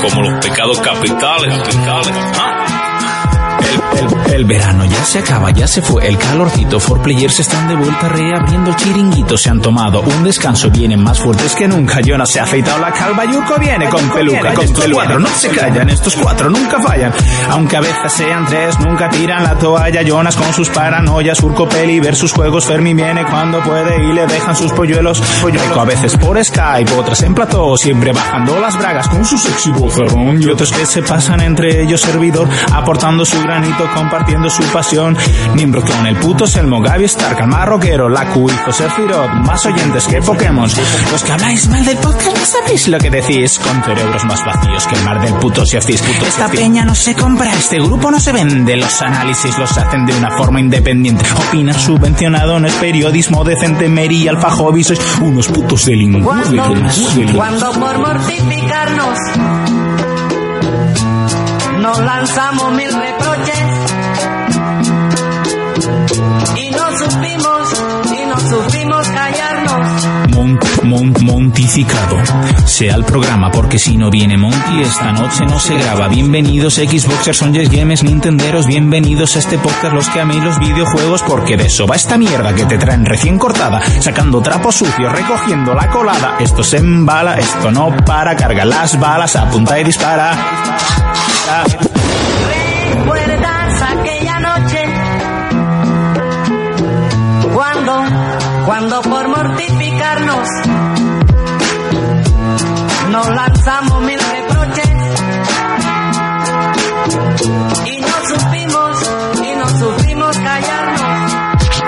como los pecados capitales, capitales. ¿ah? El, el, el, verano ya se acaba, ya se fue el calorcito. For players están de vuelta reabriendo chiringuitos. Se han tomado un descanso, vienen más fuertes que nunca. Jonas se ha afeitado la calva, Yuko viene con peluca. Con estos cuatro no se callan, estos cuatro nunca fallan. Aunque a veces sean tres, nunca tiran la toalla. Jonas con sus paranoias, Urco Peli versus juegos. Fermi viene cuando puede y le dejan sus polluelos. Pollueco a veces por Skype, otras en plató. Siempre bajando las bragas con su sexy bozarrón. Y otros que se pasan entre ellos servidor, aportando su granito, compartiendo su pasión. Nimrod con el puto Selmo, Gaby Stark, el más rockero, Laku y José Firot, más oyentes que Pokémon. Los que habláis mal del podcast no sabéis lo que decís, con cerebros más vacíos que el mar del puto si hacéis puto. Esta si peña no se compra, este grupo no se vende, los análisis los hacen de una forma independiente. Opinar subvencionado no es periodismo decente, Mary Alfajobi, sois unos putos delincuentes. Cuando, cuando por mortificarnos nos lanzamos mil reproches y no supimos y no supimos callarnos. Mont, mont, montificado. Sea el programa, porque si no viene Monty, esta noche no se graba. Bienvenidos Xboxers, Songes Games, Nintenderos, bienvenidos a este podcast, los que améis los videojuegos, porque de eso va esta mierda que te traen recién cortada, sacando trapos sucios, recogiendo la colada. Esto se embala, esto no para, carga las balas, apunta y dispara. ¿Recuerdas aquella noche? Cuando, cuando por mortificarnos nos lanzamos mil reproches y no supimos, y no supimos callarnos.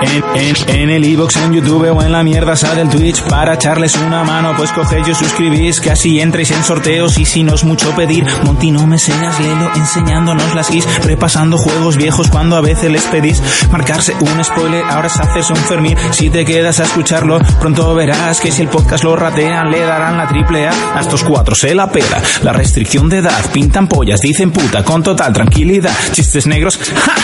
En, en, en, el iBox, e en YouTube o en la mierda sale el Twitch para echarles una mano. Pues cogéis y os suscribís, que así entréis en sorteos y si no es mucho pedir. Montino Meseras, Lelo, enseñándonos las guis, repasando juegos viejos cuando a veces les pedís. Marcarse un spoiler, ahora es hacerse un Fermín. Si te quedas a escucharlo, pronto verás que si el podcast lo ratean, le darán la triple A. A estos cuatro se la pela. La restricción de edad, pintan pollas, dicen puta, con total tranquilidad. Chistes negros, ¡ja!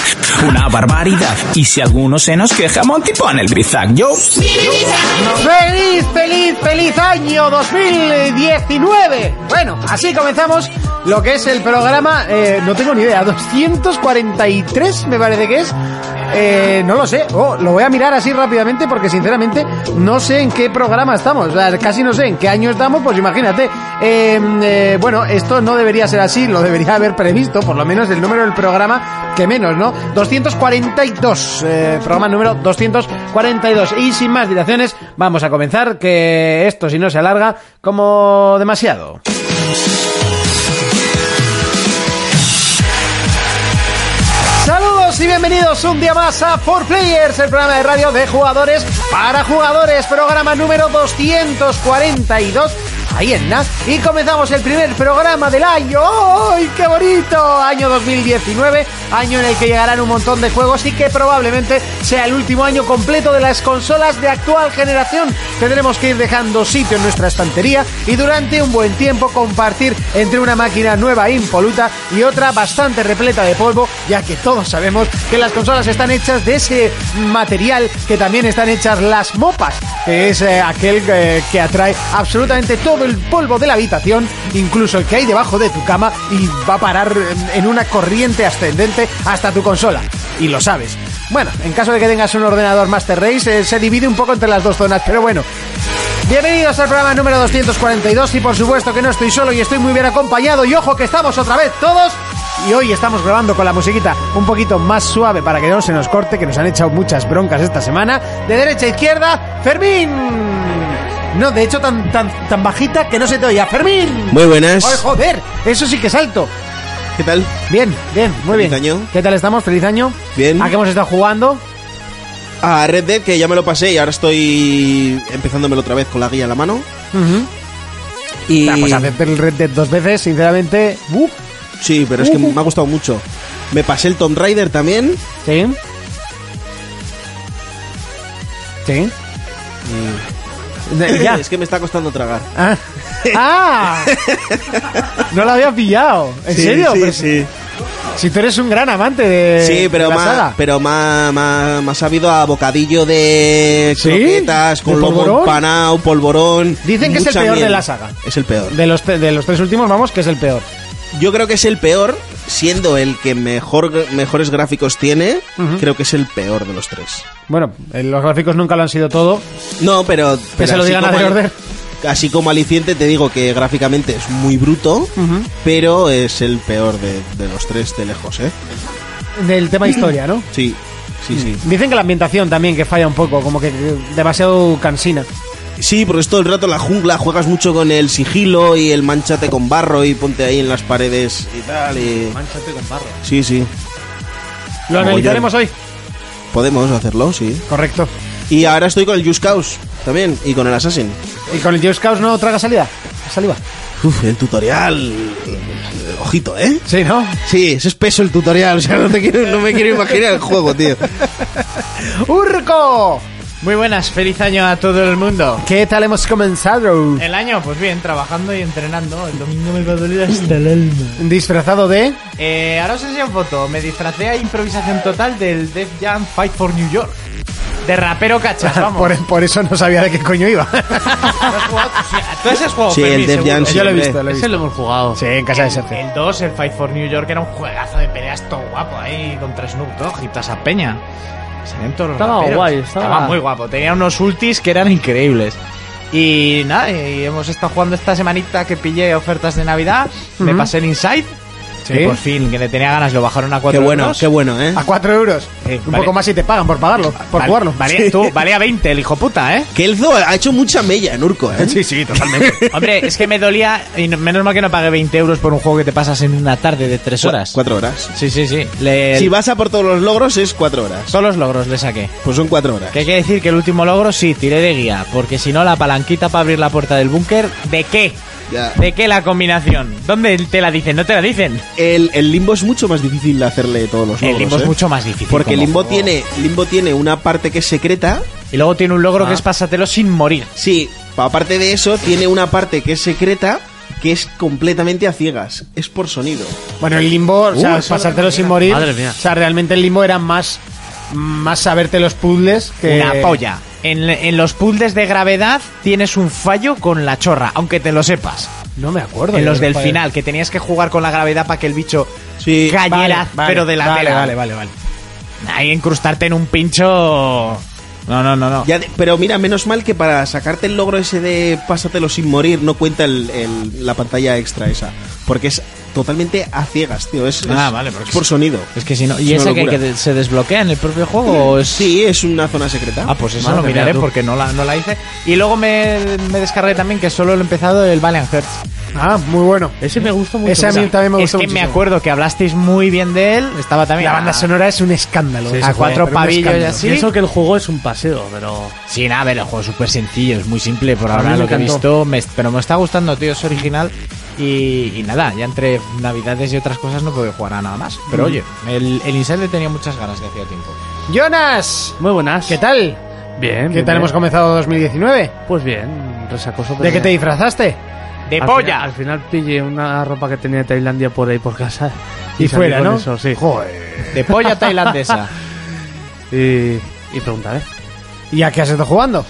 Una barbaridad. Y si alguno se nos queda, jamón tipo en el Brizac. Yo. ¡Feliz, feliz, feliz año 2019! Bueno, así comenzamos lo que es el programa. Eh, no tengo ni idea, 243 me parece que es. Eh, no lo sé, oh, lo voy a mirar así rápidamente porque sinceramente no sé en qué programa estamos, o sea, casi no sé en qué año estamos, pues imagínate. Eh, eh, bueno, esto no debería ser así, lo debería haber previsto, por lo menos el número del programa, que menos, ¿no? 242, eh, programa número 242. Y sin más dilaciones, vamos a comenzar, que esto si no se alarga como demasiado. y bienvenidos un día más a 4Players, el programa de radio de jugadores para jugadores, programa número 242. Ahí en NAS. Y comenzamos el primer programa del año. ¡Ay, qué bonito! Año 2019, año en el que llegarán un montón de juegos y que probablemente sea el último año completo de las consolas de actual generación. Tendremos que ir dejando sitio en nuestra estantería y durante un buen tiempo compartir entre una máquina nueva e impoluta y otra bastante repleta de polvo, ya que todos sabemos que las consolas están hechas de ese material que también están hechas las mopas, que es eh, aquel eh, que atrae absolutamente todo el polvo de la habitación, incluso el que hay debajo de tu cama y va a parar en una corriente ascendente hasta tu consola. Y lo sabes. Bueno, en caso de que tengas un ordenador Master Race, eh, se divide un poco entre las dos zonas, pero bueno, Bienvenidos al programa número 242 y por supuesto que no estoy solo y estoy muy bien acompañado y ojo que estamos otra vez todos y hoy estamos grabando con la musiquita un poquito más suave para que no se nos corte que nos han echado muchas broncas esta semana de derecha a izquierda Fermín no, de hecho tan, tan, tan bajita que no se te oía Fermín Muy buenas ¡Ay, joder! Eso sí que salto ¿Qué tal? Bien, bien, muy Feliz bien año. ¿Qué tal estamos? ¿Feliz año? Bien ¿A qué hemos estado jugando? a Red Dead, que ya me lo pasé y ahora estoy empezándomelo otra vez con la guía en la mano. Ujú. Y... Ah, pues hacer el Red Dead dos veces, sinceramente. ¡uf! Sí, pero es que me ha gustado mucho. Me pasé el Tomb Raider también. Sí. Sí. De- Eh, Ya. Mm. Es que me está costando tragar. Ah. ¡Ah! No lo había pillado. ¿En Sí, serio? Sí, Pero- sí. Si tú eres un gran amante de, Sí, pero de la más, saga. pero más, más, más sabido a bocadillo de ¿Sí? croquetas, ¿De con lomo polvorón? empanado, polvorón. Dicen que es el mucha peor de miel. la saga. Es el peor. De los, te- de los tres últimos, vamos, que es el peor. Yo creo que es el peor, siendo el que mejor, mejores gráficos tiene, creo que es el peor de los tres. Bueno, eh, los gráficos nunca lo han sido todo. No, pero. pero se lo así digan a como The al- Order. Así como aliciente, te digo que gráficamente es muy bruto, pero es el peor de, de los tres de lejos, ¿eh? Del tema historia, ¿no? Sí, sí, sí. Dicen que la ambientación también, que falla un poco, como que que demasiado cansina. Sí, porque es todo el rato en la jungla, juegas mucho con el sigilo y el manchate con barro y ponte ahí en las paredes y tal. Y... Manchate con barro. Sí, sí, Lo Mogollón. analizaremos hoy. podemos hacerlo, sí. Correcto. Y ahora estoy con el Just Cause también y con el Assassin. ¿Y con el Just Cause no traga salida? Saliva. Uf, el tutorial. Ojito, ¿eh? Sí, ¿no? Sí, es espeso el tutorial, o sea, no, te quiero, no me quiero imaginar el juego, tío. ¡Urco! Muy buenas, feliz año a todo el mundo. ¿Qué tal hemos comenzado? El año, pues bien, trabajando y entrenando. El domingo me va a doler hasta el alma. Disfrazado de... Eh, ahora os enseño foto. Me disfracé a improvisación total del Def Jam Fight for New York. De rapero cachas, vamos. Por, por eso no sabía de qué coño iba. ¿Tú has jugado? ¿Tú ese has jugado? Sí, el Oh, Fermín, Def Jam seguro? sí, Yo lo he hombre. visto, lo he Ese visto. lo hemos jugado. sí, en casa de Sergio. El 2, el Fight for New York, era un juegazo de peleas todo guapo ahí contra Snoop Dogg y toda esa peña. Salían todos los Estaba raperos. guay, estaba- muy guapo. Tenía unos ultis que eran increíbles. Y nada, y hemos estado jugando esta semanita que pillé ofertas de Navidad. Me pasé el Inside. Sí. que por fin, que le tenía ganas, lo bajaron a 4 Qué bueno, qué bueno, ¿eh? A 4 euros. Eh, Un vale. poco más si te pagan por pagarlo, por jugarlo. Valía, tú, valía 20 el hijo puta, ¿eh? Kelzo ha hecho mucha mella en Urco, ¿eh? Sí, sí, totalmente. Hombre, es que me dolía. Y no- menos mal que no pagué 20 euros por un juego que te pasas en una tarde de 3 horas. Cuatro horas. Sí, sí, sí. Le- Si vas a por todos los logros es cuatro horas. Todos los logros le saqué. Pues son cuatro horas. Que hay que decir que el último logro sí, tiré de guía. Porque si no, la palanquita para abrir la puerta del búnker, ¿de qué? Ya. ¿De qué la combinación? ¿Dónde te la dicen? ¿No te la dicen? El, el limbo es mucho más difícil de hacerle todos los logros. el limbo ¿eh? es mucho más difícil. Porque el como limbo juego. tiene, limbo tiene una parte que es secreta. Y luego tiene un logro que es pásatelo sin morir. Sí, aparte de eso, tiene una parte que es secreta que es completamente a ciegas. Es por sonido. bueno, el limbo, o Uh, sea, pasártelo sin morir. Madre mía. O sea, realmente el limbo era más, más saberte los puzzles que. Una polla. En, en los puzzles de gravedad tienes un fallo con la chorra, aunque te lo sepas. No me acuerdo. En yo los de del cuál final, que tenías que jugar con la gravedad para que el bicho Sí. era. Vale, cayera, vale, pero de la vale, tela. vale, vale, vale. Ahí incrustarte en un pincho. No, no, no, no. Ya de- pero mira, menos mal que para sacarte el logro ese de pásatelo sin morir no cuenta el- el- la pantalla extra esa. Porque es totalmente a ciegas, tío. Es, Ah, es- vale, pero es que- por sonido. Es que si no. Es ¿Y una esa que, locura. que de- se desbloquea en el propio juego o es.? Sí, es una zona secreta. Ah, pues eso Madre lo miraré mía, tú. porque no la, no la hice. Y luego me, me descargué también que solo lo he empezado el Valiant Hearts. Ah, muy bueno. Ese me gusta mucho. Ese a O sea, mí también me es gustó que me muchísimo. acuerdo que hablasteis muy bien de él. Estaba también. Ah. La banda a- sonora es un escándalo. A cuatro pavillos y así. y Eso que el juego es un paseo, pero. Sí, nada, a ver, el juego es súper sencillo, es muy simple por A mí ahora me lo que he encantó. visto, me- pero me está gustando, tío, es original. Y, y nada, ya entre navidades y otras cosas no puedo jugar a nada más. Pero oye, el, el Inside le tenía muchas ganas de hacía tiempo. Jonas, Muy buenas. ¿qué tal? Bien. ¿Qué tal hemos comentado? comenzado 2019? Pues bien, resacoso. ¿De pero qué te bien. disfrazaste? ¡De Al polla! final- al final pillé una ropa que tenía de Tailandia por ahí por casa. Y salí fuera, con ¿no? Eso, sí. ¡De polla tailandesa! Y, y preguntaré. ¿Y a qué has estado jugando?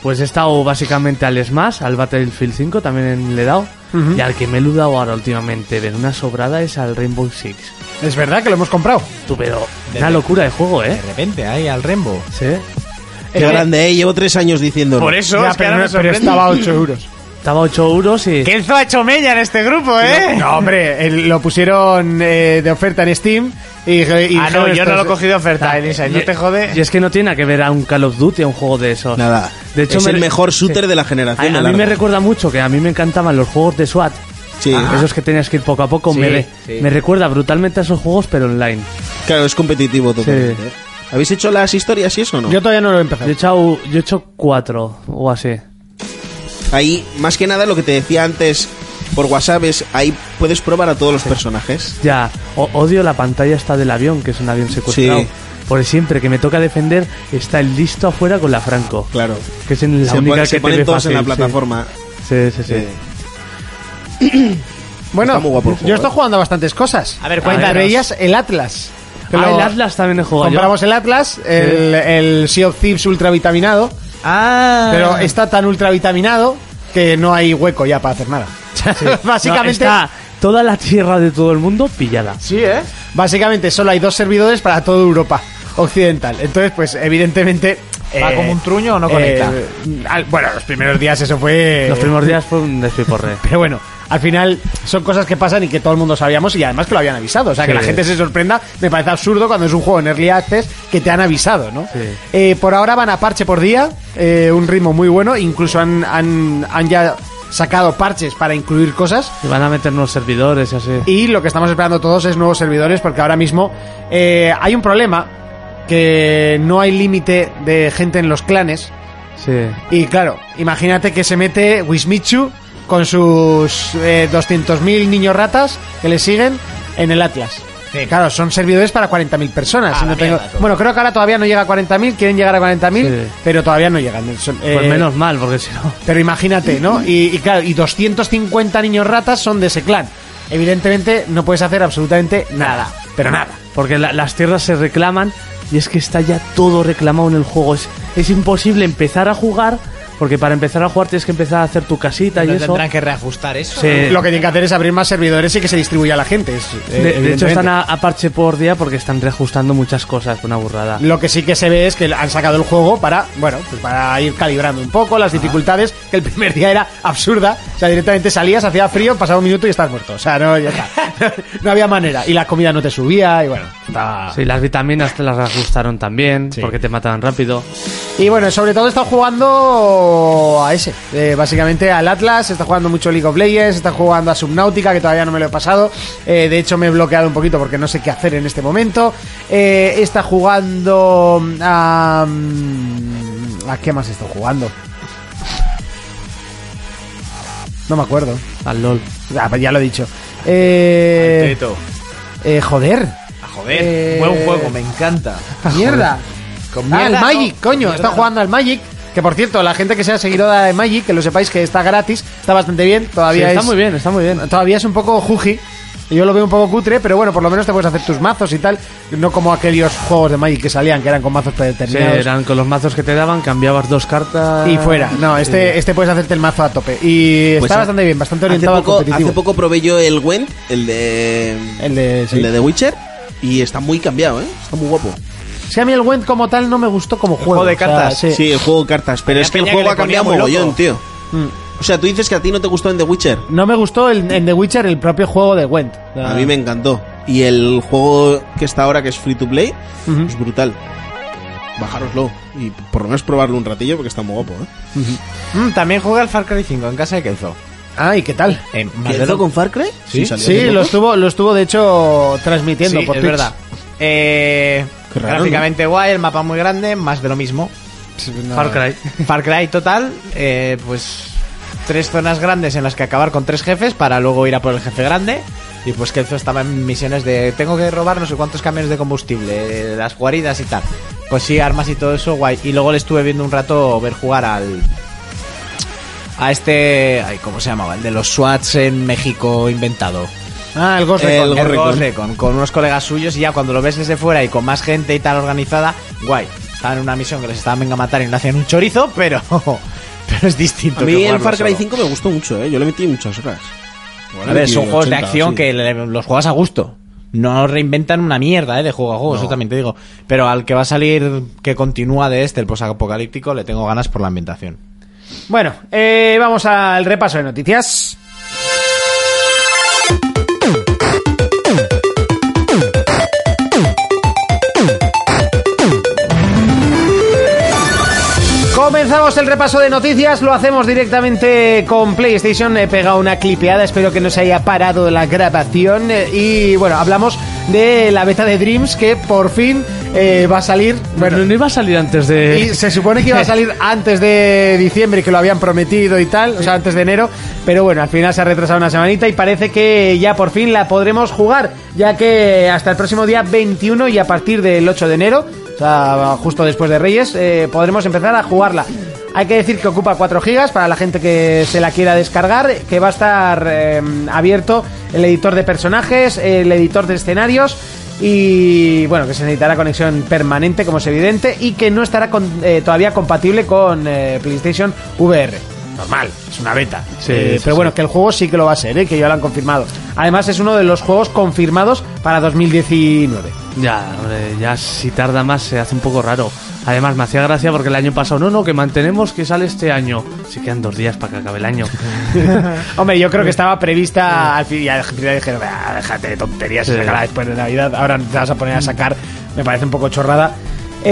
Pues he estado básicamente al Smash, al Battlefield 5 también E le he dado. Y al que me he ludado ahora últimamente de una sobrada es al Rainbow Six. Es verdad que lo hemos comprado. Tú, pero De- una locura de juego, De ¿eh? repente, ahí al Rembo. Sí. Qué Es que- grande, ¿eh? Llevo tres años diciendo. eso, Ya, pero, no- pero estaba a 8 euros. Estaba 8 euros y... Kelzo ha hecho mella en este grupo, ¿eh? No, hombre, el- lo pusieron eh, de oferta en Steam y, y ah, dijeron no, yo estos- Ah, no lo he cogido de oferta, el Inside. No te jode. Ah, Y es que no tiene nada que ver a un Call of Duty, a un juego de esos. Nada. De hecho, es me- el mejor shooter Sí. de la A, generación. a mí me recuerda mucho que a mí me encantaban los juegos de SWAT. Ah. Sí. Esos que tenías que ir poco a poco. Sí, me, re- sí. me recuerda brutalmente a esos juegos, pero online. Claro, es competitivo totalmente. Sí. ¿eh? ¿Habéis hecho las historias y eso o no? Yo todavía no lo he empezado. Yo he echado, yo he hecho cuatro o así. Ahí, más que nada, lo que te decía antes por WhatsApp es ahí puedes probar a todos los personajes. Ya, o- odio la pantalla esta del avión, que es un avión secuestrado. Sí. Por siempre que me toca defender, está el listo afuera con la Franco. Claro. Que es en la se única pone- que se te ponen ve todos en la fácil, sí. plataforma. Sí, sí, sí. Eh, Bueno, está muy guapo el juego, yo ¿eh? estoy jugando a bastantes cosas. A ver, cuéntanos. entre ellas el Atlas. que Ah, lo- el Atlas también he jugado yo. Compramos el Atlas, el, el Sea of Thieves ultravitaminado, Ah, pero está tan ultravitaminado que no hay hueco ya para hacer nada. básicamente, No, está toda la tierra de todo el mundo pillada. Sí, ¿eh? Básicamente solo hay dos servidores para toda Europa occidental. Entonces, pues evidentemente... eh, Va como un truño o no conecta. al- bueno, los primeros días eso fue... Los primeros días fue un despiporre. Pero bueno, al final son cosas que pasan y que todo el mundo sabíamos y además que lo habían avisado. O sea, que Sí. la gente se sorprenda me parece absurdo cuando es un juego en Early Access que te han avisado, ¿no? Sí. Eh, por ahora van a parche por día, eh, un ritmo muy bueno. Incluso han, han, han ya sacado parches para incluir cosas. Y van a meter nuevos servidores y así. Y lo que estamos esperando todos es nuevos servidores porque ahora mismo eh, hay un problema que no hay límite de gente en los clanes. Sí. Y claro, imagínate que se mete Wismichu con sus eh, 200.000 niños ratas que le siguen en el Atlas. Sí. Claro, son servidores para 40.000 personas. Ah, si no la tengo- mierda, todo. Bueno, creo que ahora todavía no llega a 40.000, quieren llegar a 40.000, Sí. pero todavía no llegan. Son, eh, Pues menos mal, porque si no. Pero imagínate, ¿no? Y, y claro, y 250 niños ratas son de ese clan. Evidentemente no puedes hacer absolutamente nada, pero nada. Porque la- las tierras se reclaman y es que está ya todo reclamado en el juego. Es, es imposible empezar a jugar porque para empezar a jugar tienes que empezar a hacer tu casita y ¿no eso. tendrán que reajustar eso. Sí. Lo que tienen que hacer es abrir más servidores y que se distribuya a la gente. es- eh, Eh. De- de, hecho evidentemente. están a, a parche por día porque están reajustando muchas cosas, una burrada. Lo que sí que se ve es que han sacado el juego para, bueno, pues para ir calibrando un poco las dificultades, que el primer día era absurda. O sea, directamente salías, hacía frío, pasaba un minuto y estás muerto. O sea, no, ya está. No había manera. Y la comida no te subía, y bueno, está- Sí, las vitaminas te las reajustaron también porque te mataban rápido. Y bueno, sobre todo está jugando a ese, eh, básicamente al Atlas, está jugando mucho League of Legends, está jugando a Subnautica, que todavía no me lo he pasado, eh, de hecho me he bloqueado un poquito porque no sé qué hacer en este momento, Eh, está jugando a... mm, ¿A qué más está jugando? No me acuerdo, Al LOL. Ah, pues ya lo he dicho. Eh, Teto. eh, joder, Ah, Joder, Eh, buen juego, me encanta. mierda. Con Ah, el mierda, Magic, no, con coño, mierda, está no. jugando al Magic. Que por cierto, la gente que sea seguidora de Magic, que lo sepáis que está gratis, está bastante bien. Sí, Todavía está es, muy bien, está muy bien. Todavía es un poco juji. y Yo lo veo un poco cutre, pero bueno, por lo menos te puedes hacer tus mazos y tal. No como aquellos juegos de Magic que salían, que eran con mazos Sí, predeterminados. eran con los mazos que te daban, cambiabas dos cartas Y fuera. No, este, este puedes hacerte el mazo a tope. Y Pues está ha- bastante bien, bastante hace orientado poco, al competitivo. hace poco probé yo el Gwent, el de. El de- sí. el de The Witcher, y está muy cambiado, ¿eh? Está muy guapo. Si a mí el Went como tal no me gustó como juego. juego de o sea, cartas. sí. Sí, el juego de cartas, pero Había es que el peña que juego le ha cambiado ponía muy mogollón, loco. tío. O sea, tú dices que a ti no te gustó en The Witcher. Mm. No me gustó el- en The Witcher el propio juego de Went. Ah. A mí me encantó. Y el juego que está ahora, que es free to play, es brutal. Bajároslo y por lo menos probarlo un ratillo porque está muy guapo, ¿eh? Mm, también jugué al Far Cry 5 en casa de Kenzo. Ah, ¿y qué tal? En ¿Quedó con Far Cry? Eh, Sí, salió hace Sí, poco. lo estuvo, lo estuvo de hecho transmitiendo Sí, por es Twitch. verdad. Eh, Qué raro, gráficamente guay, el mapa muy grande, más de lo mismo. Far Cry. Far Cry total, eh, pues tres zonas grandes en las que acabar con tres jefes para luego ir a por el jefe grande. Y pues Kelzo estaba en misiones de tengo que robar no sé cuántos camiones de combustible, eh, las guaridas y tal. Pues sí, armas y todo eso, guay. Y luego le estuve viendo un rato ver jugar al... A este... Ay, ¿Cómo se llamaba? El de los SWATs en México inventado. Ah, el Ghost Eh, Recon. el El Recon. Ghost Recon, con unos colegas suyos y ya cuando lo ves desde fuera y con más gente y tal organizada, guay. Estaban en una misión que les estaban venga a matar y no hacían un chorizo, pero pero es A distinto. que mí el jugarlo Far Cry solo. 5 me gustó mucho, ¿eh? Yo le metí muchas horas. A ver, son juegos de acción que le- los juegas a gusto. No reinventan una mierda, ¿eh? De juego a juego, eso también te digo. Pero al que va a salir que continúa de este, el posapocalíptico, le tengo ganas por la ambientación. Bueno, eh, vamos al repaso de noticias. Comenzamos el repaso de noticias, lo hacemos directamente con PlayStation. He pegado una clipeada, espero que no se haya parado la grabación. eh, Y bueno, hablamos de la beta de Dreams que por fin eh, va a salir. Bueno, no iba a salir antes de... Y se supone que iba a salir antes de diciembre y que lo habían prometido y tal, o sea, antes de enero. Pero bueno, al final se ha retrasado una semanita y parece que ya por fin la podremos jugar, ya que hasta el próximo día 21 y a partir del 8 de enero, o sea, justo después de Reyes, eh, podremos empezar a jugarla. Hay que decir que ocupa 4 gigas para la gente que se la quiera descargar, que va a estar eh, abierto el editor de personajes, el editor de escenarios y bueno, que se necesitará conexión permanente como es evidente y que no estará con- eh, todavía compatible con eh, PlayStation VR. Normal, es una beta. Eh, pero bueno, que el juego sí que lo va a ser, ¿eh? que ya lo han confirmado. Además es uno de los juegos confirmados para 2019. Ya, hombre, ya si tarda más se hace un poco raro. Además, me hacía gracia porque el año pasado, no, no, que mantenemos que sale este año. Sí quedan dos días para que acabe el año. Hombre, yo creo que estaba prevista al fin y al final dijeron, "Ah, déjate de tonterías, se Sí. Mm. sacará después de Navidad, ahora te vas a poner a sacar, me parece un poco chorrada.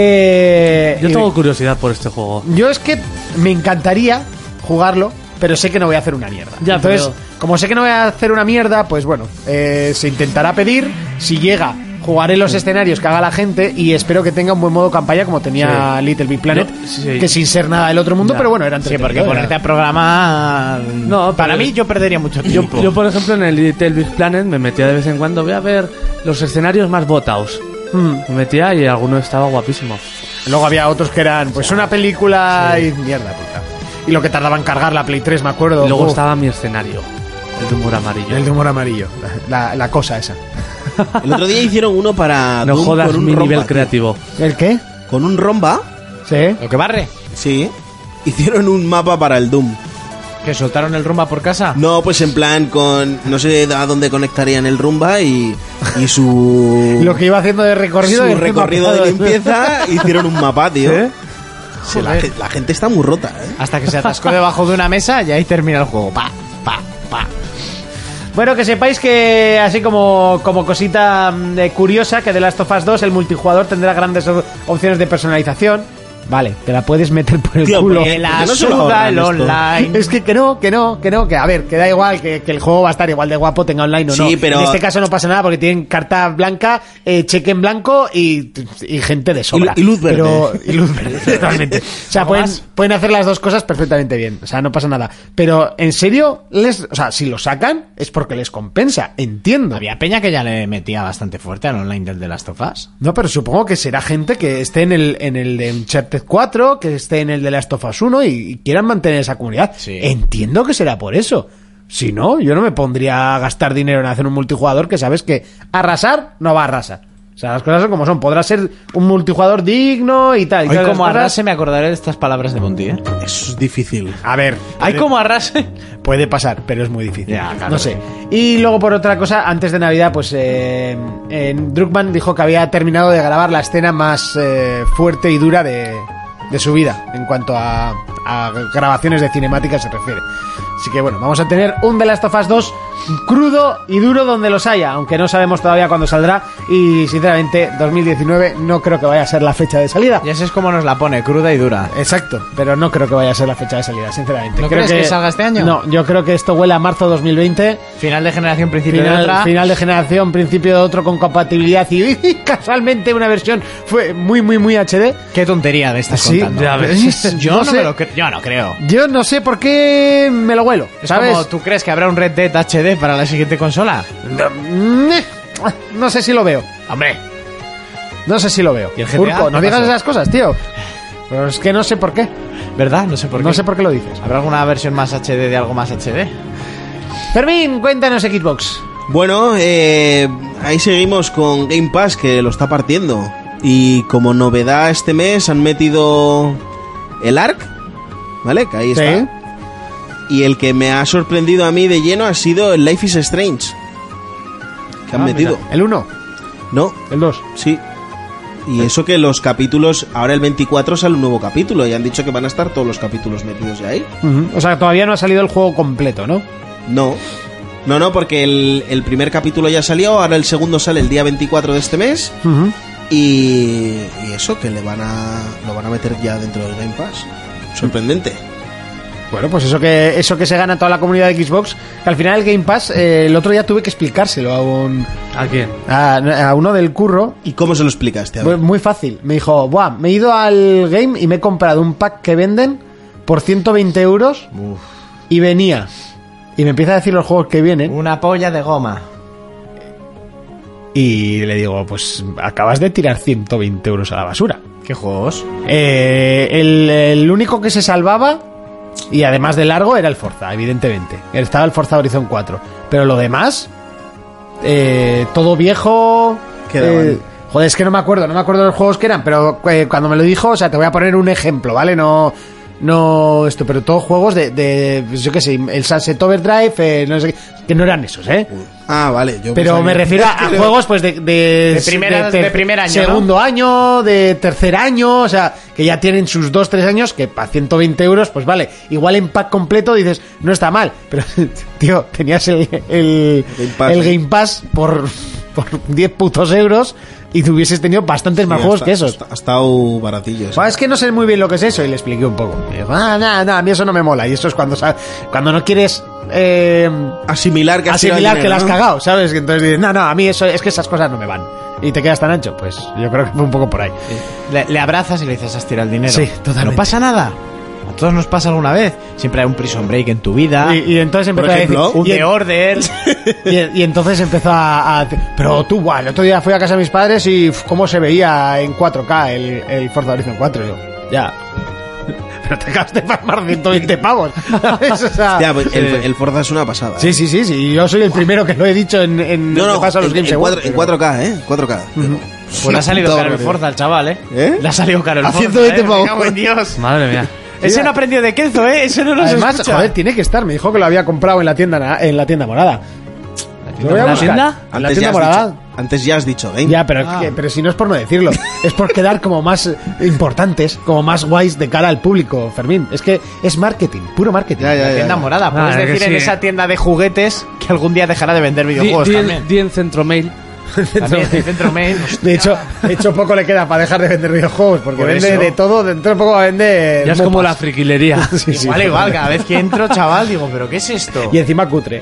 Eh, Yo y- tengo curiosidad por este juego. yo es que me encantaría jugarlo, pero sé que no voy a hacer una mierda. Ya, Entonces, pero- como sé que no voy a hacer una mierda, pues bueno, eh, se intentará pedir, si llega... Jugaré los escenarios que haga la gente y espero que tenga un buen modo campaña como tenía Little Big Planet, Yo- sí. que sin ser nada del otro mundo, Ya. pero bueno, era Sí, entretenido, porque era- ponerte a programar. No, para pero- mí yo perdería mucho Yo, tiempo. yo, por ejemplo, en el Little Big Planet me metía de vez en cuando, voy a ver los escenarios más votados. Me metía y alguno estaba guapísimo. Luego había otros que eran, pues una película y mierda, puta. Y lo que tardaba en cargar la Play 3, me acuerdo. Y luego Uf, estaba mi escenario, el de humor amarillo. El de humor amarillo, la, la cosa esa. El otro día hicieron uno para. No Doom jodas con un mi romba, nivel tío. creativo. ¿El qué? Con un romba, ¿Sí? ¿Lo que barre? sí. Hicieron un mapa para el Doom. ¿Que soltaron el rumba por casa? No, pues en plan con. No sé a dónde conectarían el rumba y. Y su. Lo que iba haciendo de recorrido. su y- recorrido de limpieza hicieron un mapa, tío. Sí, la, Joder. gen- la gente está muy rota, ¿eh? Hasta que se atascó debajo de una mesa y ahí termina el juego. Pa, pa, pa. Bueno, que sepáis que así como, como cosita mm, eh, curiosa, que de Last of Us 2 el multijugador tendrá grandes op- opciones de personalización. Vale, te la puedes meter por el Tío, culo. porque- Que la porque no se lo suda ahorran el esto. online. Es que, que no, que no, que no, que a ver, que da igual, que, que el juego va a estar igual de guapo, tenga online o no. Sí, pero- En este caso no pasa nada porque tienen carta blanca, eh, cheque en blanco y, y gente de sobra. Y lu- y luz verde. Pero- y luz verde, totalmente. O sea, pueden, pueden hacer las dos cosas perfectamente bien, o sea, no pasa nada. Pero, en serio, les, o sea, si lo sacan es porque les compensa, entiendo. Había peña que ya le metía bastante fuerte al online del de las tofas. No, pero supongo que será gente que esté en el, en el de Uncharted 4, que esté en el de Last of Us 1 y, y quieran mantener esa comunidad. Sí. Entiendo que será por eso. Si no, yo no me pondría a gastar dinero en hacer un multijugador que sabes que arrasar no va a arrasar. O sea, las cosas son como son. Podrá ser un multijugador digno y tal. y Hoy todas como esas cosas. arrase me acordaré de estas palabras de Monty, ¿eh? Eso es difícil. A ver, eh, Hay como arrase. Puede pasar, pero es muy difícil. Ya, claro. No sé. Y luego, por otra cosa, antes de Navidad, pues eh, eh, Druckmann dijo que había terminado de grabar la escena más eh, fuerte y dura de, de su vida en cuanto a, a grabaciones de cinemática se refiere. Así que bueno, vamos a tener un The Last of Us 2 crudo y duro donde los haya, aunque no sabemos todavía cuándo saldrá. Y sinceramente, 2019 no creo que vaya a ser la fecha de salida. Ya sé cómo nos la pone, cruda y dura. Exacto, pero no creo que vaya a ser la fecha de salida, sinceramente. ¿No creo crees que salga este año? No, yo creo que esto huele a marzo 2020, Final de generación, principio de final, otra. final de generación, principio de otro con compatibilidad y, casualmente una versión fue muy, muy, muy HD. Qué tontería me estás Sí, contando. ya ves. Yo No no, sé. me lo cre- yo no creo. Yo no sé por qué me lo huelo, Es ¿sabes? como, ¿tú crees que habrá un Red Dead HD para la siguiente consola? Mm, eh, No sé si lo veo, Hombre, no sé si lo veo. ¿Y el GTA? Urco, no ¿Qué digas pasó? esas cosas, tío. Pero es que no sé por qué, ¿verdad? No sé por qué. no sé por qué lo dices. ¿Habrá alguna versión más HD de algo más HD? Fermín, cuéntanos Xbox. Bueno, eh, ahí seguimos con Game Pass que lo está partiendo. Y como novedad este mes han metido el ARC, ¿vale? Que ahí está. Sí. Y el que me ha sorprendido a mí de lleno ha sido el Life is Strange. Que han Ah, metido. mira, El 1, No, el 2. sí. Y eso que los capítulos, ahora el 24 sale un nuevo capítulo y han dicho que van a estar todos los capítulos metidos ya ahí. Ujú, O sea, todavía no ha salido el juego completo, ¿no? No. No, no, porque el, el primer capítulo ya salió, ahora el segundo sale el día 24 de este mes. Y, y eso, que le van a. lo van a meter ya dentro del Game Pass. Sorprendente. Bueno, pues eso que eso que se gana toda la comunidad de Xbox, que al final el Game Pass, eh, el otro día tuve que explicárselo a un ¿A quién? a, a uno del curro. ¿Y cómo se lo explicaste? A Fue ver. Muy fácil. Me dijo, Buah, me he ido al game y me he comprado un pack que venden por 120 euros y venía. Y me empieza a decir los juegos que vienen. Una polla de goma. Y le digo, pues acabas de tirar 120 euros a la basura. ¿Qué juegos? Eh, el, el único que se salvaba, y además de largo, era el Forza, evidentemente. Estaba el Forza Horizon 4. Pero lo demás, eh, todo viejo. Quedaban. eh, joder, es que no me acuerdo, no me acuerdo de los juegos que eran, pero eh, cuando me lo dijo, o sea, te voy a poner un ejemplo, ¿vale? No. No, esto, pero todos juegos de, de, pues yo qué sé, el Sunset Overdrive, eh, no sé qué, que no eran esos, ¿eh? Ah, vale. Pero Yo Pues pensaba me que- refiero a, a Pero- juegos pues de, de, De primera- ter- de primer año, ¿no? segundo año, de tercer año, o sea, que ya tienen sus 2, 3 años, que para 120 euros, pues vale, igual en pack completo dices, no está mal, pero tío, tenías el, el, Game Pass, el ¿eh? Game Pass por, por 10 putos euros y te hubieses tenido bastantes más Sí, juegos hasta- que esos. hasta- Ha estado baratillo. sí. Pues es que no sé muy bien lo que es eso y le expliqué un poco. Me dijo, ah, nada, nada, a mí eso no me mola. Y eso es cuando, sa- cuando no quieres... Eh, Asimilar que has tirado asimilar que dinero, la has ¿no? cagado, ¿sabes? Que Entonces dices, no, no, a mí eso es que esas cosas no me van. Y te quedas tan ancho, pues yo creo que fue un poco por ahí. Le, le abrazas y le dices, has tirado el dinero. Sí, totalmente. No pasa nada. A todos nos pasa alguna vez. Siempre hay un prison break en tu vida. Y, y entonces ah. Por empezó ejemplo, a decir, un y, de order. y- y entonces empezó a, a decir, pero tú, guau, el otro día fui a casa de mis padres y uf, cómo se veía en 4K el, el Forza Horizon 4. Y yo, ya. Pero te acabas de palmar 120 pavos. ¿sabes? O sea, Ya, pues, el, sí. el Forza es una pasada. Sí, sí, sí, sí, Yo soy el primero que lo he dicho en, en No, lo no, que pasa a los en, Games en Awards, cuatro- en pero- 4K, ¿eh? 4K. Pues le ha salido caro el Forza al chaval, ¿eh? ¿Eh? Le ha salido caro el A Forza. 120 ¿eh? Me pavos. cago en Dios. Madre mía. Ese no aprendió de Kenzo, ¿eh? Ese no nos Además, escucha. joder, tiene que estar. Me dijo que lo había comprado en la tienda, na- en la tienda morada. ¿La morada? ¿Tienda? ¿En la tienda ya has morada? dicho, antes ya has dicho, Game. Ya, pero, Ah. que- pero si no es por no decirlo. es por quedar como más eh, importantes, como más guays de cara al público, Fermín. Es que es marketing, puro marketing. Ya, ya, ya, Tienda ya. morada. Puedes Ah, que decir en sí. esa tienda de juguetes que algún día dejará de vender Di, videojuegos di en- también. di en centro mail. También, en Centro Mail. hostia. De hecho, de hecho, poco le queda para dejar de vender videojuegos, porque Por vende eso. de todo, dentro de poco va a vender. Ya es como la mopas. friquilería. Sí, sí. igual, igual. Cada vez que entro, chaval, digo, ¿pero qué es esto? Y encima cutre.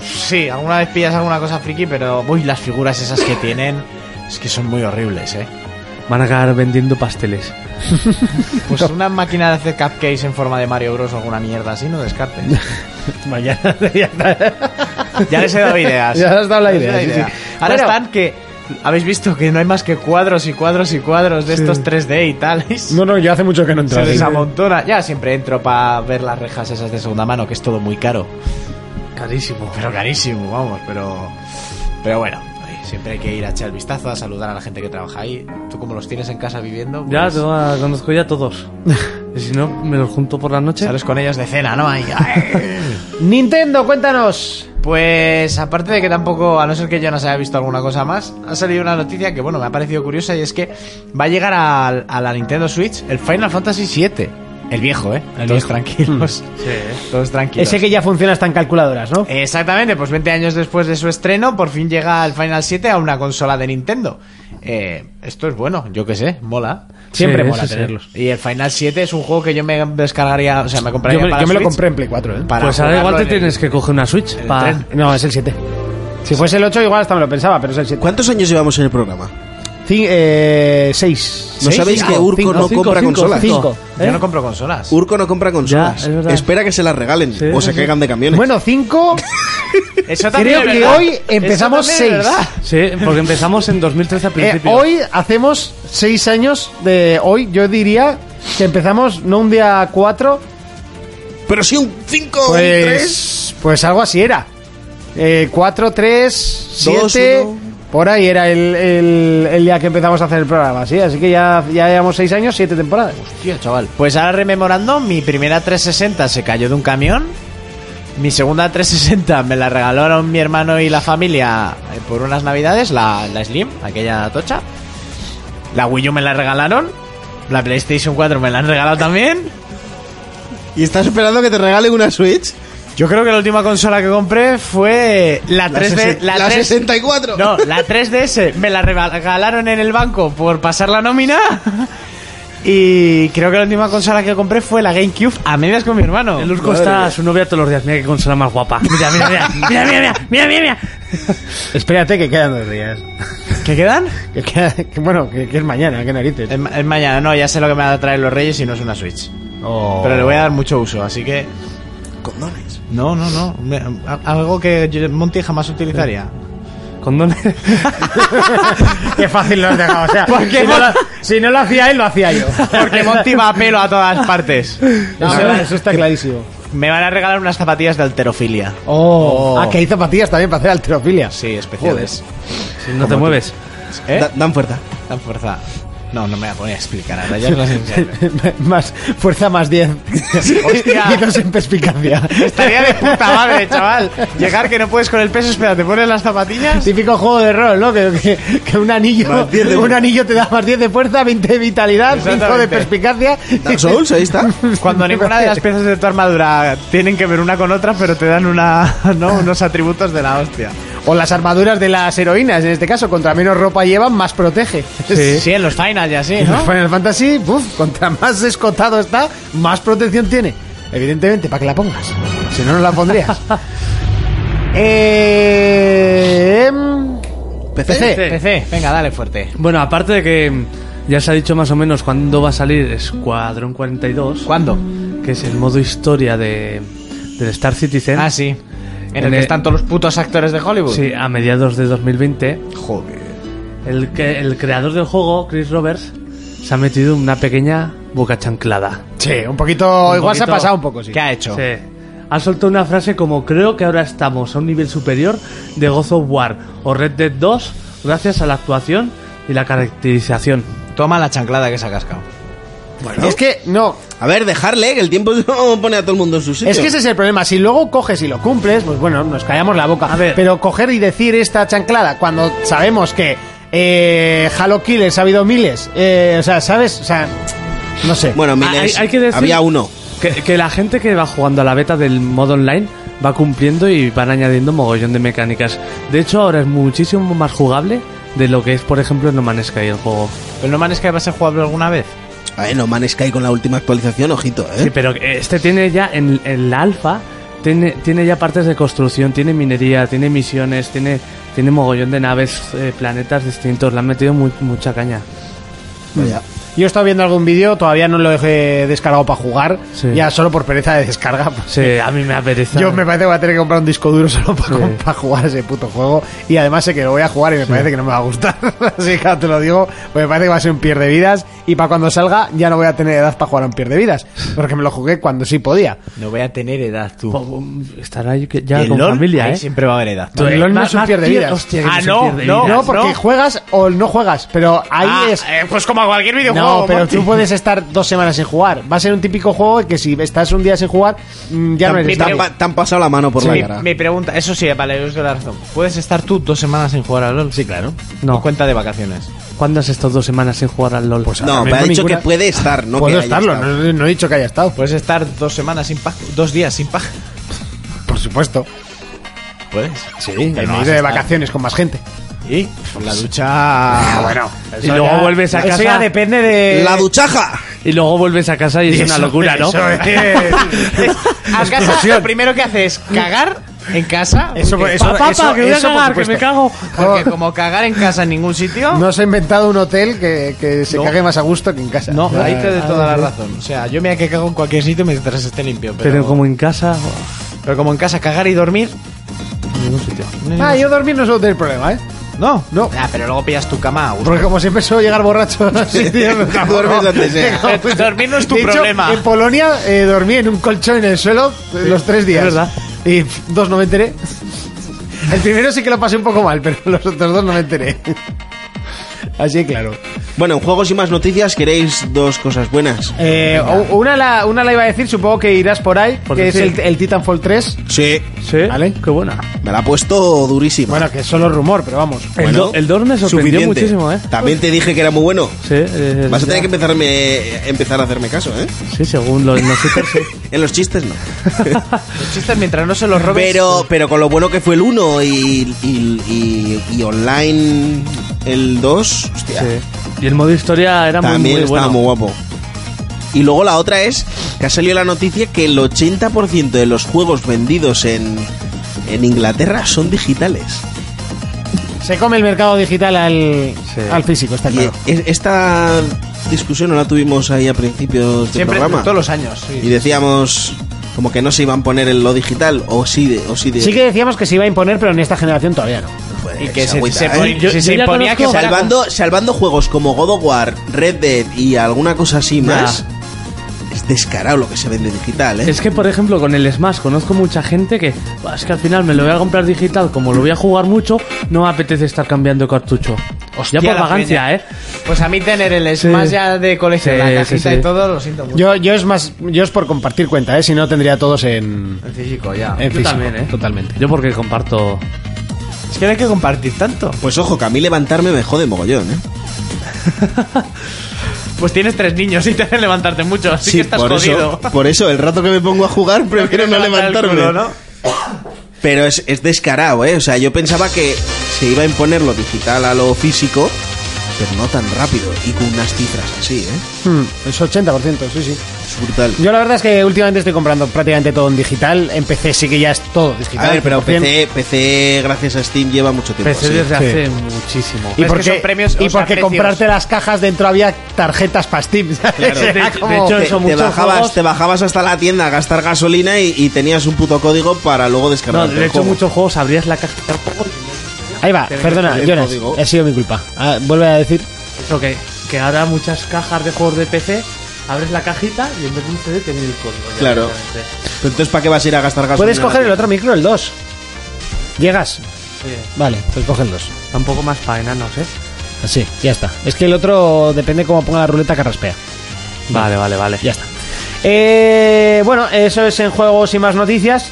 Sí, alguna vez pillas alguna cosa friki, pero. Uy, las figuras esas que tienen. Es que son muy horribles, ¿eh? Van a acabar vendiendo pasteles. Pues una máquina de hacer cupcakes en forma de Mario Bros o alguna mierda así, no descartes. Mañana ya está. Ya les he dado ideas. Ya has dado la Les he idea, sí, sí. Ahora Bueno. están que. Habéis visto que no hay más que cuadros y cuadros y cuadros de estos 3D y tal. No, no, yo hace mucho que no entro. Se les aquí. amontona. Ya siempre entro para ver las rejas esas de segunda mano, que es todo muy caro. Carísimo. Pero carísimo, vamos, pero. Pero bueno, oye, siempre hay que ir a echar el vistazo, a saludar a la gente que trabaja ahí. Tú, como los tienes en casa viviendo, Ya, pues, tengo a- conozco ya a todos. Y si no, me los junto por la noche. sales con ellos de cena, ¿no? Ahí, ay. Nintendo, cuéntanos. Pues aparte de que tampoco, a no ser que yo no se haya visto alguna cosa más, ha salido una noticia que bueno, me ha parecido curiosa y es que va a llegar a, a la Nintendo Switch el Final Fantasy VII. El viejo, ¿eh? Todos tranquilos. Todos tranquilos. Mm. Ese que ya funciona hasta en calculadoras, ¿no? Exactamente, pues 20 años después de su estreno, por fin llega el Final 7 a una consola de Nintendo. Eh, esto es bueno, yo qué sé, mola. Siempre Sí, mola sí, sí. tenerlos. Y el Final 7 es un juego que yo me descargaría, o sea, me compraría Yo me, para yo me lo Switch compré en Play 4, ¿eh? para Pues ahora igual jugarlo te en el- tienes que coger una Switch. en el pa- tren. No, es el 7. Si fuese el 8, igual hasta me lo pensaba, pero es el 7. ¿Cuántos años llevamos en el programa? Eh, 6. ¿No sabéis que Urco no cinco, compra cinco, consolas? cinco. 5. Yo no compro consolas. Urco no compra consolas. Ya, es verdad. Espera que se las regalen Sí, o sí, se sí. caigan de camiones. Bueno, 5. Eso también Creo es que verdad. hoy empezamos Eso también 6. es verdad. Sí, porque empezamos en 2013 al principio. hoy hacemos 6 años de hoy. Yo diría que empezamos no un día 4, pero si un 5, un 3. pues, pues algo así era. Eh, 4, 3, Dos, 7. uno. Por ahí era el, el- el día que empezamos a hacer el programa, ¿sí? Así que ya, ya llevamos 6 años, 7 temporadas. Tío, chaval. Pues ahora rememorando, mi primera 360 se cayó de un camión. Mi segunda 360 me la regalaron mi hermano y la familia eh, por unas navidades, la, la Slim, aquella tocha. La Wii U me la regalaron. La PlayStation 4 me la han regalado también. ¿Y estás esperando que te regalen una Switch? Yo creo que la última consola que compré fue la La 3D. sesen- la 3 64. No, la 3DS me la regalaron en el banco por pasar la nómina. Y creo que la última consola que compré fue la GameCube a medias con mi hermano. El Urco está a su novia todos los días. Mira qué consola más guapa. Mira, mira, mira. Mira, mira, mira. Mira, mira, mira. Espérate que quedan dos días. ¿Qué quedan? Que queda- que, bueno, que, que es mañana, que narices. Es, ma- es mañana, no, ya sé lo que me van a traer los Reyes y no es una Switch. Oh. Pero le voy a dar mucho uso, así que. Condones. No, no, no. me- a- algo que yo- Monty jamás utilizaría. Condones. Qué fácil lo has dejado. O sea, si, no lo, si no lo hacía él, lo hacía yo. Porque Monty va a pelo a todas partes. No, eso, eso está clarísimo. Me van a regalar unas zapatillas de alterofilia. Oh. Ah, que hay zapatillas también para hacer alterofilia. Sí, especiales. Si no te mueves. ¿Eh? Da- dan fuerza. Dan fuerza. No, no me voy a poner a explicar ahora. Ya os las enseño. más, fuerza más 10. Hostia. Y dos en perspicacia. Estaría de puta madre, chaval. Llegar que no puedes con el peso, espera, te pones las zapatillas. Típico juego de rol, ¿no? Que, que- que un anillo Más 10 de- un anillo te da más 10 de fuerza, 20 de vitalidad, 5 de Exactamente. perspicacia. Dark Souls, ahí está. Cuando ninguna de las piezas de tu armadura tienen que ver una con otra, pero te dan una, ¿no? unos atributos de la hostia. O las armaduras de las heroínas, en este caso, contra menos ropa llevan, más protege. Sí, en los finals ya sí, En ¿no? los Final Fantasy, puf, contra más escotado está, más protección tiene. Evidentemente, para que la pongas. Si no, no la pondrías. eh, em, PC. PC, venga, dale fuerte. Bueno, aparte de que mm, ya se ha dicho más o menos cuándo va a salir Escuadrón 42. ¿Cuándo? Que es el modo historia de, del Star Citizen. Ah, sí. En, el En que el- están todos los putos actores de Hollywood. Sí, a mediados de 2020. Joder. El, que, el creador del juego, Chris Roberts, se ha metido una pequeña boca chanclada. Sí, un poquito. igual se ha poquito- pasado un poco, sí. ¿Qué ha hecho? Sí. Ha soltado una frase como creo que ahora estamos a un nivel superior de God of War o Red Dead 2 gracias a la actuación y la caracterización. Toma la chanclada que se ha cascado. Bueno. Es que, no. A ver, dejarle, que el tiempo no pone a todo el mundo en su sitio. Es que ese es el problema. Si luego coges y lo cumples, pues bueno, nos callamos la boca. Pero coger y decir esta chanclada cuando sabemos que eh, Halo Killers ha habido miles. eh, o sea, ¿sabes? O sea, no sé. Bueno, miles. Ah, Hay- hay que decir- Había uno. Que, que la gente que va jugando a la beta del modo online va cumpliendo y van añadiendo mogollón de mecánicas. De hecho, ahora es muchísimo más jugable de lo que es, por ejemplo, No Man's Sky el juego. ¿Pero no manes que va a ser jugable alguna vez? A ver, no Man Sky con la última actualización, ojito, ¿eh? Sí, pero este tiene ya en, en la alfa tiene, tiene ya partes de construcción, tiene minería, tiene misiones, tiene tiene mogollón de naves, eh, planetas distintos. Le han metido mu- mucha caña. Vaya. Yo he estado viendo algún vídeo, todavía no lo dejé descargado para jugar. Sí. Ya solo por pereza de descarga. Sí, a mí me apetece. Yo me parece que voy a tener que comprar un disco duro solo para, Sí. jugar ese puto juego. Y además sé que lo voy a jugar y me parece que no me va a gustar. Así que te lo digo, pues me parece que va a ser un pierde vidas. Y para cuando salga, ya no voy a tener edad para jugar a un pierde vidas. Porque me lo jugué cuando sí podía. No voy a tener edad, tú. Estará ahí que- Y ya el con LOL, familia, ahí ¿eh? siempre va a haber edad. Tú, el LOL no más- es un más pierdevidas. pier- hostia, que Ah, es un no, pierdevidas. no, No, porque juegas o no juegas. Pero ahí Ah, es. eh, pues como cualquier videojuego. No, pero Monty. tú puedes estar dos semanas sin jugar. Va a ser un típico juego que si estás un día sin jugar, mm, ya no También eres Te nadie. han, pa- te han pasado la mano por Sí, la mi, cara. mi pregunta, eso sí, vale, os doy la razón. ¿Puedes estar tú dos semanas sin jugar al LOL? Sí, claro. No. No. cuenta de vacaciones. ¿Cuándo has estado dos semanas sin jugar al LOL? No, Pues me ha También dicho ninguna- que puede estar, no Puedo que haya estarlo, estado. no, no he dicho que haya estado, ¿Puedes estar dos semanas sin paja? ¿Dos días sin paja? por supuesto. Puedes. Sí, Que me he ido de vacaciones con más gente. Y pues, la ducha. bueno. Y luego vuelves a eso casa. ya depende de. La duchaja. Y luego vuelves a casa y, es una locura, ¿no? Eso, es- A casa, lo primero que haces es cagar en casa. Eso- porque- eso- Papá, eso, que voy a eso, por cagar, que supuesto. me cago. Porque como cagar en casa en ningún sitio. No se ha inventado un hotel que, que se No. cague más a gusto que en casa. No, ahí te doy toda la razón. O sea, yo mira que cago en cualquier sitio mientras esté limpio. Pero, Pero como en casa, pero como en casa cagar y dormir. en ningún sitio. Ah, yo dormir no suelo tener problema, ¿eh? No, No. Ah, pero luego pillas tu cama. a gusto. Porque como siempre suelo llegar borracho a los sitios, Tú tampoco- duermes donde sea. Tampoco- Dormir no es tu De hecho, problema. En Polonia eh, dormí en un colchón en el suelo eh, los tres días. es verdad. Y pff, dos no me enteré. El primero sí que lo pasé un poco mal, pero los otros dos no me enteré. Así claro. Bueno, en juegos y más noticias queréis dos cosas buenas. Eh, o- una, la, una la iba a decir, supongo que irás por ahí, Por que decir. es el, el Titanfall 3. Sí, Sí, Vale. qué buena. me la ha puesto durísima. Bueno, que es solo rumor, pero vamos. El, Bueno, do- el 2 me sorprendió suficiente. muchísimo, ¿eh? También te dije que era muy bueno. Sí, eh, Vas a ya. tener que empezarme, empezar a hacerme caso, ¿eh? Sí, según los nosotros, sí. En los chistes no. Los chistes mientras no se los robes. Pero, pero con lo bueno que fue el 1 y, y, y- y online el 2, hostia, Sí. Y el modo historia era muy, también muy, estaba bueno. muy guapo. Y luego la otra es que ha salido la noticia que el 80% de los juegos vendidos en, en Inglaterra son digitales. Se come el mercado digital al, Sí. al físico, está Y claro. e- esta discusión no la tuvimos ahí a principios del Siempre, programa. todos los años. sí. Y decíamos como que no se iban a poner en lo digital, o sí, de- o sí. de- Sí que decíamos que se iba a imponer, pero en esta generación todavía no. pues, Y que se, agüita, se ¿eh? pon- Yo- si yo se ya imponía que conozco- fuera- salvando, salvando juegos como God of War, Red Dead y alguna cosa así más, es descarado lo que se vende digital, ¿eh? Es que, por ejemplo, con el Smash conozco mucha gente que "Buah, es que al final me lo voy a comprar digital, como lo voy a jugar mucho, no me apetece estar cambiando cartucho. Hostia, ya la por vagancia, ¿eh? Pues a mí tener el Smash Sí. ya de colegio, Sí, la sí, cajita sí. y todo, lo siento mucho. Yo, yo es más, yo es por compartir cuenta, ¿eh? Si no, tendría todos en, En físico, ya. en Yo físico. también, ¿eh? Totalmente. Yo porque comparto... Es que no hay que compartir tanto. Pues ojo, que a mí levantarme me jode mogollón, ¿eh? Pues tienes tres niños y te hacen levantarte mucho, así que estás por jodido. eso, por eso, el rato que me pongo a jugar prefiero no Levantar el levantarme. culo, ¿no? Pero es, es descarado, ¿eh? O sea, yo pensaba que se iba a imponer lo digital a lo físico, pero no tan rápido y con unas cifras así, ¿eh? Hmm, es 80%, sí, sí. Es brutal. Yo la verdad es que últimamente estoy comprando prácticamente todo en digital. En PC sí que ya es todo digital. A ver, pero Bien. PC, PC gracias a Steam lleva mucho tiempo. PC así. desde sí. hace muchísimo. Y Es que porque, son premios, y o sea, porque precios. comprarte las cajas dentro había tarjetas para Steam. ¿sabes? De- Era de como- hecho, Te, eso, te muchos bajabas, juegos- te bajabas hasta la tienda a gastar gasolina y, y tenías un puto código para luego No, descargar. de hecho, muchos juegos abrías la caja... Ahí va, perdona, el Jonas, código. ha sido mi culpa. Ah, vuelve a decir. Eso que, que ahora muchas cajas de juegos de PC... Abres la cajita y en vez de un CD tenés el código. ya Claro. directamente. Entonces, ¿para qué vas a ir a gastar gasolina? ¿Puedes coger el otro micro, el 2? ¿Llegas? Sí. Vale, pues coge el 2. Tampoco más faena, no sé. Así, ya está. Es que el otro depende cómo ponga la ruleta que raspea. Vale, vale, vale. Mm. Ya está. Eh, bueno, eso es en juegos y más noticias.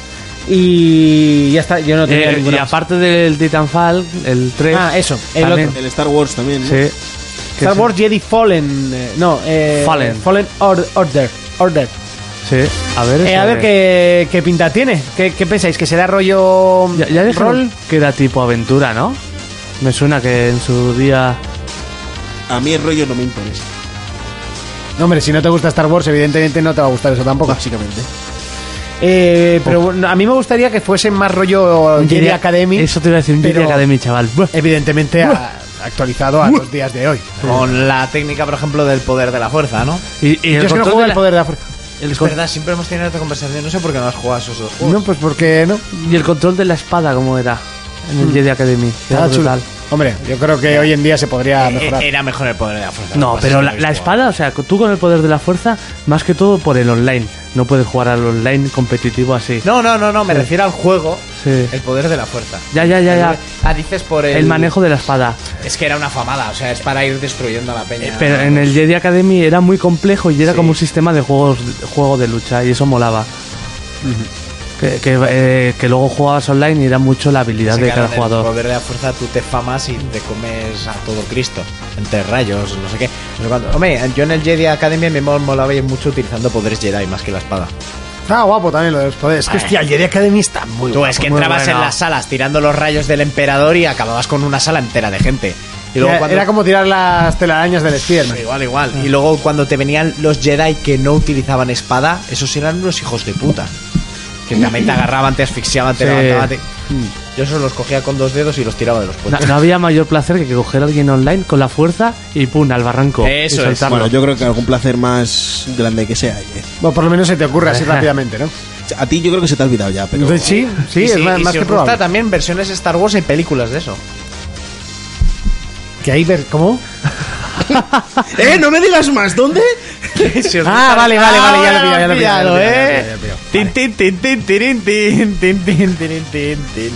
Y ya está, yo no tenía Eh, ninguna y más. aparte del Titanfall, el 3. Ah, eso, el también. otro. El Star Wars también. ¿no? Sí. Que Star sí. Wars Jedi Fallen. eh, no, eh, Fallen. Or- Order. Order. Sí. A ver, Eh, eso a ver de- qué, qué pinta tiene. ¿Qué, qué pensáis? ¿Que será rollo Ya, ya dijeron rol? que era tipo aventura, ¿no? Me suena que en su día. A mí el rollo no me interesa, No, hombre, si no te gusta Star Wars, evidentemente no te va a gustar eso tampoco. básicamente. Eh, pero bueno, a mí me gustaría que fuese más rollo Jedi, Jedi- Academy. Eso te iba a decir, un pero eh, Jedi Academy, chaval. Buah. Evidentemente a- actualizado a Uh. los días de hoy. Con la técnica, por ejemplo, del poder de la fuerza, ¿no? Y, y el Yo es que no control juego de el la- poder de la fuerza. el Es con- verdad, siempre hemos tenido esta conversación. No sé por qué no has jugado a esos dos juegos. No, pues porque no. Y el control de la espada, ¿cómo era? En Mm. el Jedi Academy. Era Ah, Nada chulo. brutal. Hombre, yo creo que hoy en día se podría Eh, mejorar. Era mejor el poder de la fuerza. Lo No, que pasa es pero que la, no he la visto. espada, o sea, tú con el poder de la fuerza, más que todo por el online. No puedes jugar al online competitivo así. No, no, no, no, me refiero al juego. Sí. El poder de la fuerza. Ya, ya, ya, ya. Ah, dices por el. El manejo de la espada. Es que era una famada, o sea, es para ir destruyendo a la peña. Eh, Pero en el Jedi Academy era muy complejo y era como un sistema de juegos juego de lucha y eso molaba. Que, que, eh, que luego jugabas online y era mucho la habilidad de cada Sacaron el jugador. poder de la fuerza, tú te famas y te comes a todo Cristo. Entre rayos, no sé qué. No sé cuánto. Hombre, yo en el Jedi Academy me mol- molaba mucho utilizando poderes Jedi más que la espada. Está guapo también lo de los poderes. Es que, hostia, el Jedi Academy está muy eh. Tú, es que muy entrabas bueno. en las salas tirando los rayos del emperador y acababas con una sala entera de gente. Y luego Era, cuando... era como tirar las telarañas del Spiderman. Igual, igual. Y luego cuando te venían los Jedi que no utilizaban espada, esos eran unos hijos de puta. Que también te agarraban, te asfixiaban, te Sí. levantaban. te- Mm. Yo esos los cogía con dos dedos y los tiraba de los No, puentes. no había mayor placer que coger a alguien online con la fuerza y pum, al barranco. Eso y es. soltarlo. Bueno, yo creo que algún placer más grande que sea. ¿eh? Bueno, por lo menos se te ocurre así rápidamente, ¿no? A ti yo creo que se te ha olvidado ya, pero... Entonces, sí, sí, Y es si- más, y más si que os gusta, probable. también versiones Star Wars y películas de eso. Que ahí ver, ¿cómo? ¡Eh, no me digas más! ¿Dónde? Ah, vale, vale, vale, ya lo he pillado, ya lo Ah, he pillado, ya lo he pillado, pillado, ya lo he pillado. Tin, tin, tin, tin, tirin, tin, tin, tin, tirin, tin, tin.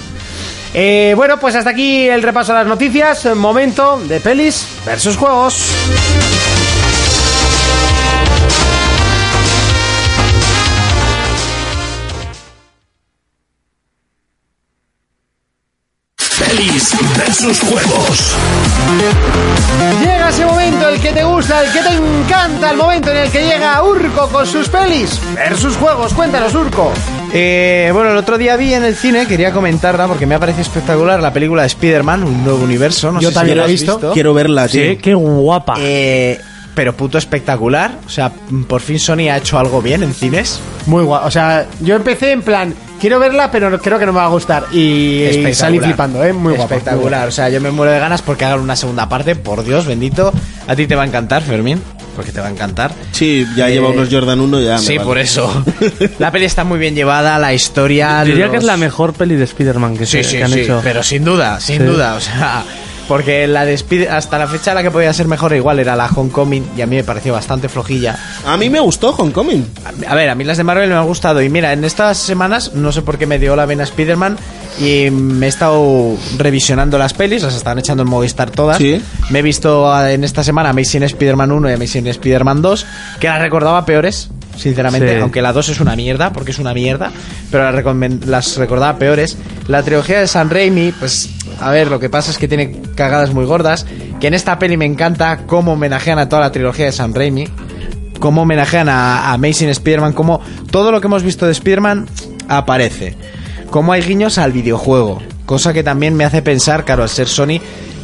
Eh, bueno, pues hasta aquí el repaso de las noticias. Momento de pelis versus juegos. Pelis versus juegos. Llega ese momento, el que te gusta, el que te encanta, el momento en el que llega Urco con sus pelis versus juegos. Cuéntanos, Urco. Eh, bueno, el otro día vi en el cine, quería comentarla porque me ha parecido espectacular la película de Spider-Man, un nuevo universo. No Yo sé si también la la he has visto. Quiero verla, tío. Sí, qué guapa. Eh, pero puto espectacular. O sea, por fin Sony ha hecho algo bien en cines. Muy guay. O sea, yo empecé en plan, quiero verla, pero no- creo que no me va a gustar. Y, y Espectacular. salí flipando, ¿eh? Muy guapa. Espectacular. O sea, yo me muero de ganas porque hagan una segunda parte. Por Dios, bendito. A ti te va a encantar, Fermín. porque te va a encantar. Sí, ya Eh, lleva unos Jordan 1 Ah, ya. me Sí, vale. por eso. La peli está muy bien llevada, la historia. Diría que los- es la mejor peli de Spider-Man que, se- Sí, sí, que han sí, hecho. pero sin duda, sin Sí. duda, o sea, porque la de Spider- hasta la fecha la que podía ser mejor igual era la Homecoming y a mí me pareció bastante flojilla. A mí me gustó Homecoming. A ver, a mí las de Marvel me han gustado. Y mira, en estas semanas, no sé por qué me dio la vena Spider-Man. Y me he estado revisionando las pelis, las están echando en Movistar todas. Sí. Me he visto ah, en esta semana Amazing Spider-Man 1 y Amazing Spider-Man 2, que las recordaba peores, sinceramente. Sí. Aunque la 2 es una mierda, porque es una mierda, pero las, recomen- las recordaba peores. La trilogía de San Raimi, pues, a ver, lo que pasa es que tiene cagadas muy gordas. Que en esta peli me encanta cómo homenajean a toda la trilogía de San Raimi cómo homenajean a, a Amazing Spider-Man, cómo todo lo que hemos visto de Spider-Man aparece. Cómo hay guiños al videojuego, cosa que también me hace pensar, claro, al ser Sony,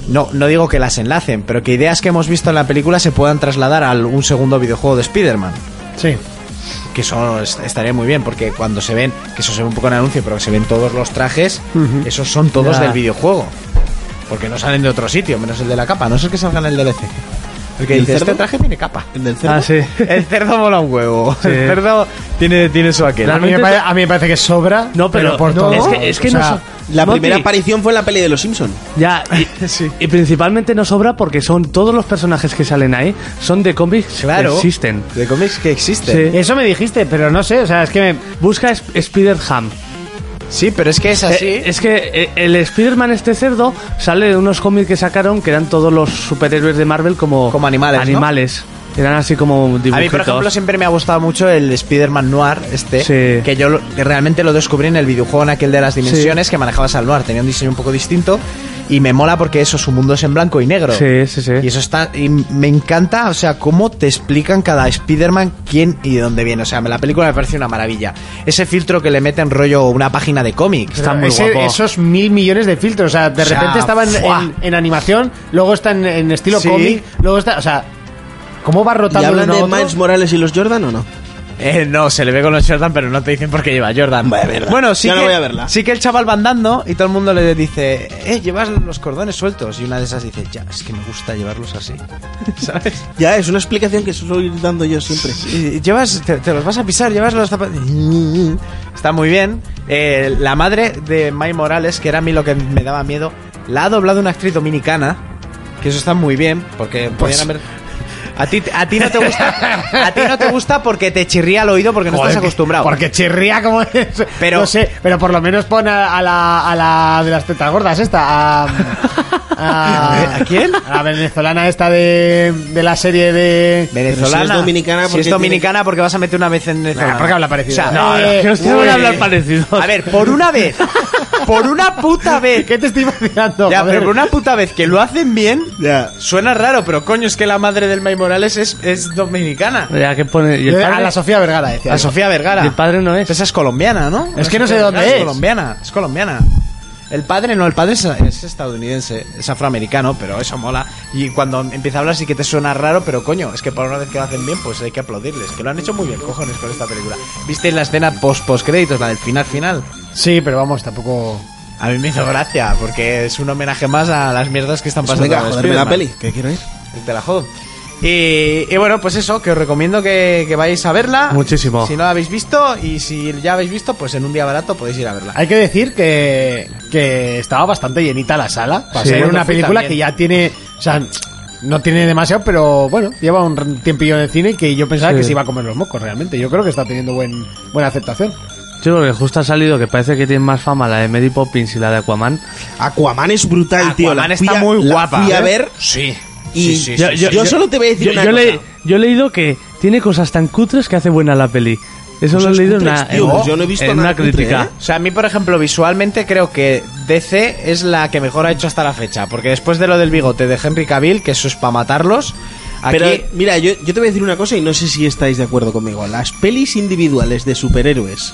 no, no digo que las enlacen, pero que ideas que hemos visto en la película se puedan trasladar a un segundo videojuego de Spider-Man. Sí. Que eso est- estaría muy bien, porque cuando se ven, que eso se ve un poco en el anuncio, pero que se ven todos los trajes, esos son todos Ya. del videojuego. Porque no salen de otro sitio, menos el de la capa, no es el que salga en el DLC. Porque ¿Y el dice, este cerdo? traje tiene capa. El del cerdo. Ah, sí. El cerdo mola un huevo. Sí. El cerdo tiene, tiene su aquel. A mí, me pare- a mí me parece que sobra. No, pero, por todo. es que, es que O no sea, so- La Monty, primera aparición fue en la peli de los Simpsons. Ya, y, y principalmente no sobra porque son todos los personajes que salen ahí son de cómics Claro. que existen. De cómics que existen. Sí. Eso me dijiste, pero no sé, o sea, es que me... Busca Sp- Spider-Ham. Sí, pero es que es así. Eh, es que eh, el Spider-Man este cerdo sale de unos cómics que sacaron que eran todos los superhéroes de Marvel como, Como animales, ¿no? Animales. Eran así como dibujitos. a mí, por ejemplo, siempre me ha gustado mucho el Spider-Man Noir, este, Sí. que yo lo- que realmente lo descubrí en el videojuego en aquel de las dimensiones que manejabas al Noir. Tenía un diseño un poco distinto y me mola porque eso, su mundo es en blanco y negro. Sí, sí, sí. Y eso está, y me encanta, o sea, cómo te explican cada Spider-Man quién y de dónde viene. O sea, me- la película me parece una maravilla. Ese filtro que le meten rollo una página de cómics. Está muy ese- guapo. Esos mil millones de filtros, o sea, de O sea, repente estaba en, ¡fua! en- en animación, luego está en, en estilo Sí. cómic, luego está, o sea, ¿cómo va ¿Y rotando hablan uno a de otro? Miles Morales y los Jordan o no? Eh, no, se le ve con los Jordan, pero no te dicen por qué lleva Jordan. Voy a verla. Bueno, sí Yo que, no voy a verla. sí que el chaval va andando y todo el mundo le dice, eh, llevas los cordones sueltos. Y una de esas dice, ya, es que me gusta llevarlos así. ¿Sabes? Ya, es una explicación que suelo ir dando yo siempre. Y llevas, te, te los vas a pisar, llevas los zapatos. Está muy bien. Eh, la madre de May Morales, que era a mí lo que me daba miedo, la ha doblado una actriz dominicana. Que eso está muy bien, porque Pues- podían haber- A ti, a ti no te gusta. A ti no te gusta porque te chirría al oído porque no Joder, estás acostumbrado. Porque chirría como es. Pero- no sé, pero por lo menos pon a, a la, a la de las tetas gordas esta. A, a- ¿A quién? A la venezolana esta de, de la serie de... Venezolana. Pero si es dominicana, Si ¿por es qué dominicana, porque vas a meter una vez en Venezuela. Nah, ¿por qué habla parecido? O sea, No, eh, no, Que os tengo Uy. que hablar parecidos. a ver, por una vez. Por una puta vez. ¿Qué te estoy imaginando? Ya, Joder. pero por una puta vez que lo hacen bien. Ya. Suena raro, pero coño, es que la madre del May Morales es, es dominicana. Ya que pone. ¿y el Eh, Yo- padre? A la Sofía Vergara, decía. La yo. Sofía Vergara. ¿Y el padre no es? Esa es colombiana, ¿no? Es que no sé Sofía de dónde Vergara es. colombiana, es colombiana. El padre no, el padre es, es estadounidense, es afroamericano, pero eso mola. Y cuando empieza a hablar sí que te suena raro, pero coño, es que por una vez que lo hacen bien, pues hay que aplaudirles. Que lo han hecho muy bien, cojones, con esta película. ¿Visteis la escena post-post créditos, la del final final? Sí, pero vamos, tampoco. A mí me hizo gracia, porque es un homenaje más a las mierdas que están Pues pasando venga, con joderme la Spider-Man. peli. ¿Qué quiero ir? Te la jodo. Y, y bueno, pues eso, que os recomiendo que, que vayáis a verla. Muchísimo. Si no la habéis visto, y si ya habéis visto, pues en un día barato podéis ir a verla. Hay que decir que, que estaba bastante llenita la sala. Para Sí. ser Bueno, una fui película también. que ya tiene. O sea, no tiene demasiado, pero bueno, lleva un tiempillo en el cine que yo pensaba Sí. que se iba a comer los mocos realmente. Yo creo que está teniendo buen, buena aceptación. Yo creo que justo ha salido que parece que tiene más fama la de Mary Poppins y la de Aquaman. Aquaman es brutal, tío. La Aquaman fui está a- muy la guapa. fui a ¿eh? ver Sí. y Sí, sí, yo, sí, yo- sí. yo solo te voy a decir Yo, una yo cosa. le- yo he leído que tiene cosas tan cutres que hace buena la peli. Eso lo he Cosas leído en cutres, una, tío, en- pues yo no he visto en nada una cutre, crítica. ¿eh? O sea, a mí, por ejemplo, visualmente creo que DC es la que mejor ha hecho hasta la fecha. Porque después de lo del bigote de Henry Cavill, que eso es para matarlos, aquí... Pero mira, yo, yo te voy a decir una cosa y no sé si estáis de acuerdo conmigo. Las pelis individuales de superhéroes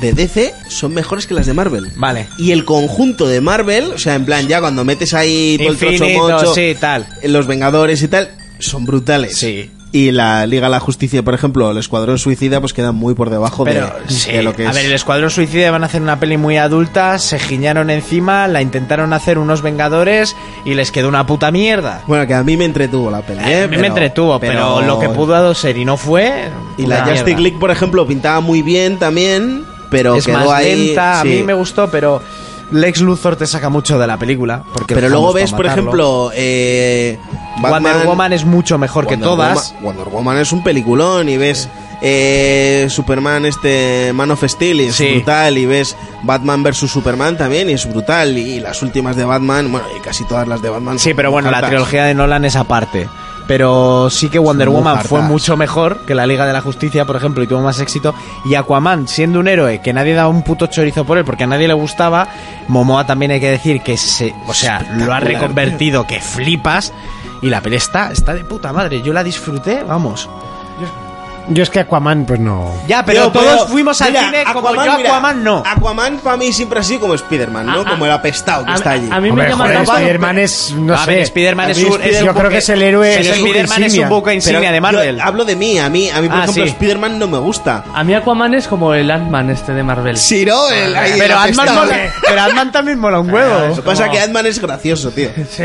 de DC son mejores que las de Marvel. Vale. Y el conjunto de Marvel, o sea, en plan, ya cuando metes ahí todo el Infinito, trocho mocho, sí, tal. los Vengadores y tal, son brutales. Sí. Y la Liga de la Justicia, por ejemplo, el Escuadrón Suicida, pues queda muy por debajo de- Pero de, sí, lo que a es. ver, el Escuadrón Suicida van a hacer una peli muy adulta, se giñaron encima, la intentaron hacer unos Vengadores y les quedó una puta mierda. Bueno, que a mí me entretuvo la peli. ¿eh? a mí Pero- me entretuvo, pero, lo que pudo ser y no fue. Y la puta Justice mierda. League, por ejemplo, pintaba muy bien también, pero es quedó más ahí. lenta, sí. a mí me gustó, pero Lex Luthor te saca mucho de la película. Porque Pero fue luego justo ves, por matarlo. ejemplo, eh, Wonder Batman- Woman es mucho mejor que Wonder todas. Woman- Wonder Woman es un peliculón y ves eh, Superman, este Man of Steel, y es Sí. brutal. Y ves Batman vs Superman también, y es brutal. Y las últimas de Batman, bueno, y casi todas las de Batman. Sí, son pero bueno, la hartas. trilogía de Nolan es aparte. Pero sí que Wonder Son muy Woman fue hartas. mucho mejor que la Liga de la Justicia, por ejemplo, y tuvo más éxito. Y Aquaman, siendo un héroe que nadie daba un puto chorizo por él porque a nadie le gustaba, Momoa también hay que decir que se, o sea, lo ha reconvertido, que flipas. Y la peli está, está de puta madre. Yo la disfruté, vamos. Yo es que Aquaman, pues no. Ya, pero Yo, todos fuimos al mira, cine como yo mira, Aquaman no. Ah, Aquaman para mí siempre ha sido como Spider-Man, ¿no? A- a- como el apestado que A, está allí. a mí me Hombre, llama joder, la atención. Spider-Man es. No A ver, sé. Spider-Man A es mí un- Spider- es un Yo creo que buque- es el héroe. Pero es un Spider-Man es insignia. un buque insignia de Marvel. yo hablo de mí, a mí, a mí por Ah, ejemplo, sí. Spider-Man no me gusta. A mí Aquaman es como el Ant-Man este de Marvel. Sí, ¿no? El- ahí, el Pero Ant-Man apestado. mola- pero Ant-Man también mola un huevo. Ah, Lo que pasa es que Ant-Man es gracioso, tío. Sí.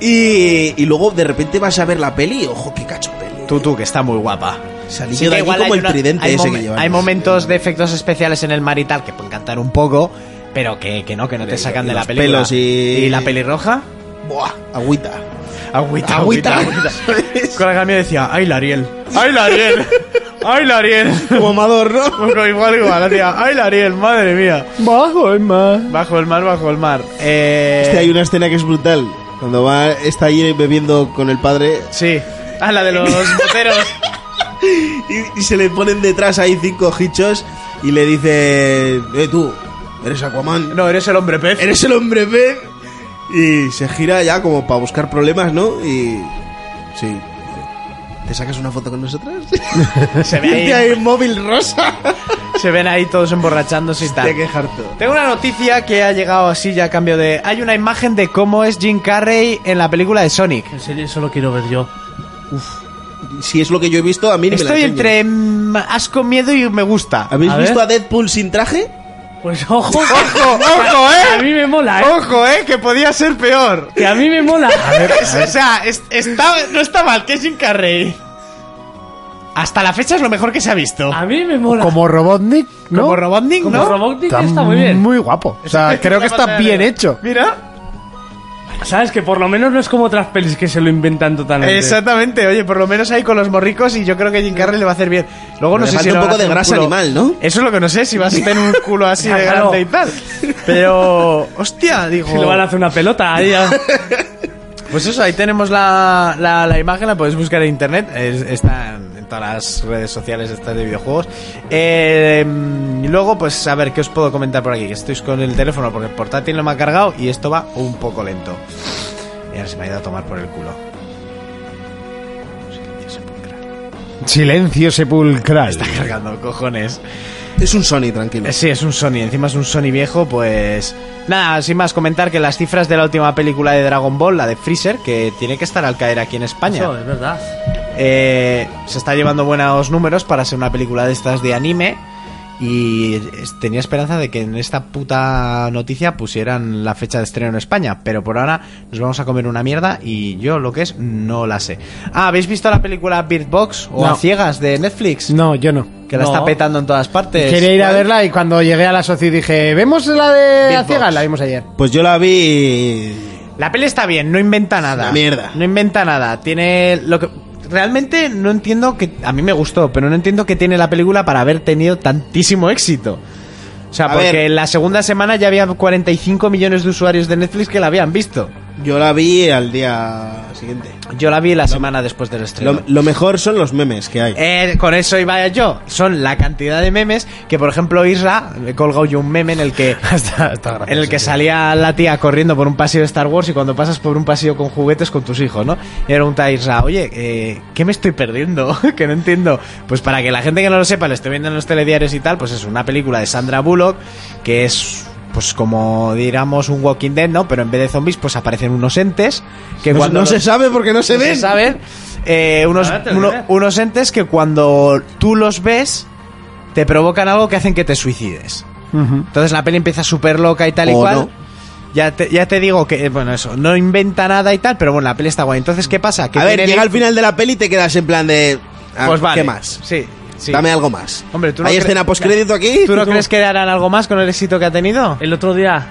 Y, y luego de repente vas a ver la peli, ojo, qué cacho peli. Tú, tú, que está muy guapa. Salí Sí yo de que allí igual como hay el una- tridente hay ese momen- que llevan. Hay momentos de efectos especiales en el mar y tal que pueden cantar un poco, pero que, que no, que no te Y- sacan y de la los película. pelos y- la pelirroja? Buah, agüita. Agüita, Agüita. Con el cambio decía, ¡ay, la Ariel! ¡ay, la Ariel! ¡ay, la Ariel! Pues como Amador, Eh. ¿no? igual, igual, la tía, ¡ay, la Ariel! ¡madre mía! Bajo el mar. Bajo el mar, bajo el mar. Eh... Hostia, hay una escena que es brutal. Cuando va, está allí bebiendo con el padre Sí. Ah, la de los boteros. y, y se le ponen detrás ahí cinco hichos y le dice, eh, tú, eres Aquaman. No, eres el hombre pez. Eres el hombre pez. Y se gira ya como para buscar problemas, ¿no? Y. Sí. ¿Te sacas una foto con nosotras? Se, ve Vete ahí- ahí, móvil rosa. se ven ahí todos emborrachándose y tal. Te quejarto. Tengo una noticia que ha llegado así ya a cambio de... Hay una imagen de cómo es Jim Carrey en la película de Sonic. En serio, eso lo quiero ver yo. Si es lo que yo he visto, a mí ni me la Estoy enseñes. entre mm, asco, miedo y me gusta. ¿Habéis A ver. visto a Deadpool sin traje? Pues ojo. ¡Ojo, ojo, A eh! mí me mola, eh. ¡Ojo, eh! Que podía ser peor. Que a mí me mola. eh. Es- o sea, es- está, no está mal, que es Jim Carrey. Hasta la fecha es lo mejor que se ha visto. A mí me mola. Como Robotnik, ¿no? Como Robotnik, Como ¿no? Robotnik está muy bien. Muy guapo. O sea, creo que está bien hecho. Mira. Sabes que por lo menos no es como otras pelis que se lo inventan totalmente. Exactamente, oye, por lo menos ahí con los morricos y yo creo que Jim Carrey le va a hacer bien. Luego Le no sé falta si un le van a poco de hacer grasa culo- animal, ¿no? Eso es lo que no sé, si vas a tener un culo así de Claro. grande y tal. Pero, hostia, digo... Si le van a hacer una pelota ahí a- Pues eso, ahí tenemos la, la, la imagen, la podéis buscar en internet, es- está en, en todas las redes sociales estas de videojuegos. Eh, mm, y luego, pues a ver, ¿qué os puedo comentar por aquí? Que estoy con el teléfono porque el portátil no me ha cargado y esto va un poco lento. Y ahora se me ha ido a tomar por el culo. Silencio sepulcral. Silencio sepulcral. Está cargando, cojones. Es un Sony, tranquilo. Eh, Sí, es un Sony, encima es un Sony viejo, pues... Nada, sin más comentar que las cifras de la última película de Dragon Ball, la de Freezer, que tiene que estar al caer aquí en España. Eso, es verdad. Eh, se está llevando buenos números para ser una película de estas de anime. Y es- tenía esperanza de que en esta puta noticia pusieran la fecha de estreno en España. Pero por ahora nos vamos a comer una mierda y yo lo que es no la sé. Ah, ¿habéis visto la película Bird Box o No. A Ciegas de Netflix? No, yo no. Que la No. está petando en todas partes. Quería ir a ¿Cuál? verla y cuando llegué a la soci dije, ¿vemos la de la ciega? La vimos ayer. Pues yo la vi. La peli está bien, no inventa nada. Una mierda. No inventa nada. Tiene lo que realmente no entiendo que a mí me gustó, pero no entiendo que tiene la película para haber tenido tantísimo éxito. O sea, A porque ver. en la segunda semana ya había 45 millones de usuarios de Netflix que la habían visto. Yo la vi al día siguiente. Yo la vi la semana después del estreno. Lo, lo mejor son los memes que hay. Eh, con eso iba yo. Son la cantidad de memes que, por ejemplo, Isra, he colgado yo un meme en el que está, está gracioso, En el que sí. salía la tía corriendo por un pasillo de Star Wars y cuando pasas por un pasillo con juguetes con tus hijos, ¿no? Y le pregunta a Isra, oye, eh, ¿qué me estoy perdiendo? que no entiendo. Pues para que la gente que no lo sepa, lo esté viendo en los telediarios y tal, pues es una película de Sandra Bullock que es... Pues como diríamos un Walking Dead, ¿no? Pero en vez de zombies, pues aparecen unos entes que No- cuando no los- se sabe porque no se no ven. sabe. eh, unos, Ahora te lo uno- diré. unos entes que cuando tú los ves te provocan algo que hacen que te suicides. Entonces la peli empieza súper loca y tal y O cual. no. Ya, te, ya te digo que, eh, bueno, eso, no inventa nada y tal, pero bueno, la peli está guay. Entonces, ¿qué pasa? Que A ver, tiene llega el- al final de la peli y te quedas en plan de. ah, Pues vale. ¿Qué más? Sí, sí. Dame algo más. Hombre, ¿tú no ¿Hay cre- escena postcrédito aquí? ¿Tú no crees que harán algo más con el éxito que ha tenido? El otro día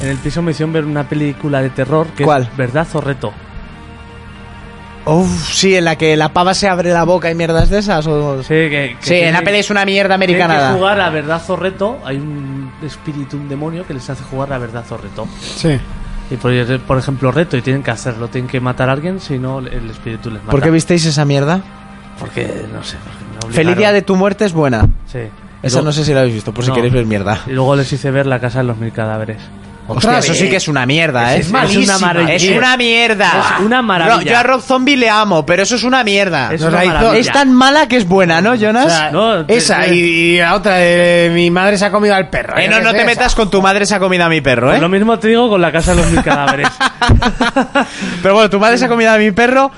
en el piso me hicieron ver una película de terror que ¿Cuál? es Verdad o Reto. Uf, sí, en la que la pava se abre la boca y mierdas de esas. o- Sí, que, que Sí, en la tienen- peli es una mierda tienen que americanada. jugar a verdad o reto. Hay un espíritu, un demonio que les hace jugar a verdad o reto. Sí. Y por, por ejemplo, reto, y tienen que hacerlo, tienen que matar a alguien, si no, el espíritu les mata. ¿Por qué visteis esa mierda? Porque, no sé, porque me obligaron. Feliz día de tu muerte es buena. Sí. Y Esa luego- no sé si la habéis visto, por si No. queréis ver mierda. Y luego les hice ver La Casa de los Mil Cadáveres. Hostia, eso sí que es una mierda, ¿eh? Es- es malísima. una maravilla. Es una mierda. Es una maravilla. No, yo a Rob Zombie le amo, pero eso es una mierda. Es Nos una la hizo- maravilla. es tan mala que es buena, ¿no, Jonas? no, te- Esa te- y, y la otra de mi madre se ha comido al perro. Eh, Yo no, qué no sé, te esa. metas con tu madre se ha comido a mi perro, Lo ¿eh? mismo te digo con La Casa de los Mil Cadáveres. Pero bueno, tu madre se ha comido a mi perro,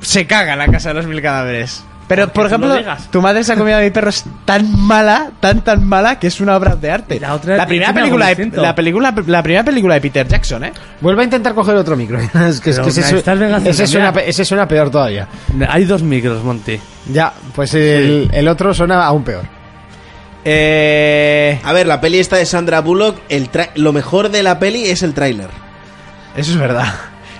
se caga en la casa de los mil cadáveres. Pero, por tú lo ejemplo, digas. tu madre se ha comido a mi perro es tan mala, tan tan mala, que es una obra de arte. Y la otra tiene primera algo película de, distinto. la, película, la primera película de Peter Jackson, ¿eh? Vuelve a intentar coger otro micro. ¿eh? es que, es Pero que ese, me su- estás vengación, ese suena, mira. pe- ese suena peor todavía. Hay dos micros, Monty. Ya, pues el, el otro suena aún peor. Eh, A ver, la peli esta de Sandra Bullock, el tra- lo mejor de la peli es el tráiler. eso es verdad.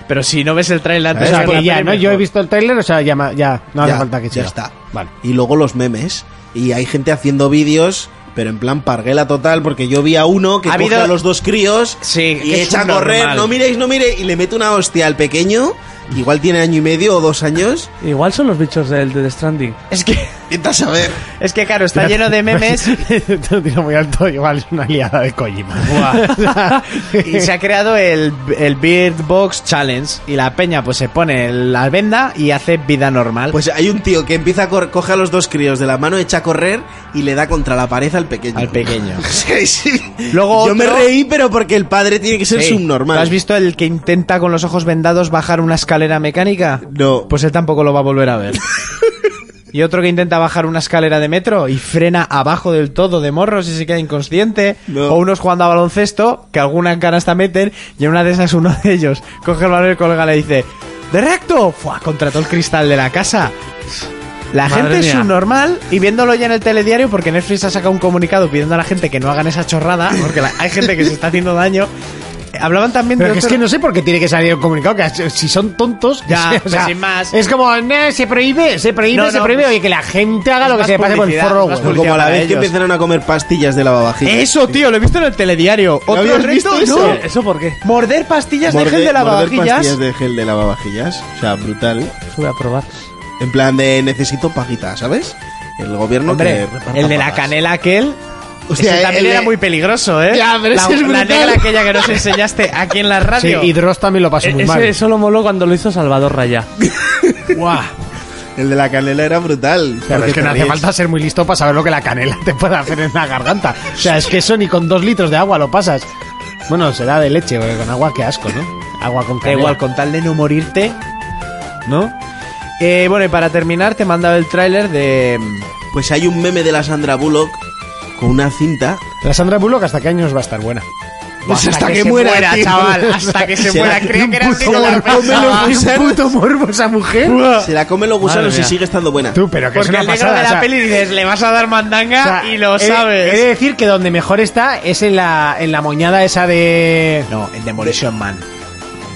Pero si no ves el trailer O antes de sea, ver la que ya, peli, ¿no? Yo he mejor. visto el trailer, o sea, ya, ma- ya no hace Ya, falta que ya siga. está. Vale. Y luego los memes. Y hay gente haciendo vídeos, pero en plan parguela total, porque yo vi a uno que Ha coge habido- a los dos críos Sí, y que es echa a un correr, normal. no miréis, no miréis, y le mete una hostia al pequeño, que igual tiene año y medio o dos años, Igual son los bichos del de The Stranding. Es que, intenta saber. es que claro, está lleno de memes Te lo tiro muy alto, igual es una liada de Kojima. y se ha creado el, el Bird Box Challenge. Y la peña pues se pone la venda y hace vida normal. Pues hay un tío que empieza a cor- coge a los dos críos de la mano, echa a correr y le da contra la pared al pequeño. al pequeño. Sí, sí. Luego yo me otro- reí, pero porque el padre tiene que ser Sí. subnormal. ¿Tú ¿Has visto el que intenta con los ojos vendados bajar una escalera mecánica? No. Pues él tampoco lo va a volver a ver. Y otro que intenta bajar una escalera de metro y frena abajo del todo de morros y se queda inconsciente. No. O unos jugando a baloncesto, que alguna canasta meten, y en una de esas uno de ellos coge el balón y colga le dice, ¡De recto! ¡Fua! Contra todo el cristal de la casa. La Madre gente es mía. subnormal y viéndolo ya en el telediario porque Netflix ha sacado un comunicado pidiendo a la gente que no hagan esa chorrada porque la- hay gente que se está haciendo daño. Eh, Hablaban también Pero de que es otro- que no sé por qué tiene que salir un comunicado. Que si son tontos, que Ya, se- pues sin más. Es como, "Nah, se prohíbe, se prohíbe, No, se no, prohíbe. pues- Oye, que la gente haga Es lo que más se le pase por el publicidad, forro. es más güey. como a la para vez que ellos. empezaron a comer pastillas de lavavajillas. Eso, tío, lo he visto en el telediario. ¿Otro habías reto? visto No. eso? ¿Eso por qué? Morder pastillas Morde- de gel de morder pastillas lavavajillas. de gel de lavavajillas. O sea, brutal. Eso voy a probar. En plan de necesito pajita, ¿sabes? El gobierno que Hombre, reparta el de la pajas. canela aquel. Hostia, ese también el de- era muy peligroso, ¿eh? Ya, pero la, ese es la brutal. negra aquella que nos enseñaste aquí en la Sí, radio. y Dross también lo pasó E- muy ese- mal. eso lo moló cuando lo hizo Salvador Raya. Guau. El de la canela era brutal. Pero porque es que no te hace ríes. falta ser muy listo para saber lo que la canela te puede hacer en la garganta. O sea, es que eso ni con dos litros de agua lo pasas. Bueno, será de leche, porque con agua qué asco, ¿no? Agua con Da canela. igual, con tal de no morirte, ¿no? Eh, bueno, y para terminar, te he mandado el tráiler de. Pues hay un meme de la Sandra Bullock con una cinta. La Sandra Bullock, ¿hasta qué años va a estar buena? Pues hasta, que que, se muera, muera, tío. chaval, hasta que se Será muera. Creía que era el único que morbo, me lo ¡Qué gusanos. puto morbo esa mujer! Se la comen los gusanos y sigue estando buena. Tú, pero que es una Porque el negro pasada. de la o sea, peli dices, le vas a dar mandanga o sea, y lo he- sabes. He de decir que donde mejor está es en la, en la moñada esa de... No, en Demolition Man.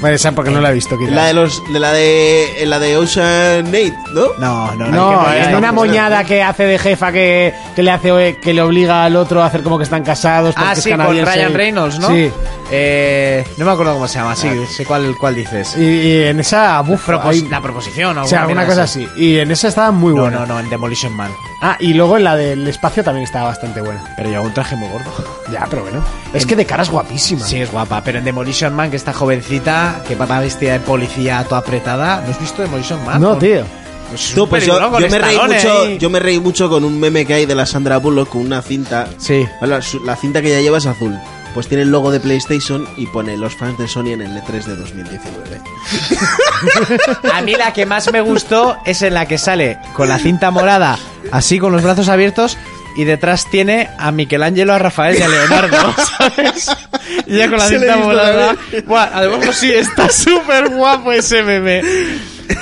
Bueno, esa porque no la he visto, quizás. La de los de la de la de Ocean 8, ¿no? No, no, No, que- es que- una moñada que hace de jefa que, que le hace que le obliga al otro a hacer como que están casados. porque Ah, es sí, con canadiense. Ryan Reynolds, ¿no? Sí. Eh, no me acuerdo cómo se llama, sí, sé cuál, cuál dices. Y, y en esa, buf, Propos- hay- pues, la proposición o o sea, alguna cosa así. Y en esa estaba muy No, buena. no, no, en Demolition Man. Ah, y luego en la del espacio también estaba bastante buena. Pero lleva un traje muy gordo. Ya, pero bueno. Es que de cara es guapísima. Sí, es guapa, pero en Demolition Man, que está jovencita, que va vestida de policía toda apretada. ¿No has visto Demolition Man? Ah, No, Con- tío. Pues es Tú, un pues peliculón yo, con yo me reí Stallone mucho, ahí. yo me reí mucho con un meme que hay de la Sandra Bullock con una cinta. Sí. La, su- la cinta que ella lleva es azul. pues tiene el logo de PlayStation y pone los fans de Sony en el E3 de 2019. A mí la que más me gustó es en la que sale con la cinta morada, así con los brazos abiertos. Y detrás tiene a Michelangelo, a Rafael y a Leonardo, ¿sabes? Y ya con la Se le cinta hizo ¿eh? la morada. vez. Buah, además, pues sí, está súper guapo ese meme.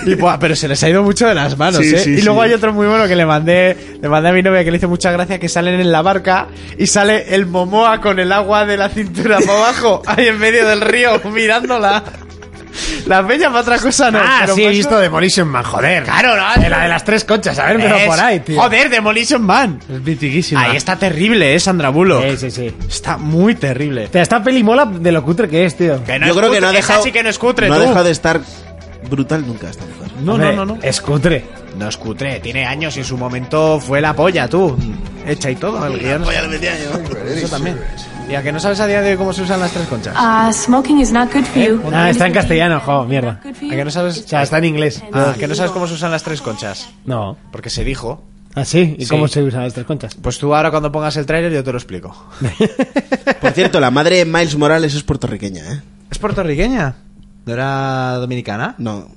Y, buah, pero se les ha ido mucho de las manos, Sí, ¿eh? sí, y luego sí. hay otro muy bueno que le mandé, le mandé a mi novia que le hizo mucha gracia, que salen en la barca y sale el Momoa con el agua de la cintura para abajo, ahí en medio del río, mirándola. La peña para otra cosa no. Ah, pero sí, he para visto Demolition Man, joder. Claro, no. De la de las tres conchas, a ver, eso- pero Es- por ahí, tío. Joder, Demolition Man. Es mitiquísima. Ahí está terrible, eh, Sandra Bullock. Sí, sí, sí. Está muy terrible. Te esta peli mola de lo cutre que es, tío. Que no Yo es creo que cutre, no ha esa dejado, sí que no es cutre, no ha tú. dejado de estar brutal nunca esta mujer. No, no, Hombre, no, no. Es cutre. No es cutre, tiene años y en su momento fue la polla, tú. Hecha y todo, el guión. Eso también. Y a que no sabes a día de hoy cómo se usan las tres conchas. Ah, smoking is not good for you. Ah, está en castellano, jo, mierda. ¿A que no sabes? O sea, está en inglés. Ah, que no sabes cómo se usan las tres conchas. No. Porque se dijo. ¿Ah, sí? ¿Y Sí. cómo se usan las tres conchas? Pues tú ahora cuando pongas el tráiler yo te lo explico. Por cierto, la madre de Miles Morales es puertorriqueña, ¿eh? ¿Es puertorriqueña? ¿No era dominicana? No,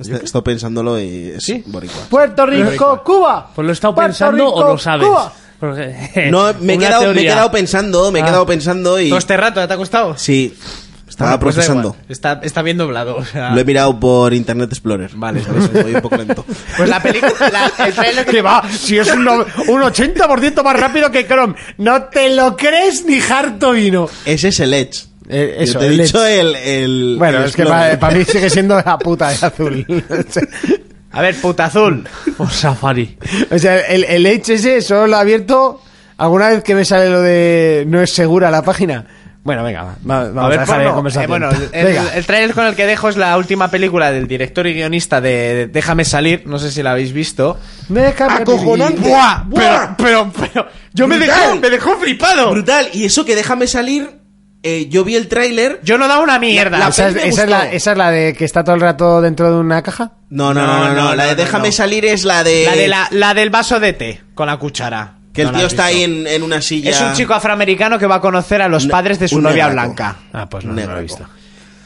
est- estoy pensándolo y es boricua. Puerto Rico, Cuba. Pues lo he estado Puerto pensando Rico, o lo sabes. Cuba. Eh, Porque- No, me he, Una quedado, me he teoría. quedado pensando, me he quedado pensando y... ¿Todo este rato ya Ah. te ha costado? Sí, estaba Bueno, pues da procesando. igual, Ah. Está, está bien doblado. o sea. Lo he mirado por Internet Explorer. Vale, voy un poco lento. Pues la película. El trailer Que va, si es un, no- un 80% más rápido que Chrome. No te lo crees ni harto vino. Ese es el Edge. Eh, eso, Yo te he el dicho el, el- Bueno, el es que Explorer. para, mí sigue siendo la puta de azul. A ver, puta azul. O Safari. o sea, el, el HS solo lo he abierto alguna vez que me sale lo de no es segura la página. Bueno, venga, va, va- vamos a, ver, dejar porno. de conversación. Eh, bueno, el, Venga. el trailer con el que dejo es la última película del director y guionista de, de Déjame salir. No sé si la habéis visto. Déjame vivir. Acojonante. ¡Buah! ¡Buah! Pero, pero, pero. Yo me Brutal. dejó, me dejó flipado. Brutal. Y eso que déjame salir, eh, yo vi el tráiler. Yo no da una mierda. La- la- ¿Esa es, peli me esa es la, gustó. esa es la de que está todo el rato dentro de una caja. No, no, no, no, no, La de no, déjame no. salir es la de... La de la, la del vaso de té con la cuchara. Que el No la tío has está ahí visto. en, en una silla... Es un chico afroamericano que va a conocer a los Ne- padres de su un novia negraco. blanca. Ah, pues no, no lo he visto.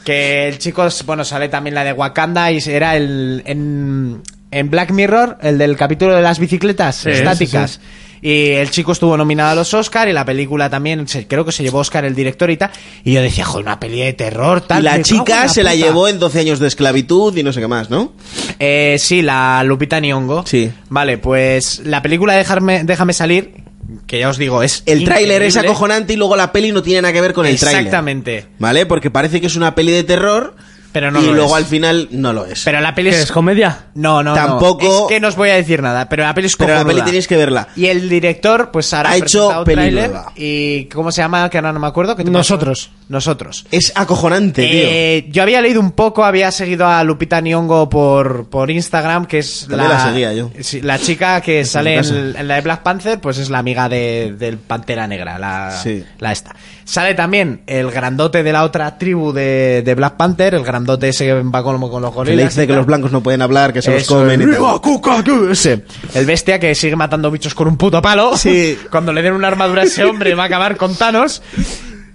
Que el chico, bueno, sale también la de Wakanda y era el. En, en Black Mirror, el del capítulo de las bicicletas estáticas. Y el chico estuvo nominado a los Oscar y la película también, se- creo que se llevó Oscar el director y tal. Y yo decía, joder, una peli de terror, tal. Y la me cago en chica se la puta". llevó en 12 años de esclavitud y no sé qué más, ¿no? Eh, sí, la Lupita Nyongo. Sí. Vale, pues la película Dejarme, Déjame salir, que ya os digo, es. El tráiler es increíble. acojonante y luego la peli no tiene nada que ver con el tráiler. Exactamente. ¿Vale? Porque parece que es una peli de terror Pero no y lo luego es. al final no lo es. Pero la peli ¿Qué es. es comedia? No, no, no. Tampoco- Es que no os voy a decir nada, pero la peli es Pero la cojonuda. peli tenéis que verla. Y el director, pues ahora Ha hecho presentado peli tráiler nueva. Y ¿cómo se llama? Que ahora no me acuerdo. ¿Qué te Nosotros. pasó? Nosotros. Es acojonante, tío. Eh, yo había leído un poco, había seguido a Lupita Nyong'o por, por Instagram, que es También la seguía yo. Sí, la chica que sale en, casa. en la de Black Panther, pues es la amiga de, del Pantera Negra, la, Sí. la esta. Sale también el grandote de la otra tribu de, de Black Panther, el grandote ese que va con, con los Que le gorilas. dice y que tal. los blancos no pueden hablar, que se los Eso, comen y el- tal. Ese. El bestia que sigue matando bichos con un puto palo. Sí. Cuando le den una armadura a ese hombre va a acabar con Thanos.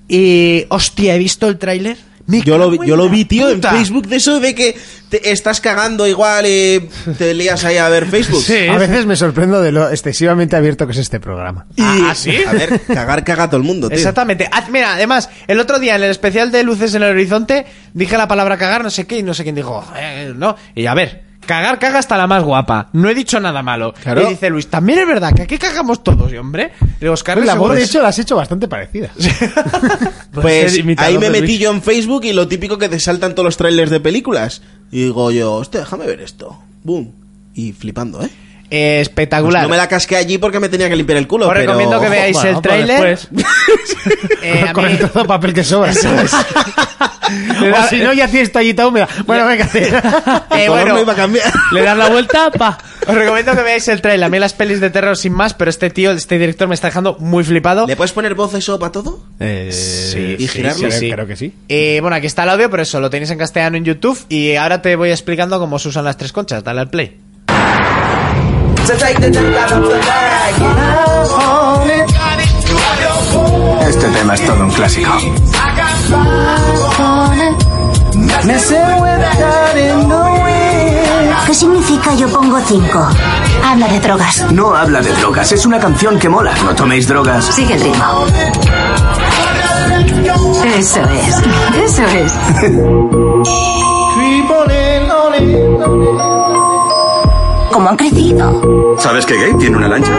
Y hostia, he visto el tráiler. Me Yo lo, cago vi- yo en lo la vi, tío, en puta. Facebook de eso de que te estás cagando igual y te lías ahí a ver Facebook. A veces me sorprendo de lo excesivamente abierto que es este programa. Y- Ah, ¿sí? A ver, cagar caga a todo el mundo, tío. Exactamente. Ah, mira, además, el otro día en el especial de Luces en el Horizonte dije la palabra cagar, no sé qué, y no sé quién dijo, "Eh, no. Y a ver, cagar caga hasta la más guapa. No he dicho nada malo. Claro. Y dice Luis, también es verdad que aquí cagamos todos, y hombre. Y digo, Oscar, La voz, seguro de es- hecho, la has hecho bastante parecida. Pues ser imitador ahí me de Luis. metí yo en Facebook y lo típico que te saltan todos los trailers de películas. Y digo yo, hostia, déjame ver esto. Boom. Y flipando, ¿eh? Eh, Pues espectacular. no me la casqué allí porque me tenía que limpiar el culo. Os pero- recomiendo que veáis Bueno, el pues tráiler. después. Eh, a con mí- el trozo de papel que sobra. o si no, ya tienes toallita húmeda. Bueno, venga, sí. El eh, color bueno, no iba a cambiar. Le das la vuelta, pa. os recomiendo que veáis el tráiler. A mí las pelis de terror sin más, pero este tío, este director me está dejando muy flipado. ¿Le puedes poner voz eso para todo? Sí, ¿Y girarlo? creo, creo que sí. Eh, bueno, aquí está el audio, pero eso lo tenéis en castellano en YouTube y ahora te voy explicando cómo se usan las tres conchas. Dale al play. To take the dirt out of the bag. Este tema es todo un clásico. ¿Qué significa yo pongo cinco? Habla de drogas. No habla de drogas, es una canción que mola. No toméis drogas. Sigue el ritmo. Eso es, eso es. ¿Cómo han crecido? ¿Sabes que Gay tiene una lancha?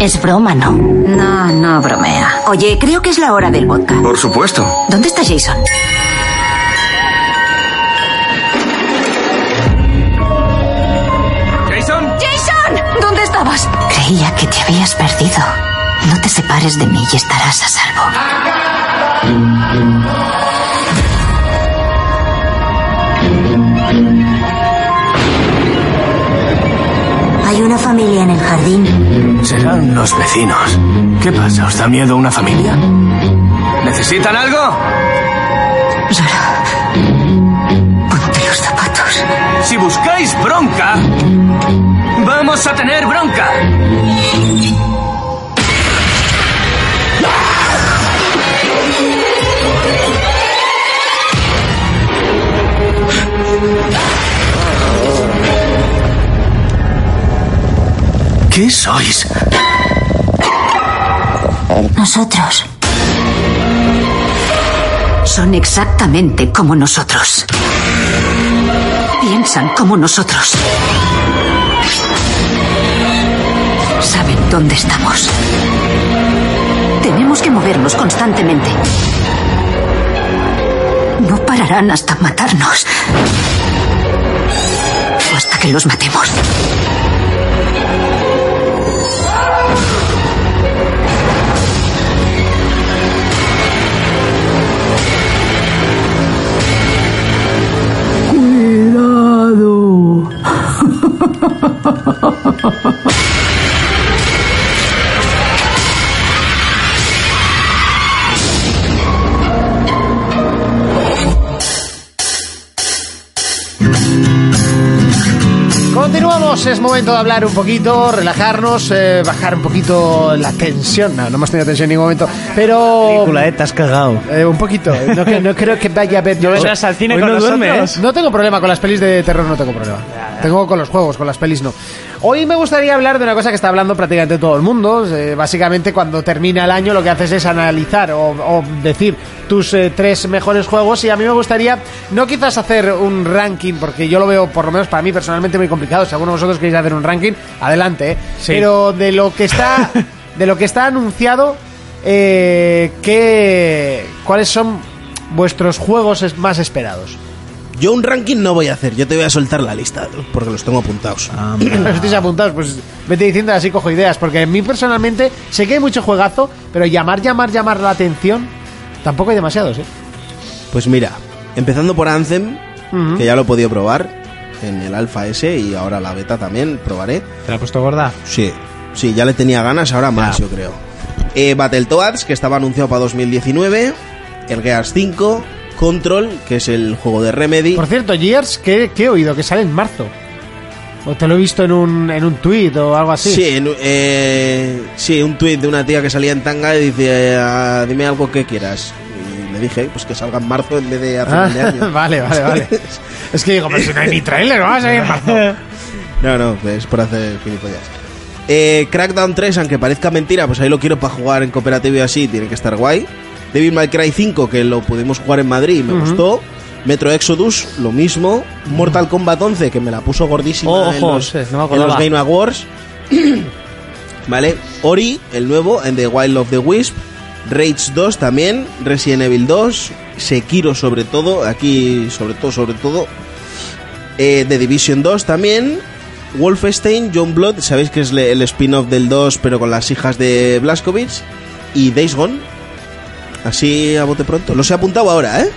Es broma, ¿no? No, no bromea. Oye, creo que es la hora del vodka. Por supuesto. ¿Dónde está Jason? ¿Jason? ¡Jason! ¿Dónde estabas? Creía que te habías perdido. No te separes de mí y estarás a salvo. Hay una familia en el jardín. Serán los vecinos. ¿Qué pasa? ¿Os da miedo una familia? ¿Necesitan algo? Solo. Ponte los zapatos. Si buscáis bronca, vamos a tener bronca. ¿Qué sois? Nosotros. Son exactamente como nosotros. Piensan como nosotros. Saben dónde estamos. Tenemos que movernos constantemente. No pararán hasta matarnos. O hasta que los matemos. Continuamos, es momento de hablar un poquito, relajarnos, eh, bajar un poquito la tensión. No, no hemos tenido tensión en ningún momento, pero Película, eh, te has cagado. eh, un poquito. No, cre- no creo que vaya a ver. yo- vendrás al cine Hoy con no duerme, nosotros. ¿eh? No tengo problema con las pelis de terror, no tengo problema. Tengo con los juegos, con las pelis no. Hoy me gustaría hablar de una cosa que está hablando prácticamente todo el mundo. Eh, básicamente, cuando termina el año, lo que haces es analizar o, o decir tus eh, tres mejores juegos. Y a mí me gustaría, no quizás hacer un ranking, porque yo lo veo, por lo menos para mí personalmente, muy complicado. Si alguno de vosotros queréis hacer un ranking, adelante. ¿eh? Pero de lo que está, de lo que está anunciado, eh, ¿qué- ¿cuáles son vuestros juegos es- más esperados? Yo un ranking no voy a hacer, yo te voy a soltar la lista, porque los tengo apuntados. Los estáis apuntados, pues vete diciendo así cojo ideas, porque a mí personalmente sé que hay mucho juegazo, pero llamar, llamar, llamar la atención, tampoco hay demasiados, ¿eh? Pues mira, empezando por Anthem, que ya lo he podido probar en el Alpha S y ahora la beta también, probaré. ¿Te la ha puesto gorda? Sí, sí, ya le tenía ganas, ahora más, yo creo. Eh, Battletoads, que estaba anunciado para 2019. El Gears 5. Control, que es el juego de Remedy. Por cierto, Gears, que, que he oído que sale en marzo. O te lo he visto en un, en un tweet o algo así. Sí, en- eh, sí, un tuit de una tía que salía en tanga y dice, "Ah, dime algo que quieras. Y le dije, pues que salga en marzo en vez de a Ah, final de año. vale, vale, vale. es que digo, pero si no hay ni trailer, ¿no? Va a salir en marzo. No, no, es por hacer gilipollas. Eh, Crackdown 3, aunque parezca mentira, pues ahí lo quiero para jugar en cooperativo y así, tiene que estar guay. Devil May Cry 5, que lo pudimos jugar en Madrid y me gustó. Metro Exodus, lo mismo. Mortal Kombat 11, que me la puso gordísima Oh, en, ojo, los, sí, no me en acordaba. los Game Awards. vale. Ori, el nuevo, en The Wild of the Wisp. Rage 2 también. Resident Evil 2. Sekiro sobre todo. Aquí sobre todo, sobre todo. Eh, The Division 2 también. Wolfenstein, John Blood, sabéis que es le- el spin-off del 2, pero con las hijas de Blaskovich. Y Days Gone. Así a bote pronto. Los he apuntado ahora, ¿eh?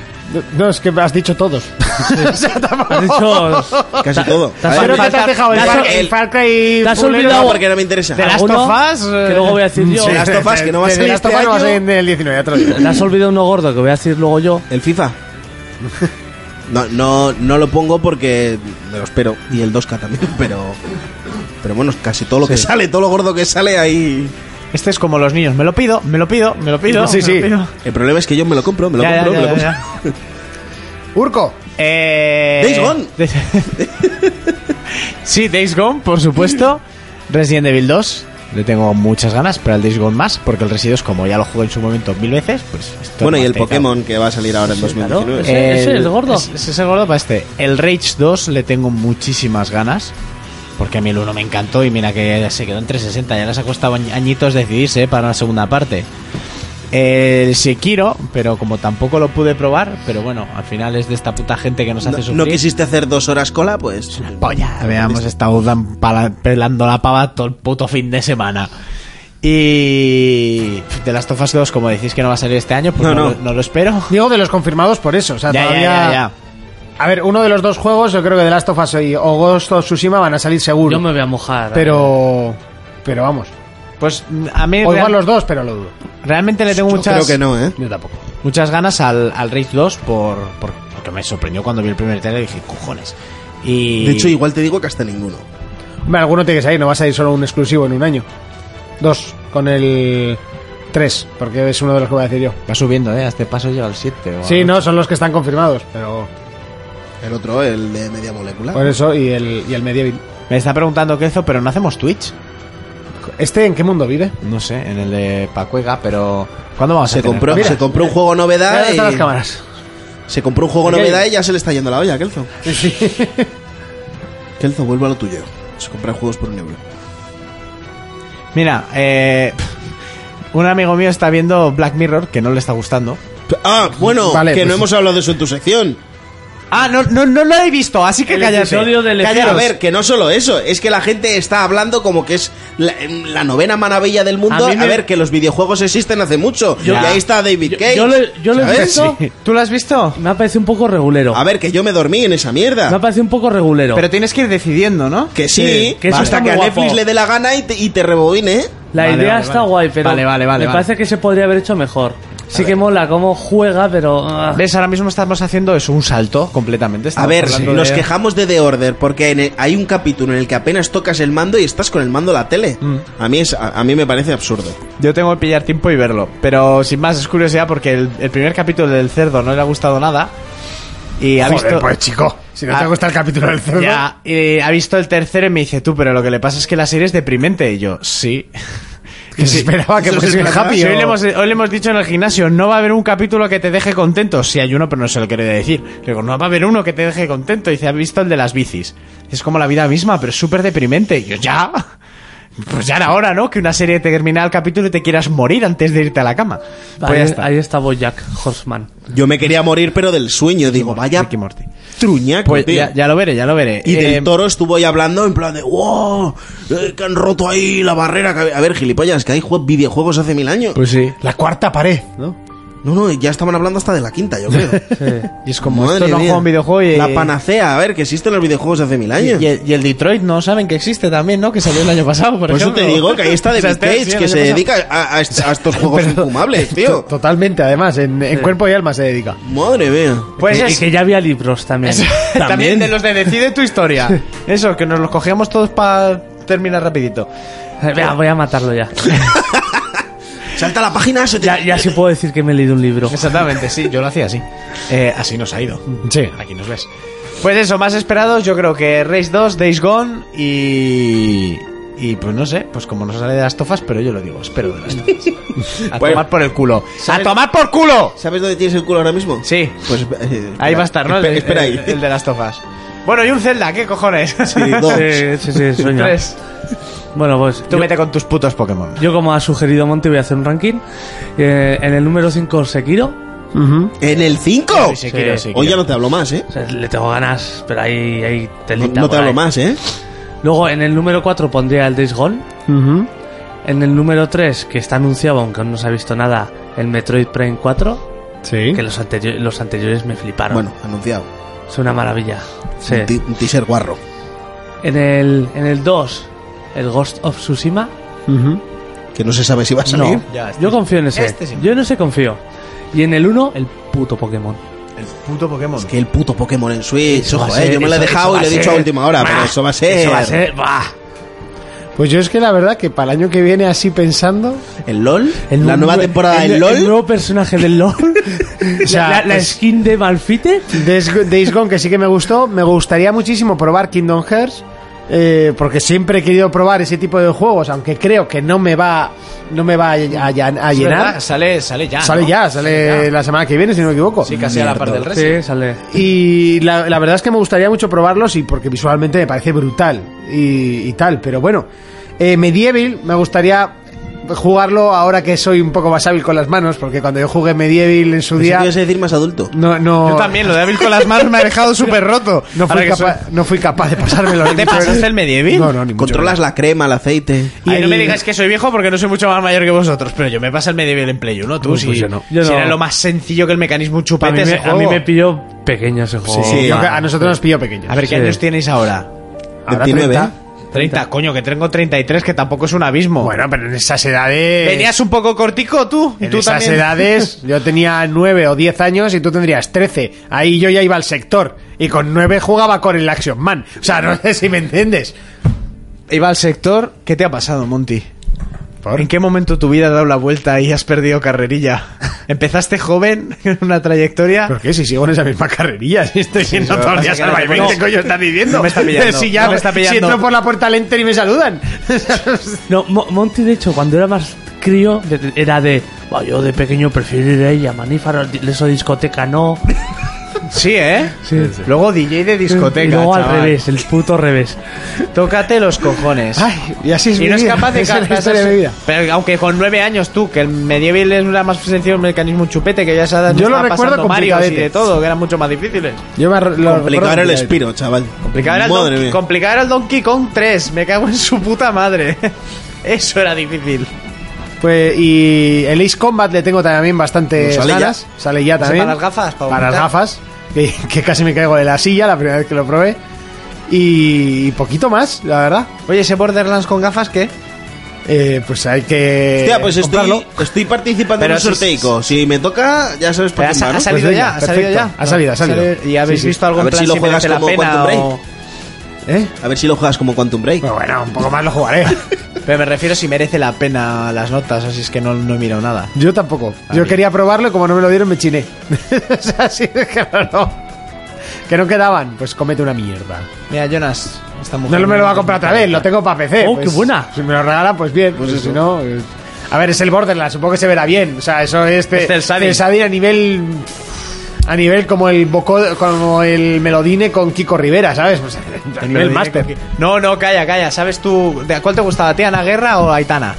No, es que has dicho todos. o sea, tampoco. Has dicho... Casi todo. te has A ver, Creo que te has dejado el te has- Far, el Far Cry. te has Full- olvidado- no, porque no me interesa. ¿De las Us, eh, Que luego voy a decir yo. Sí, Last of Us, que no va a de- de salir Last este of Us no va a año. salir en el 19, ya te lo digo. ¿Te has olvidado uno gordo que voy a decir luego yo? ¿El FIFA? No, no, no lo pongo porque me lo espero. Y el 2K también, pero. Pero bueno, casi todo lo que sale, todo lo gordo que sale ahí. Este es como los niños. Me lo pido, me lo pido, me lo pido. Sí, me sí. lo pido. El problema es que yo me lo compro, me lo Ya, ya, compro, me ya, lo compro. ya, Urco. Eh... Days Gone. sí, Days Gone, por supuesto. Resident Evil 2. Le tengo muchas ganas, pero al Days Gone más, porque el Residuos, como ya lo jugué en su momento mil veces, pues... estoy Bueno, y el masterizado. Pokémon que va a salir ahora en 2019. El- es- es ese gordo para este. El Rage 2 le tengo muchísimas ganas. Porque a mí el 1 me encantó y mira que se quedó en 360. Ya les ha costado añ- añitos decidirse eh, para la segunda parte. El Sekiro, pero como tampoco lo pude probar, pero bueno, al final es de esta puta gente que nos Eh, hace No, sufrir. no quisiste hacer dos horas cola, pues. Polla, habíamos estado dan- pala- pelando la pava todo el puto fin de semana. Y de las Tofas 2, como decís que no va a salir este año, pues No, no, no. Lo, no lo espero. Digo de los confirmados por eso. O sea, Ya, ya, todavía. ya, ya. A ver, uno de los dos juegos, yo creo que The Last of Us y- o Ghost of Tsushima van a salir seguro. Yo me voy a mojar. Pero. Pero vamos. Pues a mí. O igual real- los dos, pero lo dudo. Realmente le tengo Yo muchas, creo que no, ¿eh? Yo tampoco. muchas ganas al, al Rage 2 por, por- porque me sorprendió cuando vi el primer trailer y dije, cojones. Y De hecho, igual te digo que hasta ninguno. Hombre, alguno tiene que salir, no va a salir solo un exclusivo en un año. Dos, con el. Tres, porque es uno de los que voy a decir yo. va subiendo, ¿eh? A este paso llega al 7. o Sí, al no, son los que están confirmados, pero. El otro, el de media molécula. Por eso, y el, y el Medieval. ocho. Me está preguntando Kezo, pero no hacemos Twitch. ¿Este en qué mundo vive? No sé, en el de Pacuega, pero. ¿Cuándo vamos a se tener compró, Pacuega? se compró un juego novedad. ¿Dónde y- están las cámaras? Se compró un juego ¿Qué? novedad y ya se le está yendo la olla, Kelzo. Kelzo, vuelve a lo tuyo. Se compra juegos por un euro. Mira, eh, un amigo mío está viendo Black Mirror, que no le está gustando. Ah, bueno, Vale, que pues- no hemos hablado de eso en tu sección. Ah, no, no, no lo he visto, así que El cállate. episodio del Calla, Cállate. a ver, que no solo eso, es que la gente está hablando como que es la, la novena maravilla del mundo. A A, mí me- ver, que los videojuegos existen hace mucho. Yo- y ahí está David Yo- Cage. yo lo- yo lo he ¿sabes? visto. Sí. ¿Tú lo has visto? Me ha parecido un poco regulero. A ver, que yo me dormí en esa mierda. Me ha parecido un poco regulero. Pero tienes que ir decidiendo, ¿no? Que sí, Sí, que eso está hasta que a muy Netflix guapo. le dé la gana y te, y te rebobine. La Vale, idea vale, está vale. guay, pero Vale, vale, vale, me vale. parece que se podría haber hecho mejor. Sí que mola cómo juega, pero... ah. ¿Ves? Ahora mismo estamos haciendo eso, un salto A completamente. Estamos ver, hablando nos de- quejamos de The Order porque en el- hay un capítulo en el que apenas tocas el mando y estás con el mando a la tele. Mm. A mí es, a, a mí me parece absurdo. Yo tengo que pillar tiempo y verlo. Pero sin más, es curiosidad porque el, el primer capítulo del cerdo no le ha gustado nada. Y ha Joder, visto. pues chico, si no Ah. te gusta el capítulo del cerdo. Ya, y ha visto el tercero y me dice, tú, pero lo que le pasa es que la serie es deprimente. Y yo, sí. Que se esperaba que Eso fuese es verdad. happy. hoy, o- le hemos, hoy le hemos dicho en el gimnasio, no va a haber un capítulo que te deje contento. Sí hay uno, pero no se lo quiere decir. Le digo, no va a haber uno que te deje contento. Y dice, ¿has visto el de las bicis? Es como la vida misma, pero es súper deprimente. Y yo, ya. Pues ya era hora, ¿no? Que una serie te termina el capítulo y te quieras morir antes de irte a la cama. Pues ahí, ya está. ahí está Bojack Horseman. Yo me quería morir, pero del sueño. Digo, vaya Ricky Morty. truñaco, Pues tío. ya, ya lo veré, ya lo veré. Y Eh, del toro estuvo ahí hablando en plan de ¡Wow! eh, que han roto ahí la barrera. que había-". A ver, gilipollas, que hay jue- videojuegos hace mil años. Pues sí. La cuarta pared, ¿no? No, no, ya estaban hablando hasta de la quinta, yo creo. Y es como, Madre esto no mía. juega un videojuego y... La panacea, a ver, que existen los videojuegos hace mil años. Y, y el, y el Detroit no saben que existe también, ¿no? Que salió el año pasado, por, Por eso ejemplo. te digo que ahí está David O sea, este- Cage, sí, el que año se pasado. dedica a, a est- a estos juegos infumables, tío. Totalmente, además, en, en cuerpo y alma se dedica. Madre mía. Pues y, es- y que ya había libros también. también. de los de Decide tu historia. Eso, que nos los cogíamos todos para terminar rapidito. Vea, voy a matarlo ya. Salta la página, se te... ya. Ya sí puedo decir que me he leído un libro. Exactamente, sí, yo lo hacía así. Eh, así nos ha ido. Sí. Aquí nos ves. Pues eso, más esperados, yo creo que Race 2, Days Gone y. Y pues no sé, pues como no sale de las tofas, pero yo lo digo, espero de las tofas. A Bueno. tomar por el culo. ¡A ¿Sabes? tomar por culo! ¿Sabes dónde tienes el culo ahora mismo? Sí. Pues eh, Ahí espera. va a estar, ¿no? El, Espe- Espera el- ahí. el de las tofas. Bueno, y un Zelda, ¿qué cojones? Sí, dos. Sí, sí, sí, sueño. Tres. Bueno, pues... Tú yo- vete con tus putos Pokémon. Yo, como ha sugerido Monty, voy a hacer un ranking. Eh, en el número 5, Sekiro. Eh, ¿En el 5? Sí, Sekiro, Sí. Sekiro. Hoy ya no te hablo más, ¿eh? O sea, le tengo ganas, pero ahí, ahí No, telita. no te por hablo ahí. más, ¿eh? Luego, en el número 4 pondría el Days Gone. En el número 3, que está anunciado, aunque aún no se ha visto nada, el Metroid Prime 4. Sí. Que los, anterior- los anteriores me fliparon. Bueno, anunciado. Es una maravilla. Sí. Un, ti- un teaser guarro. En el, en el 2, el Ghost of Tsushima. Que no se sabe si va a salir. No, yo confío en ese. Este sí. Yo en ese confío. Y en el 1, el puto Pokémon. El puto Pokémon. Que el puto Pokémon en Switch, Eso va ojo, a eh. ser, Yo me lo he eso- eso dejado va y lo he a dicho a ser. última hora, Bah, pero eso va a ser. Eso va a ser. bah. Pues yo es que la verdad que para el año que viene así pensando... ¿El LOL? ¿La nuevo- nueva temporada del LOL? El nuevo personaje del LOL. O sea, la, la pues- skin de Malfite. Days, Go- Days Gone, que sí que me gustó. Me gustaría muchísimo probar Kingdom Hearts. eh, porque siempre he querido probar ese tipo de juegos, aunque creo que no me va, no me va a, a- a llenar. verdad, Sale, sale ya. sale ¿no? ya, sale la semana que viene, si no me equivoco. Sí, casi a la par del resto. Sí, sale. Y la, la verdad es que me gustaría mucho probarlos y porque visualmente me parece brutal y, y tal. Pero bueno, eh, Medieval me gustaría jugarlo ahora que soy un poco más hábil con las manos, porque cuando yo jugué Medieval en su Pensé día... que ibas a decir más adulto. No, no, Yo también, lo de Avil con las manos me ha dejado súper roto. no, Ahora fui que capaz, no fui capaz de pasármelo. ni mucho ¿Te pasaste menos. el medieval? No, no, ni mucho Controlas la crema, el aceite. menos. Ay, Y no el- me digáis que soy viejo porque no soy mucho más mayor que vosotros, pero yo me pasé el medieval en Play 1, tú. Pues si, yo no. Yo si no. era lo más sencillo que el mecanismo A chupete mí, ese me, a juego. mí me pilló pequeño ese juego. Sí, no, ah, que a nosotros nos pilló pequeños. A ver, ¿qué Sí. años tienes ahora? Ahora 29. 30. 30, coño, que tengo 33, que tampoco es un abismo. Bueno, pero en esas edades... Venías un poco cortico tú, y En tú esas también. edades, yo tenía 9 o 10 años y tú tendrías 13. Ahí yo ya iba al sector. Y con 9 jugaba con el Action Man. O sea, no sé si me entiendes. Iba al sector, ¿qué te ha pasado, Monty? ¿Por? ¿En qué momento tu vida ha dado la vuelta y has perdido carrerilla? Empezaste joven en una trayectoria. ¿Pero qué? Si sigo en esa misma carrerilla, si estoy siendo eso todos los pasa días que al no te vaivén, pones- ¿qué coño estás diciendo? No me está pillando, Si ya no me está Si pillando. entro por la puerta al enter y me saludan. No, Mo- Monty, de hecho, cuando era más crío, de- era de. "Buah, yo de pequeño preferiría ir a Manífaro, di- eso discoteca no. Sí, ¿eh? Luego DJ de discoteca. Y luego al chaval. revés, el puto revés. Tócate los cojones. Ay, y así es y mi no es vida. capaz de Esa es la cantar historia esas- de mi vida. Pero aunque con nueve años tú, que el medieval es una más sencillo el mecanismo chupete, que ya se ha Yo lo estaba recuerdo pasando Mario y complicadete. de todo, que eran mucho más difíciles. Yo me lo Complicado era el Spiro, chaval. Complicado era, el Madre Donkey, mía. complicado era el Donkey Kong 3, me cago en su puta madre. Eso era difícil. Pues, y el Ace Combat le tengo también bastante Sale ya. ganas. Sale ya Ese también. para las gafas, para Para las aumentar. gafas. Que, que casi me caigo de la silla la primera vez que lo probé. Y, poquito más, la verdad. Oye, ese Borderlands con gafas, ¿qué? Eh, pues hay que. Hostia, pues comprarlo. estoy, estoy participando en Pero un si- sorteico. Si me toca, ya sabes por Pero ha, quién sa- va, ha ¿no? salido Pues ya, venga, ha salido perfecto. ya. Ha salido, ha salido. ¿Y habéis Sí, sí. visto algo A en ver plan si lo si merece juegas la como pena Quantum Break. o- ¿Eh? A ver si lo juegas como Quantum Break. Pero bueno, un poco más lo jugaré. Pero me refiero si merece la pena las notas, así es que no, no he mirado nada. Yo tampoco. Yo quería probarlo y como no me lo dieron me chiné. o sea, sí, que no, no. Que no quedaban. Pues comete una mierda. Mira, Jonas, esta mujer. No me lo va a comprar otra vez, lo tengo para PC. Oh, pues, qué buena. Si me lo regalan, pues bien. Pues si no. eh. A ver, es el Borderlands, supongo que se verá bien. O sea, eso es. Es el Sadin. a nivel. A nivel como el Bocó- como el Melodine con Kiko Rivera, ¿sabes? Pues, a nivel máster. No, no, calla, calla. ¿Sabes tú de cuál te gustaba a ti, Ana Guerra o Aitana?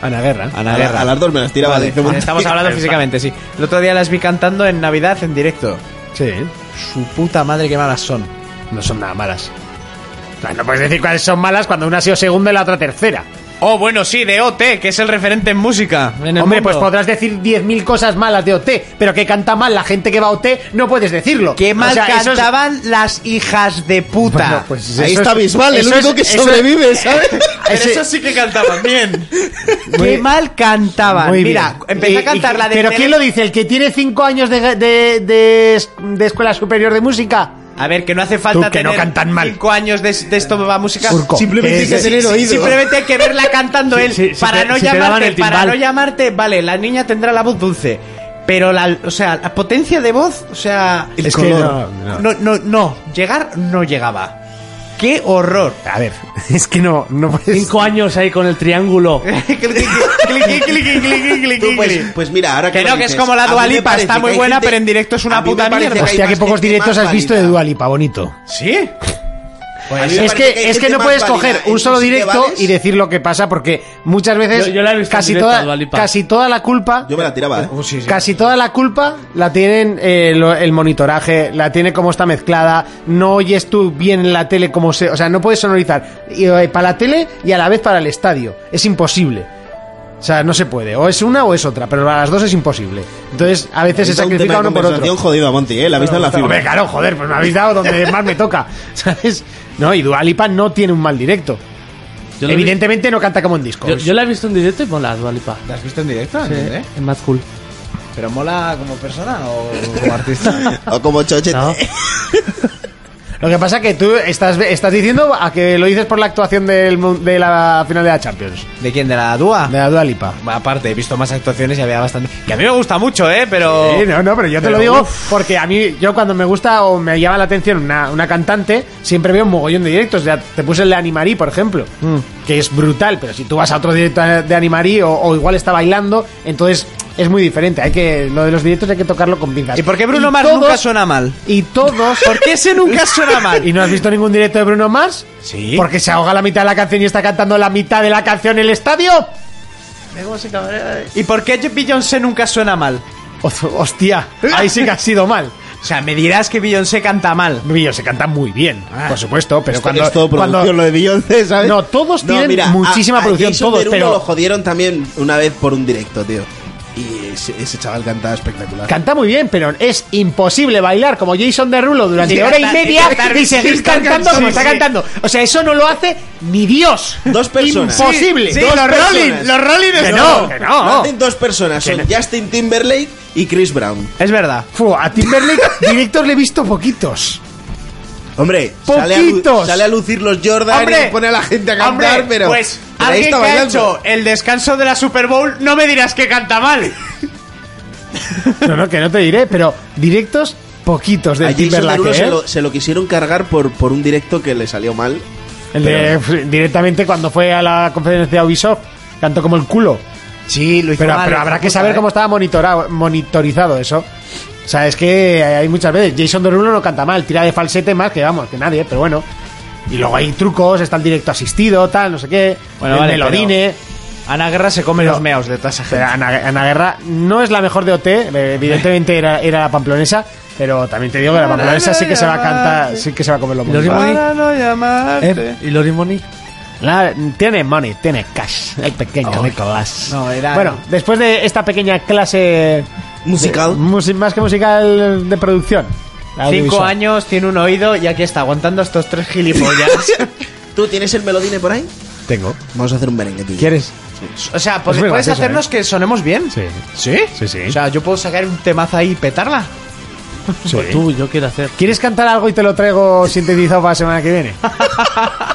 Ana Guerra. Ana A, Guerra. a las dos me las tiraba. Vale, pues dice, bueno. estamos hablando físicamente, sí. El otro día las vi cantando en Navidad en directo. Sí, ¿eh? Su puta madre, qué malas son. no son nada malas. O sea, No puedes decir cuáles son malas cuando una ha sido segunda y la otra tercera. Oh, bueno, sí, de OT, que es el referente en música. en el Hombre, mundo. pues podrás decir 10.000 cosas malas de OT, pero que canta mal la gente que va a OT, no puedes decirlo. Qué mal O sea, eso es- cantaban las hijas de puta. Bueno, pues Ahí eso está es- Bisbal, el eso único es- que eso es- sobrevive, ¿sabes? Pero Ese- eso sí que cantaban bien. Qué Muy- mal cantaban. Muy Mira, bien. empecé Y- a cantar y- la de. ¿Pero quién lo dice? ¿El que tiene 5 años de, de, de es- de Escuela Superior de Música? A ver, que no hace falta Tú, que no tener cantan mal. cinco años de, de esto va música. Urco. Simplemente hay que Es- tener oído. Simplemente hay que verla cantando Sí, él. sí, sí, para te- no sí te daban llamarte, el para timbal. no llamarte. Vale, la niña tendrá la voz dulce. Pero la, o sea, la potencia de voz, o sea, El es que color. no, no. no, no, no, llegar no llegaba. Qué horror. A ver, es que no, no puedes... Cinco años ahí con el triángulo. Cliqui, cliqui, cliqui, cliqui, cliqui, Tú, pues, cliqui. pues mira, ahora Que lo no, que dices, es como la a mí me Dua Lipa, parece está que muy hay buena, gente- pero en directo es una a mí me puta parece mierda. hay Hostia, qué más pocos gente directos más has visto de válida. Dua Lipa, bonito. ¿Sí? Pues A mí me es parece que, hay es que gente no más puedes válida coger en un sus solo directo festivales. y decir lo que pasa porque muchas veces Yo- yo la he visto en casi, directo, toda, a Dua Lipa. casi toda la culpa Yo me la tiraba, ¿eh? Casi toda la culpa la tienen eh, lo- el monitoraje, la tiene como está mezclada, no oyes tú bien en la tele como se... O sea, no puedes sonorizar y, eh, para la tele y a la vez para el estadio. Es imposible. O sea, no se puede. O es una o es otra, pero para las dos es imposible. Entonces, a veces se Está un tema sacrifica de uno por conversación otro. jodido a Monty, ¿eh? La vista en la Hombre, fibra. claro, joder, pues me habéis dado donde más me toca. ¿Sabes? No, y Dualipa no tiene un mal directo. Yo la he vi- Evidentemente no canta como en disco. Yo, yo la he visto en directo y mola, Dualipa. ¿La has visto en directo? ¿eh? Es más cool. ¿Pero mola como persona o como artista? O como chochete. No. Lo que pasa que tú estás, estás diciendo a que lo dices por la actuación del, mun- de la final de la Champions. ¿De quién? ¿De la Dúa? De la Dua Lipa. Aparte, he visto más actuaciones y había bastante. Que a mí me gusta mucho, ¿eh? Pero. Sí, no, no, pero yo te lo digo porque a mí, yo cuando me gusta o me llama la atención una, una cantante, siempre veo un mogollón de directos. Ya te puse el de Animarí, por ejemplo, que es brutal, pero si tú vas a otro directo de Animarí o, o igual está bailando, entonces es muy diferente. Hay que Lo de los directos hay que tocarlo con pinzas. ¿Y por qué Bruno Mars todos- nunca suena mal? Y todos. ¿Por qué ese nunca suena mal? ¿Y no has visto ningún directo de Bruno Mars? Sí. Porque se ahoga la mitad de la canción y está cantando la mitad de la canción en el estadio. ¿Y por qué Beyoncé nunca suena mal? Hostia, ahí sí que ha sido mal. O sea, me dirás que Beyoncé canta mal. se canta muy bien, por supuesto, pero Esto- cuando, es todo producción cuando- lo de Beyoncé, ¿sabes? No, todos tienen muchísima producción, Jason todos, Derulo pero- lo jodieron también una vez por un directo, tío. Y ese, ese chaval cantaba espectacular. canta muy bien, pero es imposible bailar como Jason Derulo durante Y hora y cantar- y media cantar- y, seguir sí, está cantando cansado, como está sí. cantando. O sea, eso no lo hace ni Dios. Dos personas. Imposible. Sí, Dos los personas. Rolling, los Rolling Que no, que no. Lo hacen dos personas, son Justin Timberlake y Chris Brown. Es verdad. Fu, a Timberlake directos le he visto poquitos. Hombre, sale a, lu- Poquitos. sale a lucir los Jordan Hombre, y pone a la gente a cantar, Hombre, pero, pues pero ahí alguien que está ha bailando. hecho el descanso de la Super Bowl, no me dirás que canta mal. No, no, que no te diré, pero directos poquitos A de Jason Derulo Timberlake. se, ¿eh? lo, se lo quisieron cargar por, por un directo que le salió mal. El de- pues, directamente cuando fue a la conferencia de Ubisoft, cantó como el culo. Sí, lo hizo Pero, mal, pero hijo habrá de que puta, saber ¿eh? cómo estaba monitorado, monitorizado eso. O sea, es que hay muchas veces. Jason Derulo no canta mal, tira de falsete más que vamos, que nadie, pero bueno. Y luego hay trucos, está el directo asistido, tal, no sé qué. Bueno, el vale, melodine. Ana Guerra se come Pero- los meos de toda esa gente. Pero Ana, Ana Guerra no es la mejor de OT, evidentemente era, era la pamplonesa, pero también te digo que la pamplonesa sí que se va a cantar, sí que se va a comer los Los mocos. Money. no llamarte. Eh, ¿Y Lori Money? La- tiene money, tiene cash, el pequeño Nicolás. No, era- Bueno, después de esta pequeña clase Musical. de- musi- más que musical de producción. Cinco audiovisual. años, tiene un oído y aquí está aguantando estos tres gilipollas. ¿Tú tienes el melodine por ahí? Tengo. Vamos a hacer un merengue, tío. ¿Quieres? o sea, pues, Es muy puedes gracioso, ¿eh? hacernos que sonemos bien. Sí. ¿Sí? Sí, sí. O sea, yo puedo sacar un temazo ahí y petarla. Pues tú, yo quiero hacer. ¿Quieres cantar algo y te lo traigo sintetizado para la semana que viene?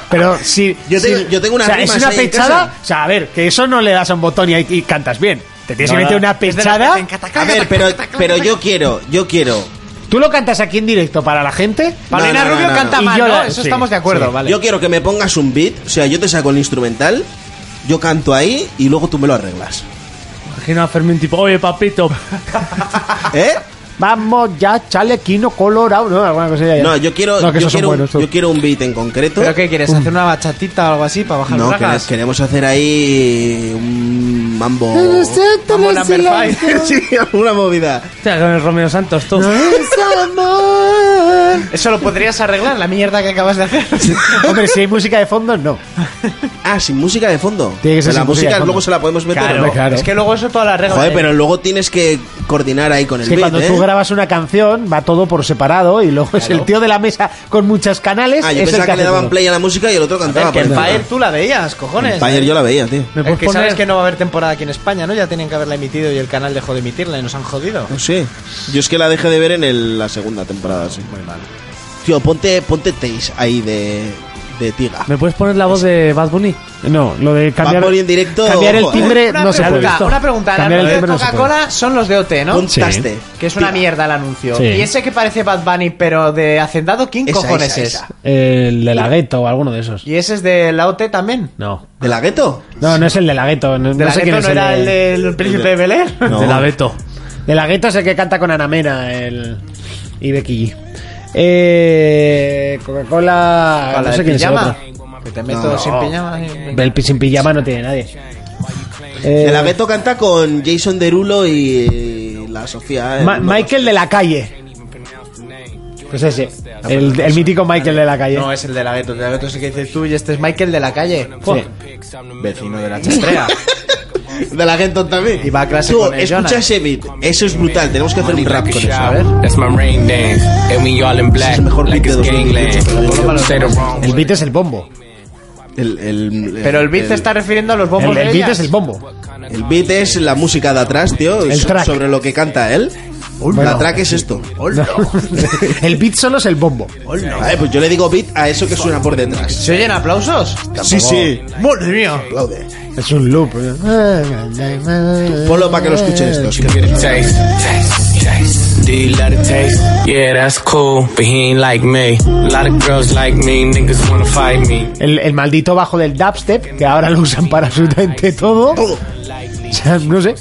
Pero si Yo si- tengo- yo tengo unas o sea, es rimas una ahí en pechada, casa. o sea, a ver, que eso no le das a un botón y, ahí- y cantas bien. Te tienes que meter una pechada. A ver, pero, pero yo quiero, yo quiero Tú lo cantas aquí en directo para la gente. Paulina No, no, Rubio no, no, canta no. mal, Y yo ¿no? la- Eso sí, estamos de acuerdo, sí. vale. Yo quiero que me pongas un beat, o sea, yo te saco el instrumental, yo canto ahí y luego tú me lo arreglas. Imagino a Fermín tipo, oye, papito. ¿Eh? Vamos ya, chalequino colorado, ¿no? Alguna cosa ya. No, yo quiero, No, que yo, esos son quiero un, buenos, tú. yo quiero un beat en concreto. ¿Pero qué quieres? ¿Hacer una bachatita o algo así para bajar no, las quere- ragas? queremos hacer ahí un mambo. Vamos, number five. sí, alguna movida. Hostia, con el Romeo Santos, tú. Eso lo podrías arreglar, la mierda que acabas de hacer. Hombre, si hay música de fondo, no. Ah, sin música de fondo. Tiene que ser la sin música de música fondo. luego se la podemos meter. Claro. ¿o no? Claro. Es que luego eso todas las reglas. Joder, pero luego tienes que coordinar ahí con el Es que beat, cuando ¿eh? tú grabas una canción, va todo por separado y luego es el tío de la mesa con muchas canales. Ah, yo es el pensaba que le hace daban todo. play a la música y el otro cantaba. que por en encima. Fire tú la veías, cojones. Empire yo la veía, tío. ¿Me Pues Es puedes que sabes poner? que no va a haber temporada aquí en España, ¿no? Ya tenían que haberla emitido y el canal dejó de emitirla y nos han jodido. No sé. Yo es que la dejé de ver en el- la segunda temporada, sí. Tío, ponte, ponte Taze ahí de, de Tiga. ¿Me puedes poner la voz de Bad Bunny? No, lo de cambiar, Va por en directo, cambiar el ojo, eh. timbre una no se puede. pregunta, Una pregunta, el Cambiar el anuncio de timbre no se puede. Coca-Cola son los de OT, ¿no? Un taste. Que es una Tiga. mierda el anuncio. Sí. Y ese que parece Bad Bunny, pero de Hacendado, ¿quién Esa, cojones esa, es? esa. El de la gueto o alguno de esos. ¿Y ese es de la OT también? No. ¿De la gueto? No, no es el de la gueto. No, ¿De no la sé gueto quién no es era el el de... del Príncipe de Bel Air? No. De la Beto. de la gueto es el que canta con Anamena el... y Becky G. Eh, Coca-Cola. Para No la sé de quién es el pijama. otro. Que te meto sin pijama. El pi- sin pijama no tiene nadie. Eh, De la gueto canta con Jason Derulo y la Sofía. eh, Ma- no. Michael de la calle. Pues ese, Ah, el, el mítico Michael de la calle. No, es el de la gueto. El de la gueto es el que dices tú y este es Michael de la calle. Buah, Vecino de la chastrea. De la gueto también. Y va a clase Tú, con el escucha Jonas. ese beat. Eso es brutal. Tenemos que hacer un rap con eso. A ver. That's my rain dance. And we all in black. Es el mejor beat Like de it's 2018. gangland. pero- State of wrong. El beat es el bombo. El, el- Pero el beat se está refiriendo a los bombos El, de el beat ellas. es el bombo. El beat es la música de atrás, tío. El so- track. Sobre lo que canta él. la track es esto. el beat solo es el bombo. Ah, eh, pues yo le digo beat a eso que suena por detrás. ¿Se oyen aplausos? Sí, sí. ¡Madre mía! Aplaude. Es un loop. ¿eh? Polo para que lo escuchen estos. que quieren. Taste, taste, taste. Do you let it taste? Yeah, that's cool, but he ain't like me. A lot of girls like me, niggas wanna fight me. El, el maldito bajo del dubstep, que ahora lo usan para absolutamente todo. O sea, no sé.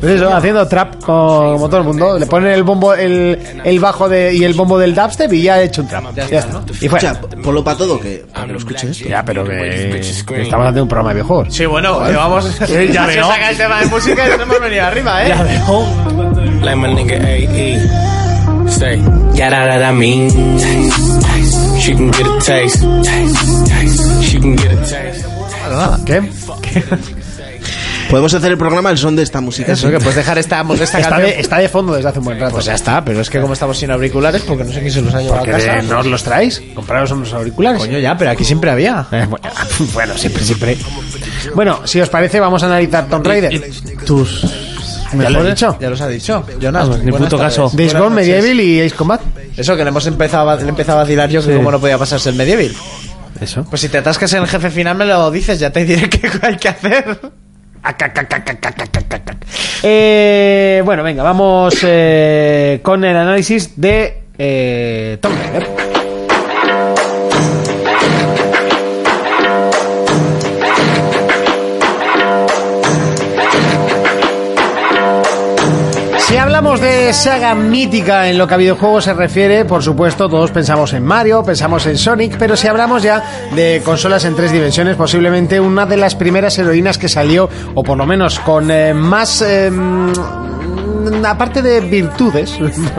Pues eso, haciendo trap como, como todo el mundo. Le ponen el bombo, el, el bajo de, y el bombo del dubstep y ya ha hecho un trap. Ya Pues, está. Y O fuera. sea, ponlo para todo que, para que lo escuchen esto. Ya, pero que estamos haciendo un programa de videojuegos. Sí, bueno, llevamos. Ya se saca el tema de música y nos hemos venido arriba, ¿eh? Like my nigga AE. Say, yeah, that, that I mean. Taste, taste. She can get a taste. Taste, taste. She can get a taste. ¿Qué? Podemos hacer el programa el son de esta música. Eso, que puedes dejar esta, esta Está canción. de, está de fondo desde hace un buen rato. Pues ya está, pero es que como estamos sin auriculares, porque no sé quién se los ha llevado a Porque casa. no os los traéis, compraros unos auriculares. Coño, ya, pero aquí siempre había. Eh, bueno, bueno, siempre, siempre. Bueno, si os parece, vamos a analizar Tomb Raider. Tus. ¿Ya lo he dicho? Ah, pues Ya los ha dicho. Jonas, Vamos, ni buenas puto tardes. caso. Days Buenas Gone, noches. Medieval y Ace Combat. Eso, que le hemos empezado a, le he empezado a vacilar yo que Sí. cómo no podía pasarse el medieval. Eso. Pues si te atascas en el jefe final me lo dices, ya te diré qué hay que hacer. Eh, bueno, venga, vamos eh, con el análisis de eh, Tomb Raider. Si hablamos de saga mítica en lo que a videojuegos se refiere, por supuesto, todos pensamos en Mario, pensamos en Sonic, pero si hablamos ya de consolas en tres dimensiones, posiblemente una de las primeras heroínas que salió, o por lo menos con eh, más... eh, mm, Aparte de virtudes,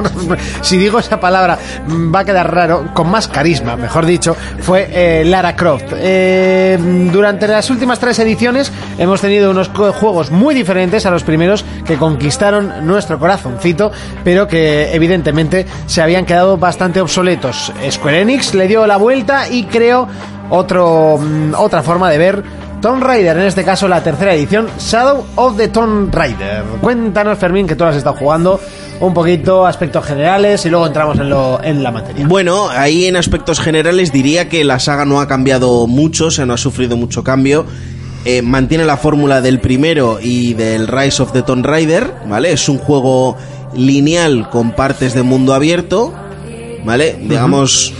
si digo esa palabra mm, va a quedar raro, con más carisma, mejor dicho, fue eh, Lara Croft. Eh, durante las últimas tres ediciones hemos tenido unos co- juegos muy diferentes a los primeros que conquistaron nuestro corazoncito, pero que evidentemente se habían quedado bastante obsoletos. Square Enix le dio la vuelta y creó otro, mm, otra forma de ver Tomb Raider, en este caso la tercera edición, Shadow of the Tomb Raider. Cuéntanos, Fermín, que tú las has estado jugando un poquito, aspectos generales, y luego entramos en, lo, en la materia. Bueno, ahí en aspectos generales diría que la saga no ha cambiado mucho, o sea, no ha sufrido mucho cambio. Eh, mantiene la fórmula del primero y del Rise of the Tomb Raider, ¿vale? Es un juego lineal con partes de mundo abierto, ¿vale? Digamos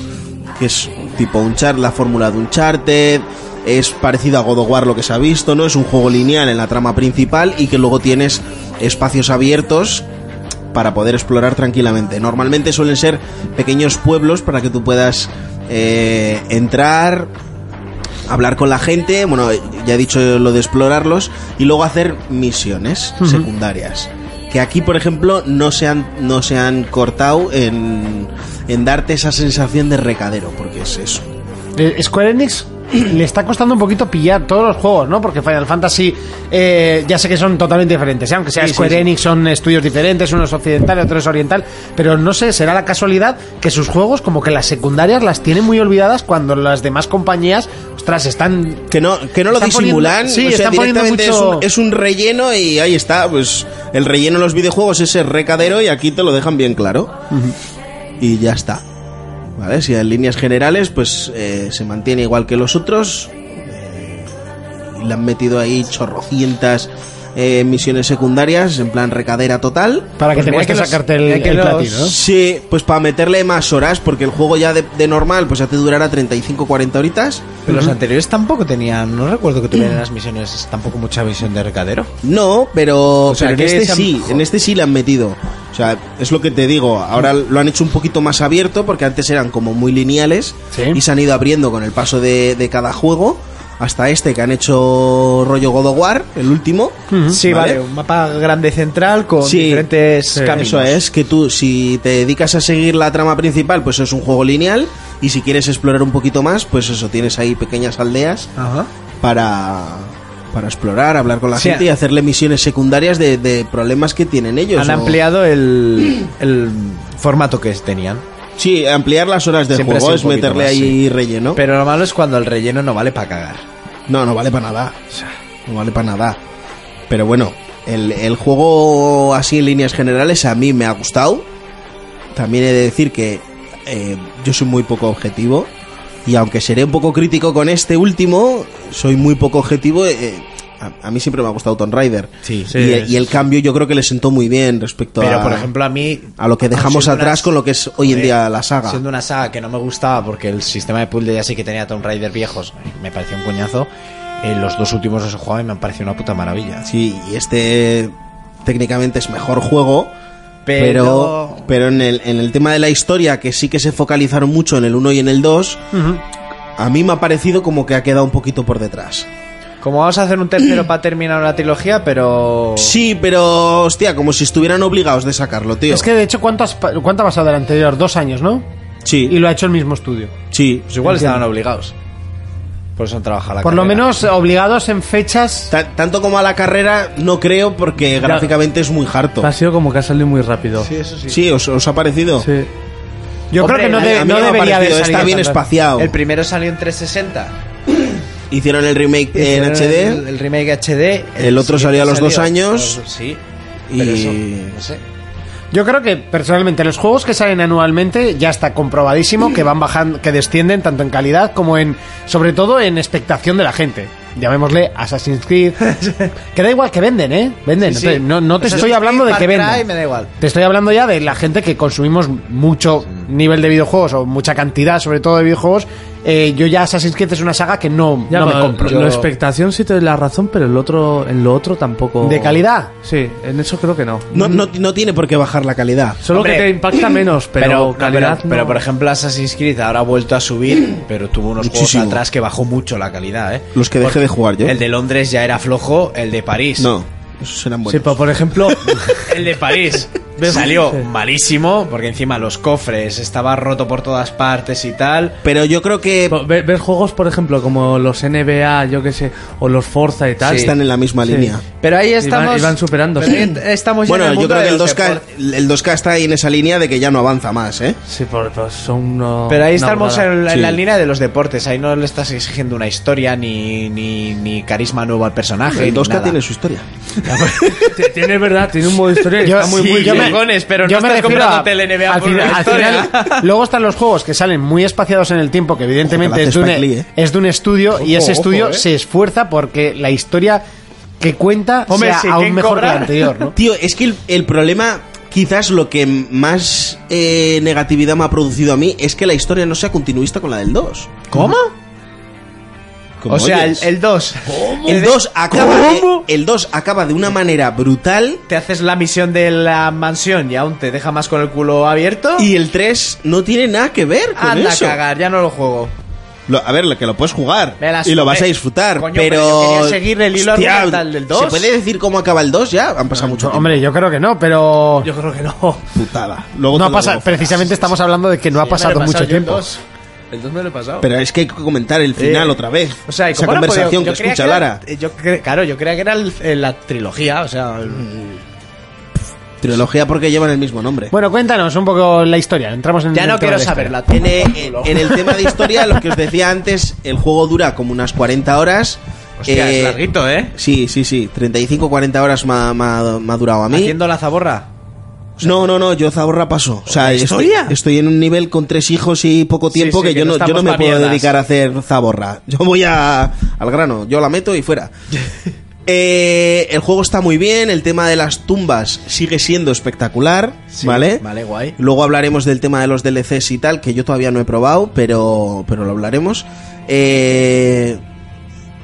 que es tipo un chart, la fórmula de un charted, es parecido a God of War lo que se ha visto, ¿no? Es un juego lineal en la trama principal y que luego tienes espacios abiertos para poder explorar tranquilamente. Normalmente suelen ser pequeños pueblos para que tú puedas eh, entrar, hablar con la gente, bueno, ya he dicho lo de explorarlos, y luego hacer misiones secundarias. Que aquí, por ejemplo, no se han, no se han cortado en, en darte esa sensación de recadero, porque es eso. Eh, Square Enix le está costando un poquito pillar todos los juegos, ¿no? Porque Final Fantasy eh, ya sé que son totalmente diferentes, ¿eh? aunque sea Sí, sí, Square sí. Enix son estudios diferentes, uno es occidental, otro es oriental, pero no sé, será la casualidad que sus juegos como que las secundarias las tienen muy olvidadas cuando las demás compañías, ostras, están Que no, que no lo Están poniendo- disimulan, sí, o sea, están poniendo directamente es mucho- un- es, un, relleno y ahí está, pues el relleno en los videojuegos es el recadero y aquí te lo dejan bien claro. Y ya está. ¿Vale? Si en líneas generales, pues eh, se mantiene igual que los otros. eh, y le han metido ahí chorrocientas eh, misiones secundarias, en plan recadera total. para que Pues te mira cueste que los- sacarte el, mira que el los- platino. ¿no? Sí, pues para meterle más horas, porque el juego ya de, de normal, pues ya te durará 35-40 horitas. Pero los anteriores tampoco tenían, no recuerdo que tuvieran las misiones tampoco mucha visión de recadero. No, pero, sea, pero en que este se han- sí, en este sí le han metido. O sea, es lo que te digo, ahora lo han hecho un poquito más abierto porque antes eran como muy lineales Sí. y se han ido abriendo con el paso de, de cada juego hasta este que han hecho rollo God of War, el último. Sí, vale. un mapa grande central con Sí, diferentes caminos. Eso es, que tú si te dedicas a seguir la trama principal, pues es un juego lineal y si quieres explorar un poquito más, pues eso, tienes ahí pequeñas aldeas Ajá. para, para explorar, hablar con la Sí, gente y hacerle misiones secundarias de, de problemas que tienen ellos. Han o- ampliado el, el formato que tenían. Sí, ampliar las horas de Siempre ha juego sido es un poquito meterle más, ahí sí. relleno. Pero lo malo es cuando el relleno no vale para cagar. No, no vale para nada. O sea, no vale para nada. Pero bueno, El, el juego así en líneas generales a mí me ha gustado. También he de decir que eh, yo soy muy poco objetivo. Y aunque seré un poco crítico con este último, soy muy poco objetivo. eh, a, a mí siempre me ha gustado Tomb Raider. Sí. y, Sí, y es- el cambio yo creo que le sentó muy bien respecto Pero, a, por ejemplo, a mí. a lo que dejamos siendo atrás una- con lo que es hoy en Joder, día la saga. Siendo una saga que no me gustaba porque el sistema de puzzle ya sí que tenía Tomb Raider viejos, me parecía un coñazo. eh, los dos últimos los he jugado y me han parecido una puta maravilla. Sí, y este técnicamente es mejor juego. Pero- Pero, pero en, el, en el tema de la historia, que sí que se focalizaron mucho en el 1 y en el 2, a mí me ha parecido como que ha quedado un poquito por detrás. Como vamos a hacer un tercero para terminar una trilogía, pero. Sí, pero hostia, como si estuvieran obligados de sacarlo, tío. Es que de hecho, ¿cuánto, has, pa- cuánto ha pasado del anterior? Dos años, ¿no? Sí. Y lo ha hecho el mismo estudio. Sí. Pues igual Entiendo. estaban obligados. Por eso han trabajado la Por lo carrera. menos eh, obligados en fechas. Ta- tanto como a la carrera, no creo, porque gráficamente es muy harto. Ha sido como que ha salido muy rápido. Sí, eso Sí, ¿os, os ha parecido? Sí. Yo Hombre, creo que no, a- de- a mí no me ha debería haber parecido, salido está bien tan- espaciado. El primero salió en 360. Hicieron el remake en Hicieron El, HD el remake HD. El otro salió a los dos años. Sí. y... pero eso, no sé. Yo creo que personalmente los juegos que salen anualmente ya está comprobadísimo que van bajando, que descienden tanto en calidad como en, sobre todo en expectación de la gente. Llamémosle Assassin's Creed. que da igual que venden, ¿eh? Venden. Sí, No sí. te- No, no te Assassin's estoy hablando de Creed, que Far Cry, vendan. me da igual. Te estoy hablando ya de la gente que consumimos mucho Mm. nivel de videojuegos o mucha cantidad, sobre todo de videojuegos. Eh, yo ya Assassin's Creed es una saga que no, Ya, no me pero compro. Lo expectación sí te doy la razón, pero el otro, en lo otro tampoco. ¿De calidad? Sí, en eso creo que no. No, no, no tiene por qué bajar la calidad. Solo Hombre, que te impacta menos, pero, Pero, calidad. pero, pero, por ejemplo Assassin's Creed ahora ha vuelto a subir, pero tuvo unos Muchísimo. juegos atrás que bajó mucho la calidad, ¿eh? Los que dejé de jugar yo. El de Londres ya era flojo, el de París. No, esos eran Sí, buenos. pero por ejemplo. El de París salió malísimo, porque encima los cofres estaba roto por todas partes y tal. Pero yo creo que po- ver, ver juegos, por ejemplo, como los NBA, yo qué sé, o los Forza y tal. Sí. están en la misma Sí. línea. Pero ahí Y van- estamos. y van superando, pero sí. ahí Estamos ya en Bueno, el yo mundo creo que de el los 2K, deportes. el 2K está ahí en esa línea de que ya no avanza más, ¿eh? Sí, por- pues son uno- Pero ahí una estamos burrada. en la, en Sí. la línea de los deportes. Ahí no le estás exigiendo una historia ni, ni, ni carisma nuevo al personaje. El ni 2K nada. tiene su historia. T- Tiene verdad, tiene un modo de historia. y Yo- está muy, sí, muy yo bien. me- Cojones, pero yo no me estás refiero comprándote el NBA al por final- una al historia. final, luego están los juegos que salen muy espaciados en el tiempo, que evidentemente Ojo, es, de un, Spike Lee, ¿eh? es de un estudio y ese ojo, estudio eh. se esfuerza porque la historia que cuenta Hombre, sea si aún quieren mejor que cobrar. la anterior, ¿no? Tío, es que el, el problema, quizás lo que más eh, negatividad me ha producido a mí es que la historia no sea continuista con la del 2. ¿Cómo? Como O sea, el, oyes. 2. El 2 acaba, de- el 2 acaba de una manera brutal Te haces la misión de la mansión y aún te deja más con el culo abierto. y el 3 no tiene nada que ver con Anda eso. a cagar, ya no lo juego. Lo- a ver, lo que lo puedes jugar Me la y lo sudé. vas a disfrutar, Coño, pero... pero yo quería seguir el hilo Hostia, argumental del 2. ¿Se puede decir cómo acaba el 2 ya? Han pasado mucho tiempo. Hombre, yo creo que no, pero Yo creo que no. putada. Luego no te ha lo pasado, devolverás. precisamente estamos hablando de que no ha pasado mucho tiempo. El 2 me lo he pasado. Pero es que hay que comentar el final otra vez. Eh, o sea, y esa como no he conversación podido- yo que creía escucha era- Lara. eh, yo cre- claro, yo creía que era el- eh, la trilogía, o sea, el- Trilogía porque llevan el mismo nombre. Bueno, cuéntanos un poco este. la historia. Entramos en ya el no tema quiero de la saberla. En, eh, en- en el tema de historia, lo que os decía antes, el juego dura como unas 40 horas. Hostia, Eh, es larguito, ¿eh? Sí, sí, sí. 35-40 horas me ha, me ha- me ha durado a mí. Haciendo la zaborra. No, no, no, yo Zaborra paso. O sea, estoy, historia? estoy en un nivel con tres hijos y poco tiempo sí, que, que yo, no, no yo no estamos me pa' puedo mierdas. dedicar a hacer Zaborra. Yo voy a, al grano, yo la meto y fuera. Eh, el juego está muy bien, el tema de las tumbas sigue siendo espectacular, ¿vale? Vale, guay. Luego hablaremos del tema de los DLCs y tal, que yo todavía no he probado, pero, pero lo hablaremos. Eh,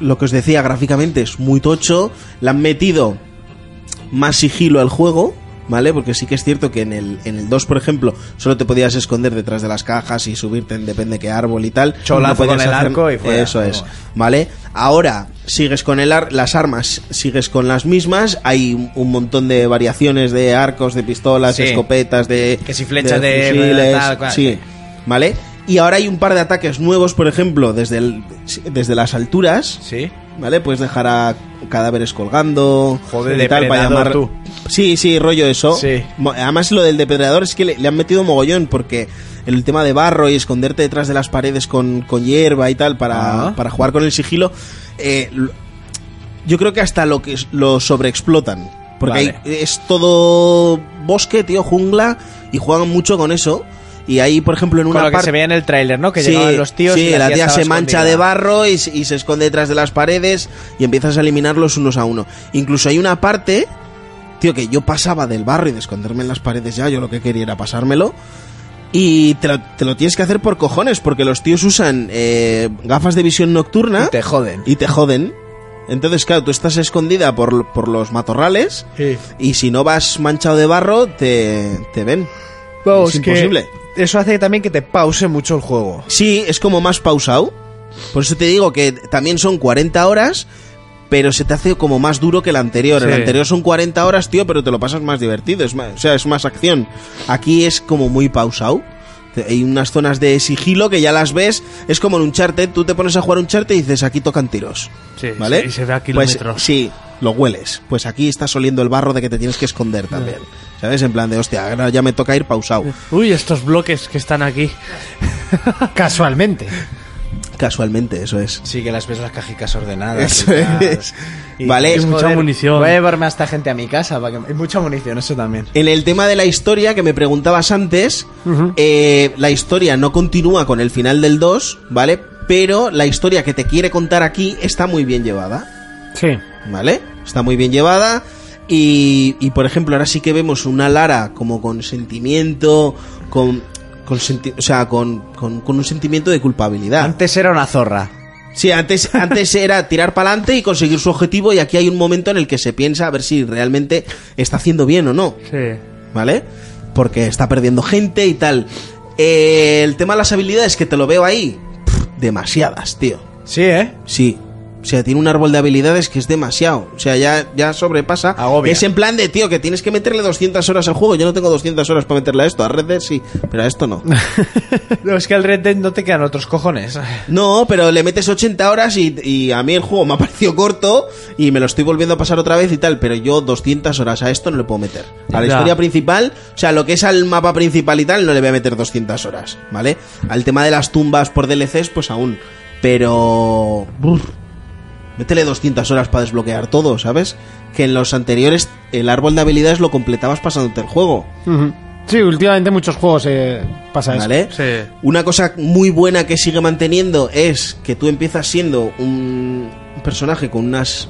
lo que os decía gráficamente es muy tocho. Le han metido más sigilo al juego, ¿vale? Porque sí que es cierto que en el, en el 2, por ejemplo, solo te podías esconder detrás de las cajas y subirte en depende qué árbol y tal. Cholazo con el arco y fuera. Eso es, ¿vale? Ahora sigues con el ar- las armas, sigues con las mismas. Hay un, un montón de variaciones de arcos, de pistolas, Sí. de escopetas, de. Que si flechas de- fusiles, tal cual. Sí, ¿vale? Y ahora hay un par de ataques nuevos, por ejemplo, desde, el, desde las alturas. Sí. ¿Vale? Puedes dejar a cadáveres colgando. Joder, y tal, para llamar- depredador, tú. Sí, sí, rollo eso. Sí. Mo- Además, lo del depredador es que le, le han metido mogollón porque el tema de barro y esconderte detrás de las paredes con, con hierba y tal para, Ah. para jugar con el sigilo. eh, lo- yo creo que hasta lo que es- lo sobreexplotan. Porque ahí es todo bosque, tío, jungla, y juegan mucho con eso. Y ahí, por ejemplo, en Con una lo que parte- se veía en el tráiler, ¿no? Que Sí, llegaban los tíos sí, y la tía estaba se mancha escondida. de barro y, s- y se esconde detrás de las paredes y empiezas a eliminarlos unos a uno. Incluso hay una parte, tío, que yo pasaba del barro y de esconderme en las paredes ya, yo lo que quería era pasármelo. Y te lo, te lo tienes que hacer por cojones, porque los tíos usan eh, gafas de visión nocturna. Y te joden. Y te joden. Entonces, claro, tú estás escondida por, por los matorrales y si no vas manchado de barro, te, te ven. Vamos, es imposible. que Eso hace también que te pause mucho el juego. Sí, es como más pausado. Por eso te digo que también son 40 horas, pero se te hace como más duro que el anterior. El Sí. anterior son 40 horas, tío, pero te lo pasas más divertido. Es más, o sea, es más acción. Aquí es como muy pausado. Te- Hay unas zonas de sigilo que ya las ves. Es como en un charter. Tú te pones a jugar un charter y dices, aquí tocan tiros. Sí, ¿Vale? sí, y se ve a Pues, kilómetros. sí, lo hueles. Pues aquí estás oliendo el barro de que te tienes que esconder también. ¿Sabes? En plan de, hostia, ahora ya me toca ir pausado. Uy, estos bloques que están aquí. Casualmente. Casualmente, eso es. Sí, que las ves las cajicas ordenadas. Eso es. Vale. Y mucha munición. Voy a llevarme a esta gente a mi casa. Para que... Y mucha munición, eso también. En el tema de la historia que me preguntabas antes, eh, la historia no continúa con el final del 2, ¿vale? Pero la historia que te quiere contar aquí está muy bien llevada, Sí. ¿vale? Está muy bien llevada. Y, y, por ejemplo, ahora sí que vemos una Lara como con sentimiento, con, con senti- o sea, con, con- con un sentimiento de culpabilidad. Antes era una zorra. Sí, antes, antes era tirar para adelante y conseguir su objetivo y aquí hay un momento en el que se piensa a ver si realmente está haciendo bien o no. Sí. ¿vale? Porque está perdiendo gente y tal. Eh, el tema de las habilidades que te lo veo ahí, pff, demasiadas, tío. Sí, ¿eh? Sí. O sea, tiene un árbol de habilidades que es demasiado. O sea, ya, ya sobrepasa. Es en plan de, tío, que tienes que meterle 200 horas al juego. Yo no tengo 200 horas para meterle a esto. A Red Dead sí, pero a esto no. No, es que al Red Dead no te quedan otros cojones. No, pero le metes 80 horas y, y a mí el juego me ha parecido corto y me lo estoy volviendo a pasar otra vez y tal, pero yo 200 horas a esto no le puedo meter. A la Ya. historia principal, o sea, lo que es al mapa principal y tal, no le voy a meter 200 horas, ¿vale? Al tema de las tumbas por DLCs, pues aún. Pero... brr, métele 200 horas para desbloquear todo, ¿sabes? Que en los anteriores el árbol de habilidades lo completabas pasándote el juego. Ujú. Sí, últimamente muchos juegos eh, pasa eso. ¿Vale? Una cosa muy buena que sigue manteniendo es que tú empiezas siendo un personaje con unas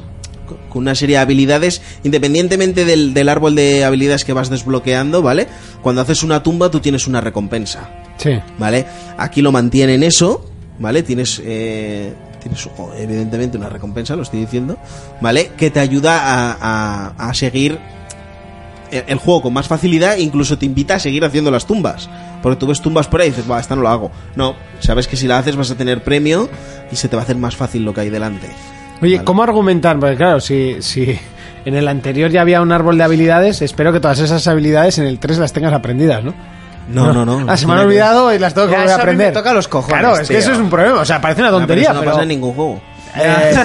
con una serie de habilidades, independientemente del, del árbol de habilidades que vas desbloqueando, ¿vale? Cuando haces una tumba tú tienes una recompensa. Sí. ¿Vale? Aquí lo mantienen eso, ¿vale? Tienes, eh, tienes oh, evidentemente una recompensa, lo estoy diciendo, ¿vale? Que te ayuda a, a- a seguir el, el juego con más facilidad e incluso te invita a seguir haciendo las tumbas. Porque tú ves tumbas por ahí y dices, va, esta no la hago. No, sabes que si la haces vas a tener premio y se te va a hacer más fácil lo que hay delante. Oye, ¿cómo argumentar? Porque claro, si, si en el anterior ya había un árbol de habilidades, espero que todas esas habilidades en el 3 las tengas aprendidas, ¿no? No, no, no. Ah, se me han olvidado y las tengo que volver a aprender. Claro, es que eso es un problema. O sea, parece una tontería, no pero- pasa en ningún juego. Eh,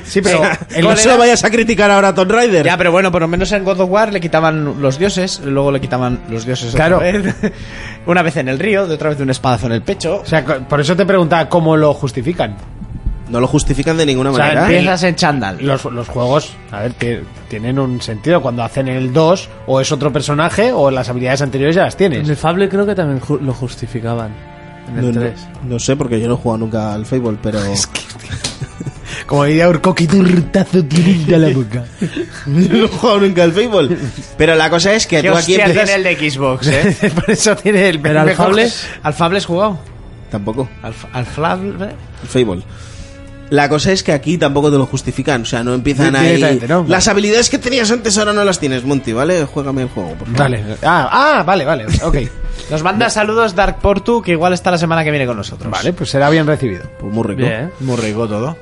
sí, pero el no se lo vayas a criticar ahora a Tomb Raider. Ya, pero bueno, por lo menos en God of War le quitaban los dioses, luego le quitaban los dioses otra Claro. vez. Pues, Una vez en el río, de otra vez de un espadazo en el pecho. O sea, co- por eso te preguntaba cómo lo justifican. No lo justifican de ninguna O sea, manera. empiezas en chándal. Los, los juegos, a ver, que tienen un sentido. Cuando hacen el 2, o es otro personaje, o las habilidades anteriores ya las tienes. En el Fable creo que también ju- lo justificaban. En el No, no, 3. no sé, porque yo no he jugado nunca al Fable, pero... Como diría Urco, que turtazo tirinda la boca. no he jugado nunca al Fable. Pero la cosa es que tú ¿Qué aquí hostia empiezas... tiene el de Xbox, eh? por eso tiene el Pero al mejor- Fables, al Fables jugado. Tampoco. Al, F- al Fable. El Fable. La cosa es que aquí tampoco te lo justifican, o sea, no empiezan Sí, ahí... directamente, ¿no? Las habilidades que tenías antes ahora no las tienes, Monty, ¿vale? Juégame el juego, por favor. Vale. Ah, ah, vale, vale. Ok. Nos manda saludos Dark Portu, que igual está la semana que viene con nosotros. Vale, pues será bien recibido. Pues muy rico. Bien. Muy rico todo.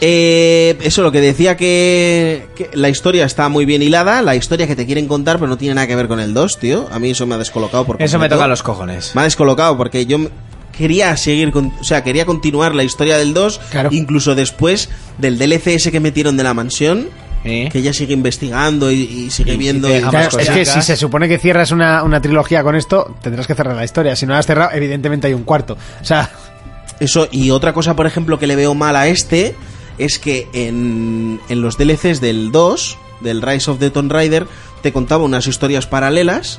Eh, eso, lo que decía que, que la historia está muy bien hilada, la historia que te quieren contar, pero no tiene nada que ver con el 2, tío. A mí eso me ha descolocado por Eso me completo. toca los cojones. Me ha descolocado porque yo m- quería seguir, con, o sea, quería continuar la historia del 2, incluso después del DLC ese que metieron de la mansión, que ella sigue investigando y, y sigue viendo. y- Claro, es que si se supone que cierras una, una trilogía con esto, tendrás que cerrar la historia. Si no la has cerrado, evidentemente hay un cuarto. O sea, Eso, y otra cosa, por ejemplo, que le veo mal a este es que en, en los DLCs del 2, del Rise of the Tomb Raider, te contaba unas historias paralelas,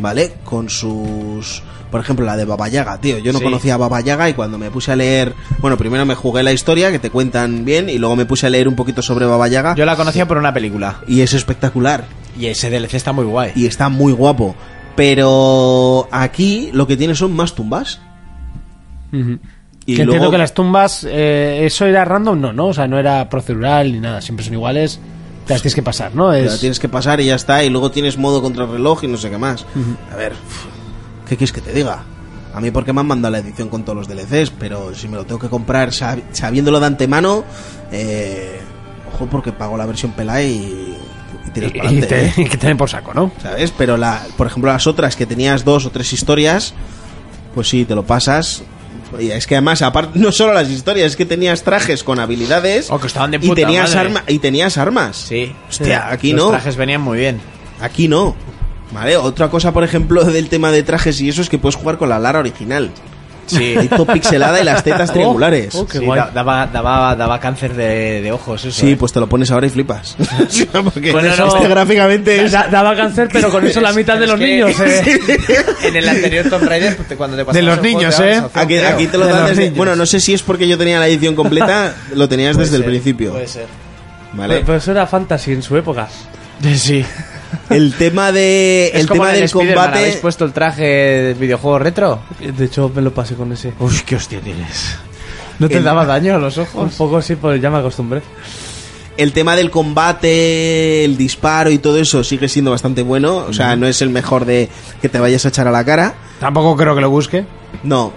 ¿vale? Con sus... Por ejemplo, la de Baba Yaga, tío. Yo no Sí. conocía a Baba Yaga y cuando me puse a leer... Bueno, primero me jugué la historia, que te cuentan bien, y luego me puse a leer un poquito sobre Baba Yaga. Yo la conocía por una película. Y es espectacular. Y ese DLC está muy guay. Y está muy guapo. Pero aquí lo que tiene son más tumbas. Y que entiendo luego- que las tumbas, eh, eso era random, no, ¿no? O sea, no era procedural ni nada, siempre son iguales. Te Las tienes que pasar, ¿no? Te la Es... tienes que pasar y ya está. Y luego tienes modo contrarreloj y no sé qué más. A ver, uf, ¿qué quieres que te diga? A mí porque me han mandado la edición con todos los DLCs, pero si me lo tengo que comprar sab- sabiéndolo de antemano, eh, ojo porque pago la versión pelada y, y tiras Y- para y te- adelante. y que te den por saco, ¿no? ¿Sabes? Pero la, por ejemplo las otras que tenías dos o tres historias, pues sí, te lo pasas. Y es que además, aparte, no solo las historias, es que tenías trajes con habilidades Oh, y, puta tenías madre. arma, y tenías armas. Sí. Hostia, aquí Los no. trajes venían muy bien. Aquí no. Vale, otra cosa, por ejemplo, del tema de trajes y eso es que puedes jugar con la Lara original. Sí. Oh, Hay todo pixelada y las tetas triangulares. Sí, da- daba, daba, daba cáncer de, de ojos, eso. Sí, ¿eh? pues te lo pones ahora y flipas. Porque Bueno, este no. gráficamente es... Da- daba cáncer, pero con eso la mitad de los niños. eh. En el anterior Tomb Raider, pues, te- cuando te pasabas el juego, te eh. daban esa opción, Aquí, creo. aquí te lo dan desde... Bueno, no sé si es porque yo tenía la edición completa, lo tenías desde el principio. Puede ser. Pues, Vale. Pero eso era fantasy en su época. Sí. El tema de Es el como tema en el del Spider-Man, ¿Habéis combate puesto el traje de videojuego retro? De hecho, me lo pasé con ese. Uy, qué hostia tienes. ¿No te El- daba daño a los ojos? Un poco sí, pues ya me acostumbré. el tema del combate, el disparo y todo eso sigue siendo bastante bueno, o sea, no es el mejor de que te vayas a echar a la cara. Tampoco creo que lo busque. No,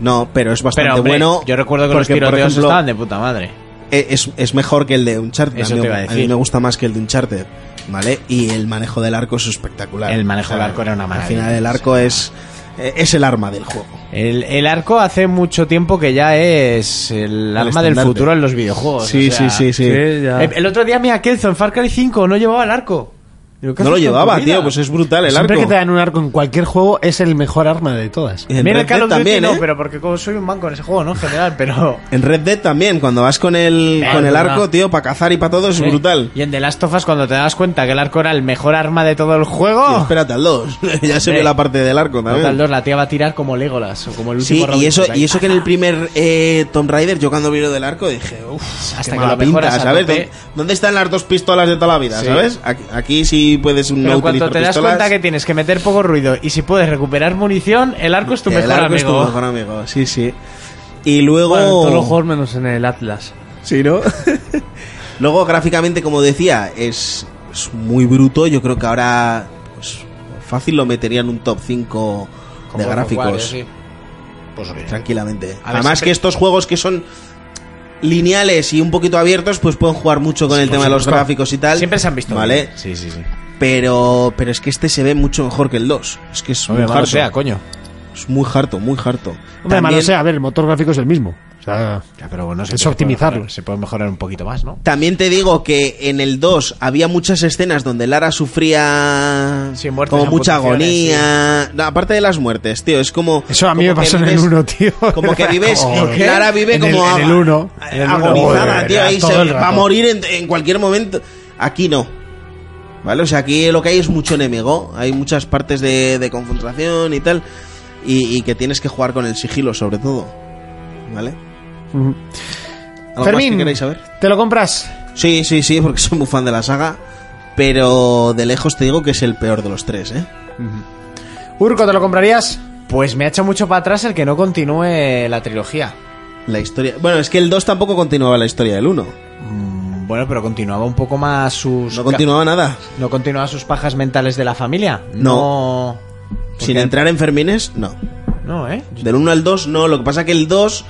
no, pero es bastante Pero hombre, bueno. yo recuerdo que los porque, por tiroteos ejemplo, estaban de puta madre. e- es, es mejor que el de Uncharted. Eso a, mí, te iba a mí decir. me gusta más que el de Uncharted, ¿vale? Y el manejo del arco es espectacular. El manejo del arco era una Al maravilla. final el arco es eh, es el arma del juego. El, el arco hace mucho tiempo que ya es el, arma del estandarte. futuro en los videojuegos. Sí, o sea, sí, sí, sí. Sí, ya. El, el otro día mira Kelso en Far Cry 5 no llevaba el arco. Digo, ¿qué No lo haces con tu llevaba, vida? tío, pues es brutal el Siempre arco. que te dan un arco en cualquier juego, es el mejor arma de todas. En Mira Red el Call Dead of Duty también, no, ¿eh? pero porque como soy un manco en ese juego, ¿no? En general, pero... En Red Dead también, cuando vas con el, Eh, con el verdad. arco, tío, para cazar y para todo es brutal. Y en The Last of Us, cuando te das cuenta que el arco era el mejor arma de todo el Y juego... espérate al 2, ya se Oh. Hombre. ve la parte del arco también. Total 2, la tía va a tirar como Legolas o como el último Sí, Robin y eso, Hood, ahí. y eso que en el primer eh, Tomb Raider, yo cuando vi lo del arco dije, uff, Hasta que lo mejoras a ¿sabes? tope. ¿Dó- ¿Dónde están las dos pistolas de toda la vida, Sí. sabes? Aquí, aquí sí puedes un Pero no en cuanto utilizar te das pistolas. cuenta que tienes que meter poco ruido y si puedes recuperar munición, el arco es tu El mejor arco amigo. es tu mejor amigo, sí, sí. Y luego... Bueno, en todos los juegos menos en el Atlas. Sí, ¿no? Luego, gráficamente, como decía, es, es muy bruto. Yo creo que ahora pues, fácil lo metería en un top 5 de gráficos. Pues, Tranquilamente. A ver, Además siempre- que estos juegos que son lineales y un poquito abiertos, pues pueden jugar mucho con el tema de los gráficos y tal. Siempre se han visto. Vale, bien. Sí, sí, sí. pero, pero es que este se ve mucho mejor que el 2. Es que es No me muy harto. sea, coño. Es muy harto, muy harto. Hombre, También- malo sea, a ver, el motor gráfico es el mismo. O sea, Ya, pero bueno, se Es puede optimizarlo. mejorar, se puede mejorar un poquito más, ¿no? También te digo que en el 2 había muchas escenas donde Lara sufría Sí, muertes, como mucha amputaciones, agonía. No, aparte de las muertes, tío, es como... eso a mí me como que pasó en el vives- 1, tío. Como que vives... ¿Por qué? Lara vive En el- como... en el a- 1. agonizada, Joder, tío, ahí todo se el va a rato. morir en, en cualquier momento. Aquí no. ¿Vale? O sea, aquí lo que hay es mucho enemigo. Hay muchas partes de, de confrontación y tal. Y, y que tienes que jugar con el sigilo, sobre todo. ¿Vale? Ujú. ¿Algo más que Fermín, queráis saber? ¿te lo compras? Sí, sí, sí, porque soy muy fan de la saga. Pero de lejos te digo que es el peor de los tres, ¿eh? Urco, ¿te lo comprarías? Pues me ha hecho mucho para atrás el que no continúe la trilogía. La historia. Bueno, es que el 2 tampoco continuaba la historia del 1. Mm, Bueno, pero continuaba un poco más sus... No continuaba nada. ¿No continuaba sus pajas mentales de la familia? No. ¿Por Sin qué? entrar en Fermines, no. No, ¿eh? Del 1 al 2, no. Lo que pasa que el 2.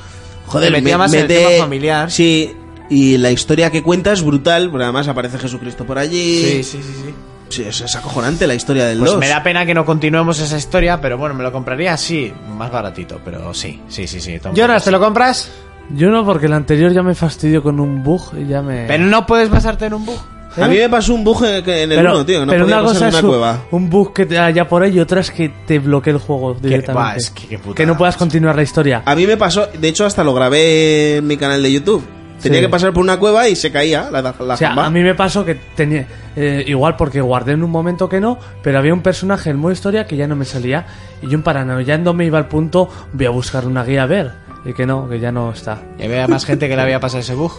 Joder, Te metía me- más en el mete- tema familiar. Sí, y la historia que cuenta es brutal. Porque además aparece Jesucristo por allí. Sí, sí, sí, sí. Sí, es, es acojonante la historia del 2. Pues me da pena que no continuemos esa historia, pero bueno, me lo compraría sí, más baratito, pero sí, sí, sí, sí. Tom Jonas, Cruise. ¿te lo compras? Yo no, porque el anterior ya me fastidió con un bug y ya me... Pero no puedes basarte en un bug. A mí me pasó un bug en en el 1, tío. que No pero podía una pasar cosa en una es un, cueva. un bug que te haya por ahí y otra es que te bloquee el juego directamente. va, es que qué putada, no puedas continuar la historia. A mí me pasó, de hecho hasta lo grabé en mi canal de YouTube. Tenía Sí. que pasar por una cueva y se caía la, la O sea, jamba. a mí me pasó que tenía. eh, igual porque guardé en un momento que no, pero había un personaje en modo historia que ya no me salía. Y yo, en paranoiándome, iba al punto, voy a buscar una guía a ver. Y que no, que ya no está. Y había más gente que le había pasado ese bug.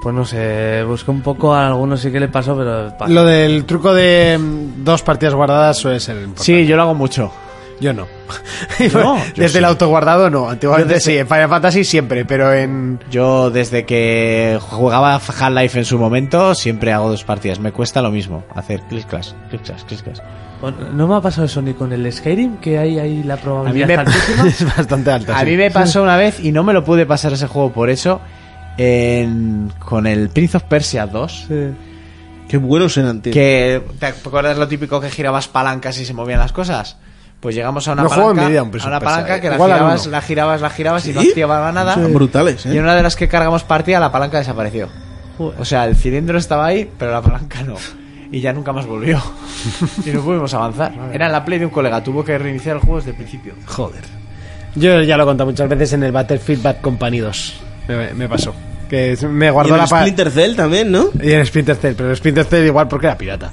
Pues no sé, busqué un poco, a algunos sí que le pasó, pero. pa- Lo del truco de mm, dos partidas guardadas suele ser importante. Sí, yo lo hago mucho. Yo no. No, yo desde sí. el autoguardado no. Antiguamente Yo desde- sí, en Final Fantasy siempre, pero en... Yo desde que jugaba Half-Life en su momento siempre hago dos partidas. Me cuesta lo mismo hacer clic clas, clic clas, clic clas. Bueno, pues, No me ha pasado eso ni con el Skyrim, que hay ahí la probabilidad me- altísima. es bastante alta. A Ah, sí. mí me pasó una vez y no me lo pude pasar ese juego por eso en- con el Prince of Persia 2. Sí. Qué buenos eran, tío. Que ¿te acuerdas lo típico que girabas palancas y se movían las cosas? Pues llegamos a una No juego en palanca, mi vida un Prince a una of Persia, palanca eh. que la Igual al girabas, uno. la girabas, la girabas y no ¿Sí? activaba nada. Eran brutales, Y ¿eh? en una de las que cargamos partida la palanca desapareció. O sea, el cilindro estaba ahí, pero la palanca no. Y ya nunca más volvió. y no pudimos avanzar. Era la play de un colega, tuvo que reiniciar el juego desde el principio. Joder. Yo ya lo he contado muchas veces en el Battlefield Bad Company 2. Me, me pasó. Que es- me Y guardó en la el pa- Splinter Cell también, ¿no? Y en Splinter Cell, pero en Splinter Cell igual porque era pirata.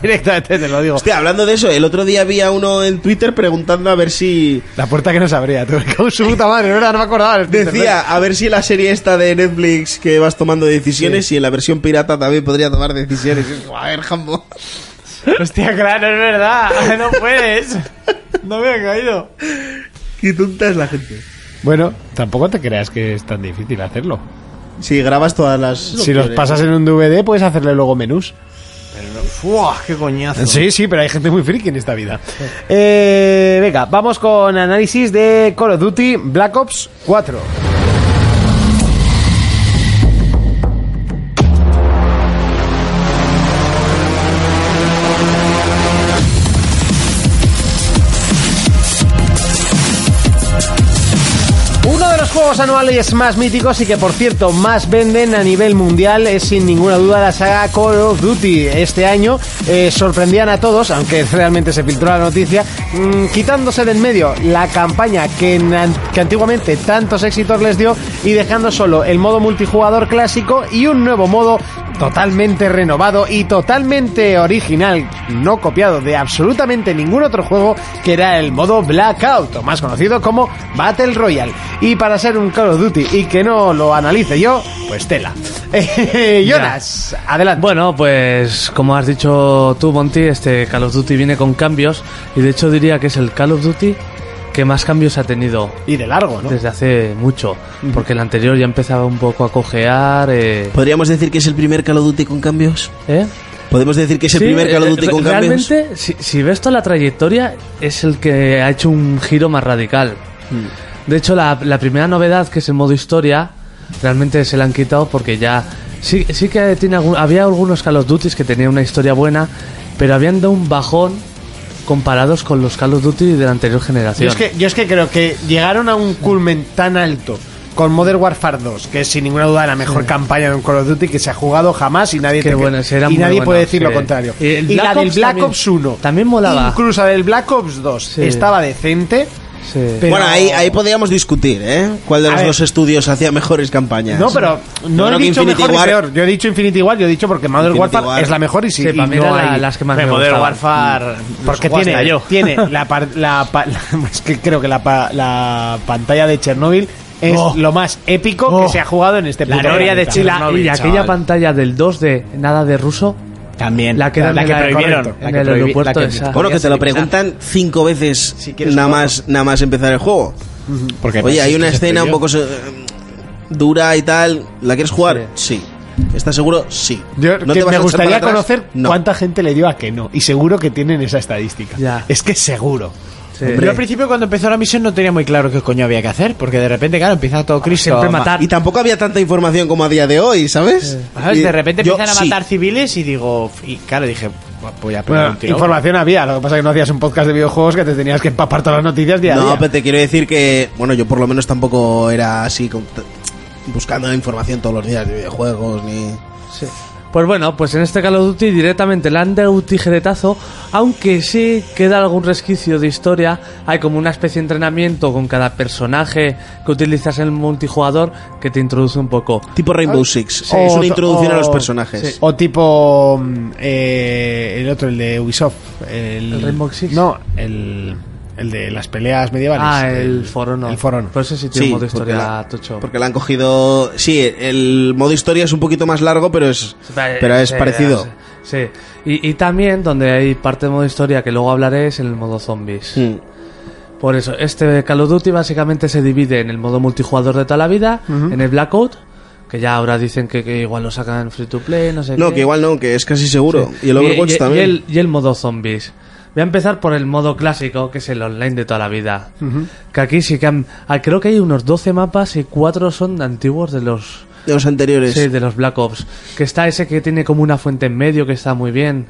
Directamente te lo digo. Hostia, hablando de eso, el otro día había uno en Twitter preguntando a ver si... La puerta que no se abría, tú, me cago en su puta madre, no, no me acordaba. del Splinter Cell. Decía, a ver si la serie esta de Netflix que vas tomando decisiones y en la versión pirata también podría tomar decisiones. Y digo, A ver, Jambo. Hostia, claro, es verdad. No puedes. No me ha caído. Qué tonta es la gente. Bueno, tampoco te creas que es tan difícil hacerlo. Si grabas todas las... si los pasas en un DVD, puedes hacerle luego menús. Fuah, qué coñazo. Sí, sí, pero hay gente muy friki en esta vida. Eh, venga, vamos con análisis de Call of Duty Black Ops 4. Uno de los juegos anuales más míticos y que por cierto más venden a nivel mundial es sin ninguna duda la saga Call of Duty. Este año eh, sorprendían a todos, aunque realmente se filtró la noticia, mm, quitándose de en medio la campaña que, en an- que antiguamente tantos éxitos les dio y dejando solo el modo multijugador clásico y un nuevo modo totalmente renovado y totalmente original, no copiado de absolutamente ningún otro juego, que era el modo Blackout, o más conocido como Battle Royale. Y para ser un Call of Duty y que no lo analice yo, pues tela. Eh, Jonas, adelante. Bueno, pues como has dicho tú, Monty, este Call of Duty viene con cambios y de hecho diría que es el Call of Duty que más cambios ha tenido y de largo, ¿no? desde hace mucho, porque el anterior ya empezaba un poco a cojear. Eh, ¿Podríamos decir que es el primer Call of Duty con cambios? ¿eh? ¿Podemos decir que es el Sí, primer Call of eh, Duty re- con cambios? Realmente, si, si ves toda la trayectoria, es el que ha hecho un giro más radical. Mm. De hecho, la, la primera novedad, que es el modo historia, realmente se la han quitado porque ya... Sí, sí que tiene algún- había algunos Call of Duty que tenían una historia buena, pero habían dado un bajón comparados con los Call of Duty de la anterior Yo generación. es, que, yo es que creo que llegaron a un culmen tan alto con Modern Warfare 2, que es sin ninguna duda la mejor campaña de un Call of Duty que se ha jugado jamás y nadie, Qué te- bueno, ese era y muy nadie bueno, puede decir sí. lo contrario. Y el y Black la del Ops Black también- Ops 1 también molaba. Incluso la del Black Ops 2 Sí. estaba decente. Sí. pero- Bueno, ahí, ahí podríamos discutir, ¿eh? ¿Cuál de A los ver. dos estudios hacía mejores campañas? No, pero Yo no creo he que dicho Infinity mejor ni War- peor. Yo he dicho Infinity War, yo he dicho porque Modern Infinity Warfare War. es la mejor y sí. Sí, y para mí no era la- hay- las que más Hombre, me Modern gustaban. Warfare. los Mm. Porque jugué tiene, hasta yo. tiene la, par- la pa- la- es que creo que la, pa- la pantalla de Chernóbil es Oh. lo más épico Oh. que se ha jugado en este La puto gloria de planeta. Y, la- Chernobyl, y aquella chaval. pantalla del 2 de nada de ruso, También. la que, la que prohibieron. en el aeropuerto esa. Bueno, que te lo preguntan cinco veces quieres nada, jugarlo. más, nada más empezar el juego. Oye, hay una escena un poco eh, dura y tal. ¿La quieres jugar? Sí. ¿Estás seguro? Sí. Yo- que me ¿No te vas a echar para gustaría atrás? conocer No. cuánta gente le dio a que no. Y seguro que tienen esa estadística. Ya. Es que seguro. Yo al principio cuando empezó la misión no tenía muy claro qué coño había que hacer, porque de repente, claro, empieza todo Cristo. siempre a ma- matar. Y tampoco había tanta información como a día de hoy, ¿sabes? ¿Sabes? Y De repente yo, empiezan a sí. matar civiles y digo, y claro, dije, voy a pegar Bueno, un tiro. información había. Lo que pasa es que no hacías un podcast de videojuegos que te tenías que empapar todas las noticias día a No, día. pero te quiero decir que, bueno, yo por lo menos tampoco era así con- buscando información todos los días de videojuegos ni... Sí. Pues bueno, pues en este Call of Duty directamente le han dado un tijeretazo, aunque sí queda algún resquicio de historia. Hay como una especie de entrenamiento con cada personaje que utilizas en el multijugador que te introduce un poco. Tipo Ah, Rainbow Six. es una introducción a los personajes. O tipo mm, eh, el otro, el de Ubisoft. El, ¿El Rainbow Six? No, el, el de las peleas medievales. Ah, el For Honor. El For Honor. Pues ese sí tiene un modo porque historia, la- Tocho. Porque la han cogido. Sí, el modo historia es un poquito más largo, pero es, pero es Sí, parecido. Sí. Y, y también donde hay parte de modo historia que luego hablaré es en el modo zombies. Mm. Por eso, este Call of Duty básicamente se divide en el modo multijugador de toda la vida, en el Blackout, que ya ahora dicen que, que igual lo sacan free to play, no sé No, qué. que igual no, que es casi seguro. Sí. Y el Overwatch y- también. Y el, y el modo zombies. Voy a empezar por el modo clásico, que es el online de toda la vida. Que aquí sí que han- ah, creo que hay unos 12 mapas y 4 son antiguos de los... De los anteriores. Pues Sí, de los Black Ops. Que está ese que tiene como una fuente en medio, que está muy bien.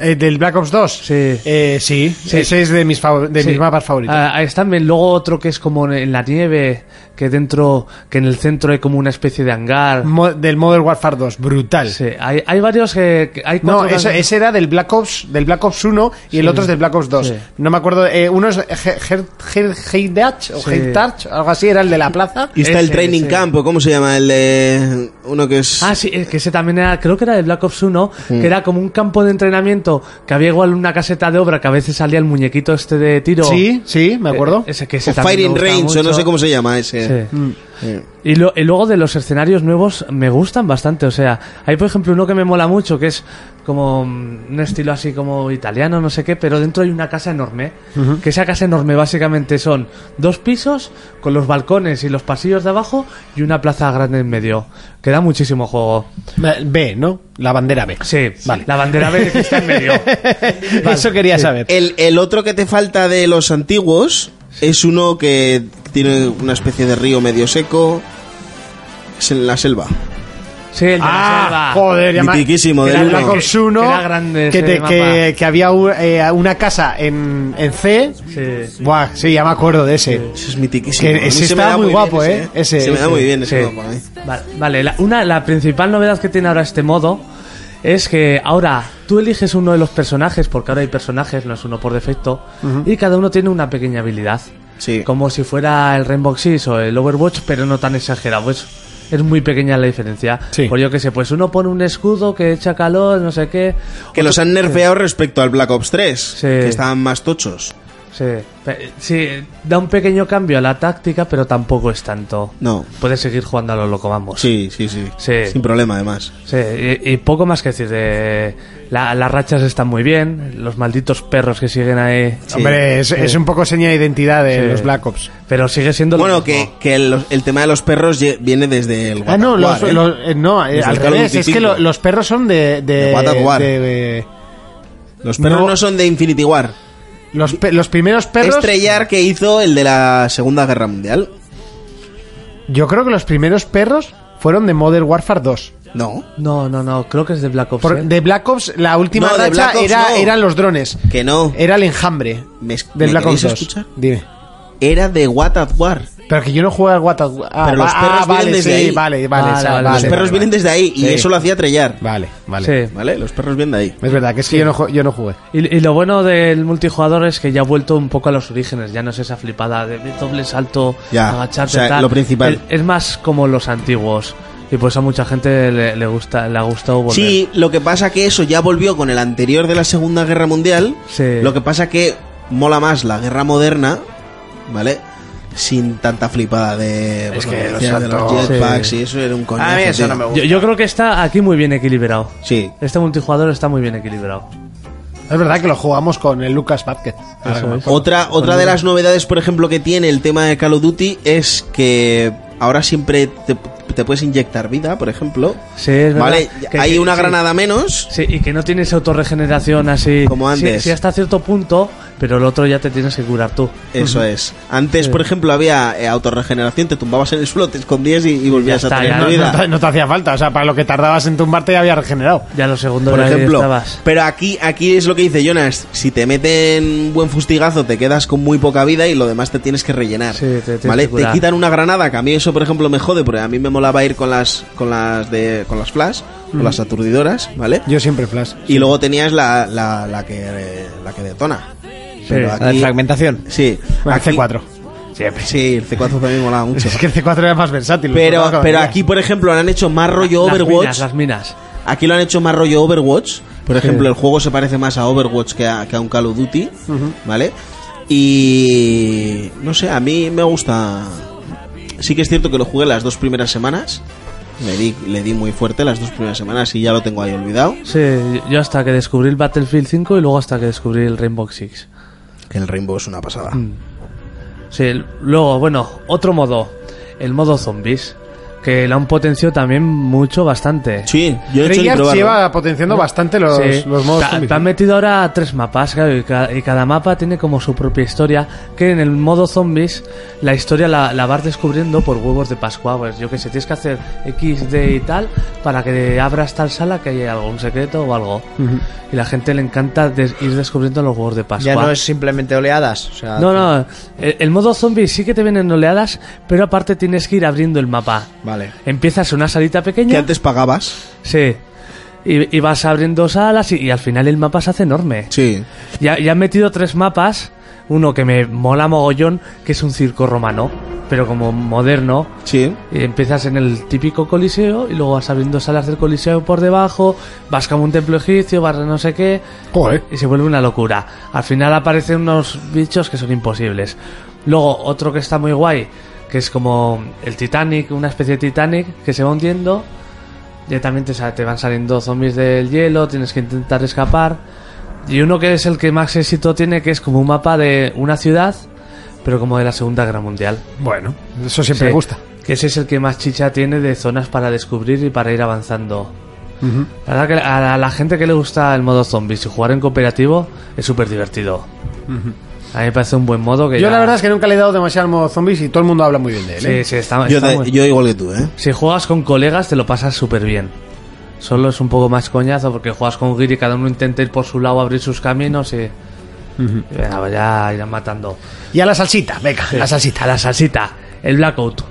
Eh, ¿Del Black Ops 2? Sí. Eh, sí, ese es de mis, favor- de Sí. mis mapas favoritos. Ah, ahí está también luego otro que es como en la nieve, que dentro, que en el centro hay como una especie de hangar. Mo- del Modern Warfare 2, brutal. Sí, hay, hay varios que... que- hay No, cuatro eso- que- ese era del Black Ops, del Black Ops 1 y el Sí. otro es del Black Ops 2. Sí. No me acuerdo, eh, uno es He- He- He- Heideach o Sí. Heidach, algo así, era el de la plaza. Y está el Ese, Training ese. Camp, ¿o ¿cómo se llama? El de. Uno que es. Ah, sí, es que ese también era, creo que era de Black Ops 1, Mm. que era como un campo de entrenamiento, que había igual una caseta de obra que a veces salía el muñequito este de tiro. Sí, sí, me acuerdo. Eh, Ese que ese o también Fighting me gustaba Range, o no mucho. sé cómo se llama ese. Mm. Sí. Y, lo- y luego de los escenarios nuevos me gustan bastante. O sea, hay por ejemplo uno que me mola mucho, que es como mm, un estilo así como italiano, no sé qué, pero dentro hay una casa enorme. Que esa casa enorme básicamente son dos pisos con los balcones y los pasillos de abajo y una plaza grande en medio. Que da muchísimo juego. B, ¿no? La bandera B. Sí, la bandera verde que está en medio. Eso quería saber. El, el otro que te falta de los antiguos es uno que tiene una especie de río medio seco. Es en la selva. Sí, el de la Ah, selva. joder, ya me- Mitiquísimo, que del era uno. Black Ops Que- 1, que era grande que, ese te- que- mapa. que había un- eh, una casa en, en C. Sí. Buah, sí, ya me acuerdo de ese. Ese es mitiquísimo. Que A mí ese se me está da muy bien guapo, ¿eh? Ese, se me da ese. muy bien ese Sí. mapa, ¿eh? Vale, vale, la, una, la principal novedad que tiene ahora este modo es que ahora tú eliges uno de los personajes, porque ahora hay personajes, no es uno por defecto, y cada uno tiene una pequeña habilidad. Sí. Como si fuera el Rainbow Six o el Overwatch, pero no tan exagerado. Pues es muy pequeña la diferencia. Sí. Por yo que sé, pues uno pone un escudo que echa calor, no sé qué. Que los otro- han nerfeado respecto al Black Ops 3, Sí. que estaban más tochos. Sí, pe- sí, da un pequeño cambio a la táctica, pero tampoco es tanto. No. Puedes seguir jugando a lo loco, vamos. Sí, sí, sí. Sí. Sin problema, además. Sí, y, y poco más que decir. de- la- las rachas están muy bien, los malditos perros que siguen ahí. Hombre, es, es un poco seña de identidad de Sí. los Black Ops. Pero sigue siendo lo Bueno, mismo. que, que el, el tema de los perros ye- viene desde el Ah, no, War, los, ¿eh? los- eh, no eh, Desde al el Call of revés, Duty es que lo- 5. los perros son de... de, De God of War. de- de- Los perros no- no, son de Infinity War. los, pe- los primeros perros... Estrellar que hizo el de la Segunda Guerra Mundial. Yo creo que los primeros perros fueron de Modern Warfare 2. No. No, no, no, creo que es de Black Ops. Por- ¿eh? de Black Ops, la última No, de racha Black Ops era, no. eran los drones. Que no. Era el enjambre ¿Me- de me Black Ops queréis 2. escuchar? Dime. Era de What at War. Pero que yo no jugaba al What the- ah, Pero los va- perros ah, vale, vienen desde sí, ahí. vale, vale, Vale, o sea, vale, vale, Los perros vale, vienen vale. desde ahí y Sí. eso lo hacía Trellar. Vale, vale. Sí. ¿Vale? Los perros vienen de ahí. Es verdad, que es que yo no, ju- yo no jugué. Y, y lo bueno del multijugador es que ya ha vuelto un poco a los orígenes. Ya no es esa flipada de doble salto, Ya, agacharte, o sea, tal. lo principal. Es, es más como los antiguos. Y pues a mucha gente le, le gusta, le ha gustado volver. Sí, lo que pasa que eso ya volvió con el anterior de la Segunda Guerra Mundial. Sí. Lo que pasa que mola más la guerra moderna, ¿vale? Sin tanta flipada de, pues, como que los decías, de los saltos. jetpacks y eso era un coñazo. tío. Yo, yo creo que está aquí muy bien equilibrado. Sí. Este multijugador está muy bien equilibrado. Es verdad que lo jugamos con el Lucas Vázquez. Ahora que me acuerdo. Otra, otra de las novedades, por ejemplo, que tiene el tema de Call of Duty es que ahora siempre te, te puedes inyectar vida, por ejemplo. Sí, es verdad. ¿Vale? Que- Hay que- una sí. granada menos. Sí, y que no tienes autorregeneración así. Como antes. Sí, sí, hasta cierto punto, pero el otro ya te tienes que curar tú. Eso es. Antes, por ejemplo, había eh, autorregeneración, te tumbabas en el suelo, te escondías y, y volvías está, a tener ya, tu no- vida. No, te- no te hacía falta, o sea, para lo que tardabas en tumbarte ya había regenerado. Ya lo segundo por era que ejemplo. estabas. Pero aquí, aquí es lo que dice Jonas. Si te meten buen fustigazo, te quedas con muy poca vida y lo demás te tienes que rellenar. Sí, te tienes ¿Vale? que curar. te quitan una granada, que a mí eso, por ejemplo, me jode, porque a mí me consola va a ir con las con las de con las flash, con Mm. las aturdidoras, ¿vale? Yo siempre flash. Y luego tenías la, la, la que eh, la que detona. Pero la de fragmentación. Sí. Bueno, aquí- C4. Sí, el C4 también molaba mucho. Es que el C4 era más versátil. lo Pero, jugaba pero cada aquí, por ejemplo, lo han hecho más rollo Las Overwatch. minas, las minas. Aquí lo han hecho más rollo Overwatch. Por ejemplo, el juego se parece más a Overwatch que a, que a un Call of Duty. Ujú. ¿Vale? Y. No sé, a mí me gusta. Sí que es cierto que lo jugué las dos primeras semanas. Le di, le di muy fuerte las dos primeras semanas y ya lo tengo ahí olvidado. Sí, yo hasta que descubrí el Battlefield 5 y luego hasta que descubrí el Rainbow Six. Que el Rainbow es una pasada. Sí, l- luego, bueno, otro modo, el modo zombies, que lo han potenciado también mucho, bastante. Sí, yo Treyarch lleva potenciando bastante los, los modos Te- zombies. Te han metido ahora tres mapas, claro, y ca- y cada, mapa tiene como su propia historia, que en el modo zombies la historia la, la vas descubriendo por huevos de Pascua, pues yo que sé, tienes que hacer X, D y tal para que abras tal sala que hay algún secreto o algo. Y la gente le encanta des- ir descubriendo los huevos de Pascua. Ya no es simplemente oleadas. o sea, No, no, el, el modo zombie sí que te vienen oleadas, pero aparte tienes que ir abriendo el mapa. Vale. Empiezas en una salita pequeña. Que antes pagabas. Sí. Y, y vas abriendo salas y, y al final el mapa se hace enorme. Sí. Ya, ya han metido tres mapas. Uno que me mola mogollón, que es un circo romano, pero como moderno. Sí. empiezas en el típico coliseo y luego vas abriendo salas del coliseo por debajo, vas como un templo egipcio, vas a no sé qué. Y se vuelve una locura. Al final aparecen unos bichos que son imposibles. Luego, otro que está muy guay, que es como el Titanic, una especie de Titanic que se va hundiendo. Ya también te, sa- te van saliendo zombies del hielo, tienes que intentar escapar. Y uno que es el que más éxito tiene, que es como un mapa de una ciudad, pero como de la Segunda Guerra Mundial. Bueno, eso siempre Sí, me gusta. Que ese es el que más chicha tiene de zonas para descubrir y para ir avanzando. Ujú. La verdad que a la, a la gente que le gusta el modo zombies y jugar en cooperativo es súper divertido. A mí me parece un buen modo que Yo ya- la verdad es que nunca le he dado demasiado al modo zombies y todo el mundo habla muy bien de él. Sí, ¿eh? sí, está, Yo, está de- muy- yo igual que tú, ¿eh? Si juegas con colegas te lo pasas súper bien. Solo es un poco más coñazo porque juegas con Giri y cada uno intenta ir por su lado, abrir sus caminos y... y venga, pues ya irán matando. Y a la salsita, venga, la salsita. A la salsita, el Blackout,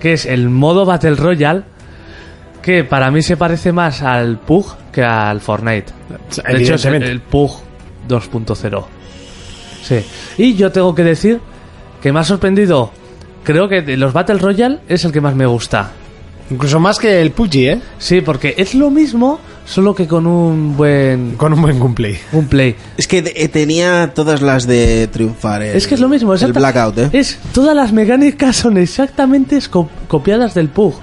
que es el modo Battle Royale que para mí se parece más al PUG que al Fortnite. De hecho, es el, Evidentemente. el PUG 2.0. Sí. Y yo tengo que decir que me ha sorprendido. Creo que de los Battle Royale es el que más me gusta. Incluso más que el PUBG, ¿eh? Sí, porque es lo mismo, solo que con un buen Con un buen gameplay. un play. Es que de- eh, tenía todas las de triunfar. el- es que es lo mismo, El exacta- blackout, ¿eh? Es todas las mecánicas son exactamente esco- copiadas del PUG.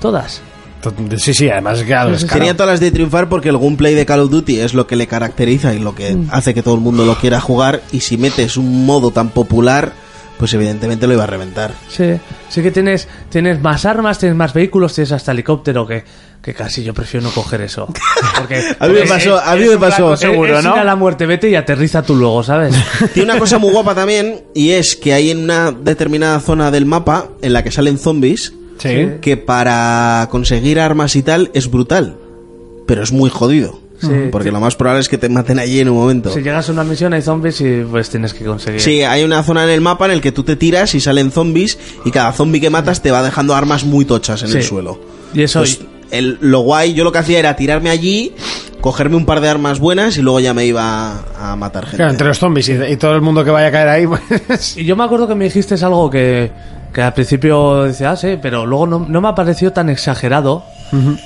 Todas. To- Sí, sí, además es que a lo descaro. Tenía todas las de triunfar porque el gameplay de Call of Duty es lo que le caracteriza y lo que hace que todo el mundo lo quiera jugar. Y si metes un modo tan popular, pues evidentemente lo iba a reventar. Sí, sí que tienes, tienes más armas, tienes más vehículos, tienes hasta helicóptero que, que casi yo prefiero no coger eso. Porque A mí me es- pasó, es- a mí me pasó. es ir a la muerte, vete y aterriza tú luego, ¿sabes? Tiene una cosa muy guapa también y es que hay en una determinada zona del mapa en la que salen zombies Sí. que para conseguir armas y tal es brutal, pero es muy jodido. Sí. Porque lo más probable es que te maten allí en un momento. Si llegas a una misión hay zombies y pues tienes que conseguir. Sí, hay una zona en el mapa en el que tú te tiras y salen zombies y cada zombie que matas te va dejando armas muy tochas en Sí. el suelo. Y eso Pues, el- lo guay, yo lo que hacía era tirarme allí, cogerme un par de armas buenas y luego ya me iba a matar gente. Claro, entre los zombies y, y todo el mundo que vaya a caer ahí, pues... Y yo me acuerdo que me dijiste algo que, que al principio decía, ah, sí, pero luego no, no me ha parecido tan exagerado.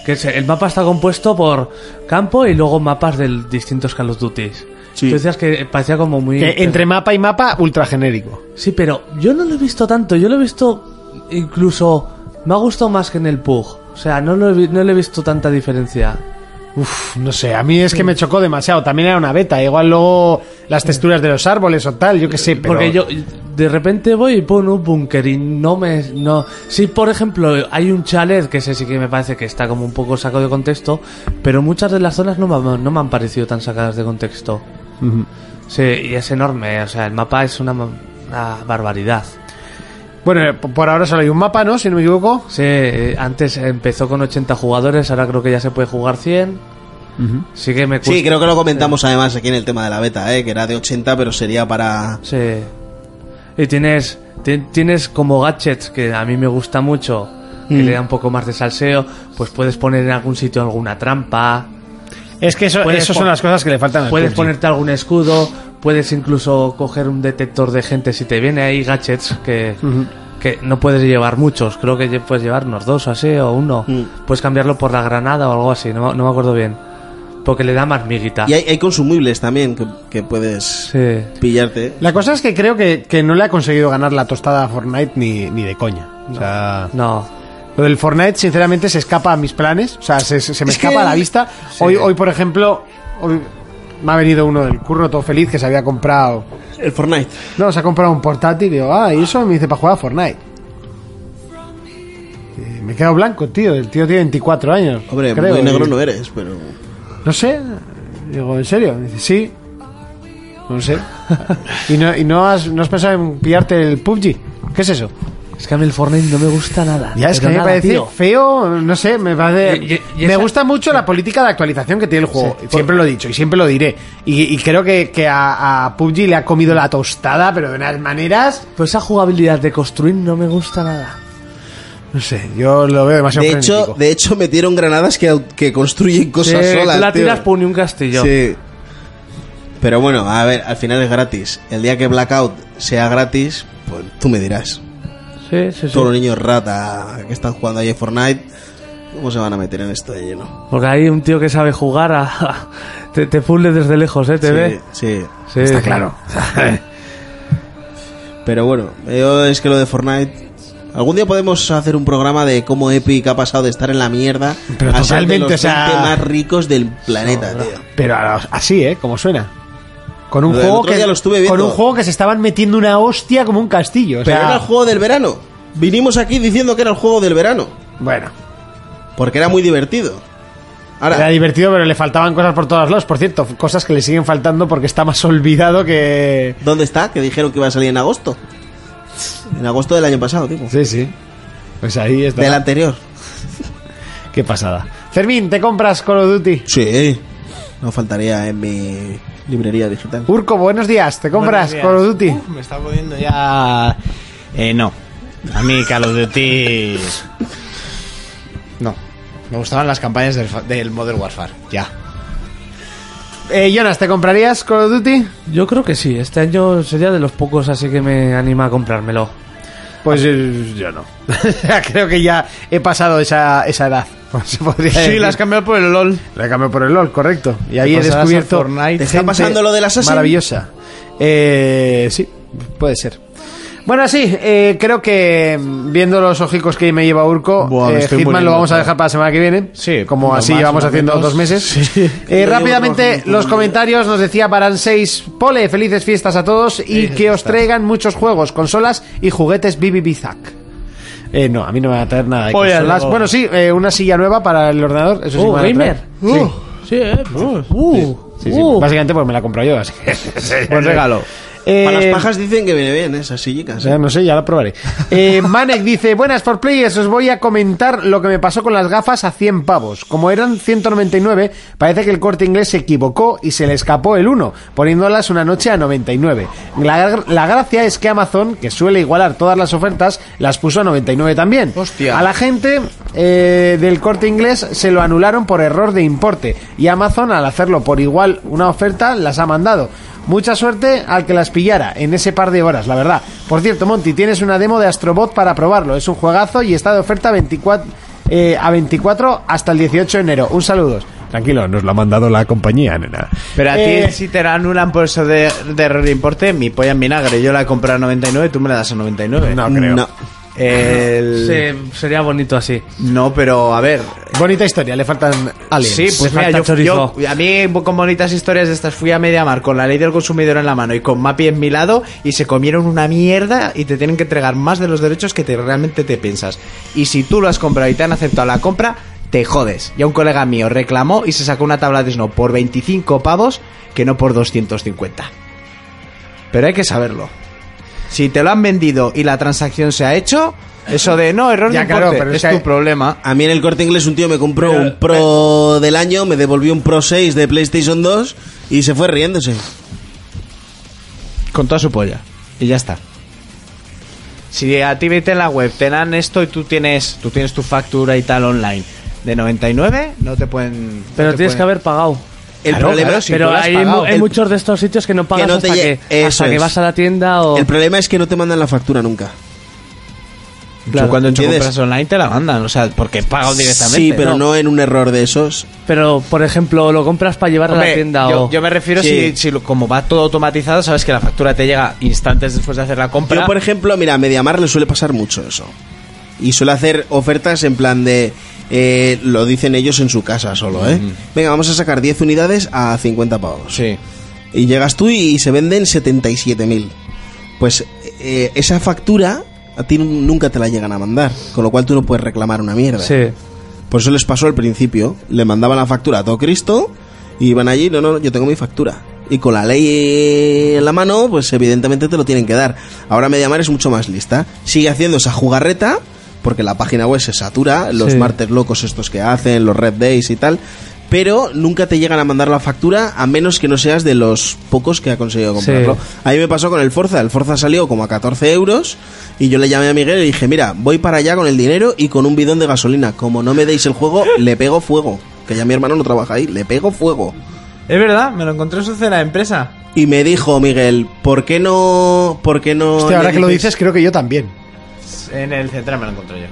Que es- el mapa está compuesto por campo y luego mapas de distintos Call of Duty. Sí. Tú decías que parecía como muy... Que Eh, entre mapa y mapa, ultra genérico. Sí, pero yo no lo he visto tanto. Yo lo he visto incluso... Me ha gustado más que en el PUG. O sea, no, lo he, vi- no le he visto tanta diferencia. Uf, no sé, a mí es que me chocó demasiado. También era una beta, igual luego las texturas de los árboles o tal, yo qué sé, pero... Porque yo de repente voy y pongo un búnker y no me... No. Si por ejemplo hay un chalet, que ese sí que me parece que está como un poco sacado de contexto, pero muchas de las zonas no me, han- no me han parecido tan sacadas de contexto. Sí, y es enorme, o sea, el mapa es una, ma- una barbaridad. Bueno, eh, p- por ahora solo hay un mapa, ¿no? Si no me equivoco. Sí, eh, antes empezó con 80 jugadores, ahora creo que ya se puede jugar 100. Sí que me cuesta... Sí, creo que lo comentamos además aquí en el tema de la beta, ¿eh? que era de 80 pero sería para... Sí. Y tienes, ti- tienes como gadgets que a mí me gusta mucho, que Mm. le da un poco más de salseo, pues puedes poner en algún sitio alguna trampa. Es que eso, Puedes eso pon- son las cosas que le faltan al Puedes PUBG. ponerte algún escudo, puedes incluso coger un detector de gente si te viene ahí gadgets que, que no puedes llevar muchos, creo que lle- puedes llevar unos dos o así o uno. Mm. Puedes cambiarlo por la granada o algo así, no, no me acuerdo bien. Porque le da más miguita. Y hay, hay consumibles también que, que puedes pillarte. La cosa es que creo que, que no le ha conseguido ganar la tostada a Fortnite ni, ni de coña. O sea, no. Lo del Fortnite, sinceramente, se escapa a mis planes. O sea, se, se- se me Es escapa que- a la vista. Sí. Hoy, hoy, por ejemplo, hoy me ha venido uno del curro todo feliz que se había comprado. El Fortnite. No, se ha comprado un portátil y digo, ah, y eso me dice para jugar a Fortnite. Eh, Me he quedado blanco, tío. El tío tiene 24 años. Hombre, creo, muy negro y- no eres, pero. no sé. Digo, ¿en serio? Me dice, sí. No sé. ¿Y, no, y no, has, no has pensado en pillarte el PUBG? ¿Qué es eso? Es que a mí el Fortnite no me gusta nada. Ya es que pero a mí me nada, parece tío. feo, no sé, me parece... Y- y- y me esa- gusta mucho la política de actualización que tiene el juego. siempre lo he dicho y siempre lo diré. Y, y creo que, que a, a PUBG le ha comido la tostada, pero de unas maneras... Pues esa jugabilidad de construir no me gusta nada. No sé, yo lo veo demasiado De hecho, frenético. de hecho, metieron granadas que, au- que construyen cosas Sí, solas. tú la tío. tiras por ni un castillo. Sí. Pero bueno, a ver, al final es gratis. El día que Blackout sea gratis, pues tú me dirás. Sí, sí, sí. Todos los niños rata que están jugando ahí en Fortnite, ¿cómo se van a meter en esto de lleno? Porque ahí un tío que sabe jugar a- te, te puzzle desde lejos, ¿eh? Te ve. Sí, sí. Sí, sí. Pero bueno, yo es que lo de Fortnite. Algún día podemos hacer un programa de cómo Epic ha pasado de estar en la mierda Pero a ser de totalmente, los o sea- 20 más ricos del planeta, tío. Pero a los- así, ¿eh? Como suena. Con un, Lo del juego otro que, día lo estuve con viendo. un juego que se estaban metiendo una hostia como un castillo. o Pero sea- era el juego del verano. Vinimos aquí diciendo que era el juego del verano. Bueno, Porque era muy divertido. era Ahora, divertido, pero le faltaban cosas por todos lados. Por cierto, cosas que le siguen faltando porque está más olvidado que... ¿dónde está? Que dijeron que iba a salir en agosto. En agosto del año pasado, tipo. Sí, sí. Pues ahí está. Del anterior. Qué pasada. Fermín, ¿te compras Call of Duty? Sí. No faltaría en mi librería digital. Urco, buenos días. ¿Te compras Buenos días. Call of Duty? Uf, me está poniendo ya. Eh, no. A mí Call of Duty. No. Me gustaban las campañas del, fa- del Modern Warfare. Ya. Eh, Jonas, ¿te comprarías Call of Duty? Yo creo que sí. Este año sería de los pocos, así que me anima a comprármelo. Pues eh, yo no. Creo que ya he pasado esa, esa edad. Se podría Sí, decir. la has cambiado por el LOL. La he cambiado por el LOL, correcto. Y ahí he pasarás al descubierto. Fortnite. ¿Te está gente pasando lo del Assassin? Maravillosa. Eh, sí, puede ser. Bueno, sí, eh, creo que mm, viendo los ojicos que me lleva Urco, Buah, me eh, estoy Hitman muriendo, lo vamos a claro. dejar para la semana que viene. Sí, Como uno así más, llevamos uno haciendo menos. dos meses. Eh, llevo rápidamente, los trabajando todo el día. comentarios comentarios nos decía Barán 6, pole, felices fiestas a todos y que os traigan muchos juegos, consolas y juguetes Bibi Bizac. Eh, no, a mí no me va a traer nada de Oye, consolas. algo. Bueno, sí, eh, una silla nueva para el ordenador, eso sí Uh, me van a traer. gamer. Sí. Uh, sí, eh. Uh, Oh. Sí, sí, uh. Básicamente pues me la comprado yo, así que... Buen regalo. Eh, Para las pajas dicen que viene bien ¿eh? esas sillicas. Ya no sé, ya la probaré. Eh, Manek dice, buenas for players, os voy a comentar lo que me pasó con las gafas a 100 pavos. Como eran 199, parece que el corte inglés se equivocó y se le escapó el 1, poniéndolas una noche a 99. La, la gracia es que Amazon, que suele igualar todas las ofertas, las puso a 99 también. Hostia. A la gente eh, del corte inglés se lo anularon por error de importe y Amazon al hacerlo por igual una oferta las ha mandado. Mucha suerte al que las pillara en ese par de horas, la verdad. Por cierto, Monty, tienes una demo de Astrobot para probarlo. Es un juegazo y está de oferta 24, eh, a 24 hasta el 18 de enero. Un saludo. Tranquilo, nos lo ha mandado la compañía, nena. Pero a ti, Eh, si te la anulan por eso de, de error de importe, mi polla en vinagre. Yo la he comprado a 99, tú me la das a 99. No creo. No. El- Se- sería bonito así. No, pero a ver. Bonita historia, le faltan aliens. Sí, pues Le mira, falta yo, chorizo. yo- a mí con bonitas historias de estas fui a Mediamar con la ley del consumidor en la mano y con Mapi en mi lado y se comieron una mierda y te tienen que entregar más de los derechos que te, realmente te piensas. Y si tú lo has comprado y te han aceptado la compra, te jodes. Y a un colega mío reclamó y se sacó una tabla de Snow por 25 pavos que no por 250. Pero hay que saberlo. Si te lo han vendido y la transacción se ha hecho, eso de no, error Ya, de claro, importe, pero es es que- tu problema. A mí en el corte inglés un tío me compró Pero- un Pro del año, me devolvió un Pro 6 de PlayStation 2 y se fue riéndose. Con toda su polla. Y ya está. si a ti vete en la web, te dan esto y tú tienes, tú tienes tu factura y tal online de 99, no te pueden. Pero tienes que haber pagado. El Claro, problema claro, es que pero tú lo has hay, pagado. mu- hay El- muchos de estos sitios que no pagas no te hasta, lle- que, eso hasta que es. vas a la tienda o El problema es que no te mandan la factura nunca. Claro, cuando tú ¿Entiendes? compras online te la mandan, o sea, porque pagan directamente. Sí, pero no. en un error de esos. Pero, por ejemplo, lo compras para llevar a Hombre, la tienda yo, o... yo me refiero Sí. si, si lo- como va todo automatizado, sabes que la factura te llega instantes después de hacer la compra. Yo, por ejemplo, mira, a Mediamar le suele pasar mucho eso. Y suele hacer ofertas en plan de... eh, lo dicen ellos en su casa solo, ¿eh? Venga, vamos a sacar 10 unidades a 50 pavos. Sí. Y llegas tú y se venden 77.000. Pues eh, esa factura a ti nunca te la llegan a mandar. Con lo cual tú no puedes reclamar una mierda. Sí. Por eso les pasó al principio. Le mandaban la factura a todo Cristo y iban allí, no, no, no, yo tengo mi factura. Y con la ley en la mano, pues evidentemente te lo tienen que dar. Ahora Mediamar es mucho más lista. Sigue haciendo esa jugarreta porque la página web se satura, los Sí. martes locos estos que hacen, los red days y tal. Pero nunca te llegan a mandar la factura a menos que no seas de los pocos que ha conseguido comprarlo. Sí. A mí me pasó con el Forza. El Forza salió como a 14 euros y yo le llamé a Miguel y le dije, mira, voy para allá con el dinero y con un bidón de gasolina. Como no me deis el juego, le pego fuego. Que ya mi hermano no trabaja ahí, le pego fuego. Es verdad, me lo encontré en su cena de empresa. Y me dijo Miguel, ¿por qué no... ¿Por qué no... Hostia, ahora le que lo dices, creo que yo también. En el central me lo encontré yo.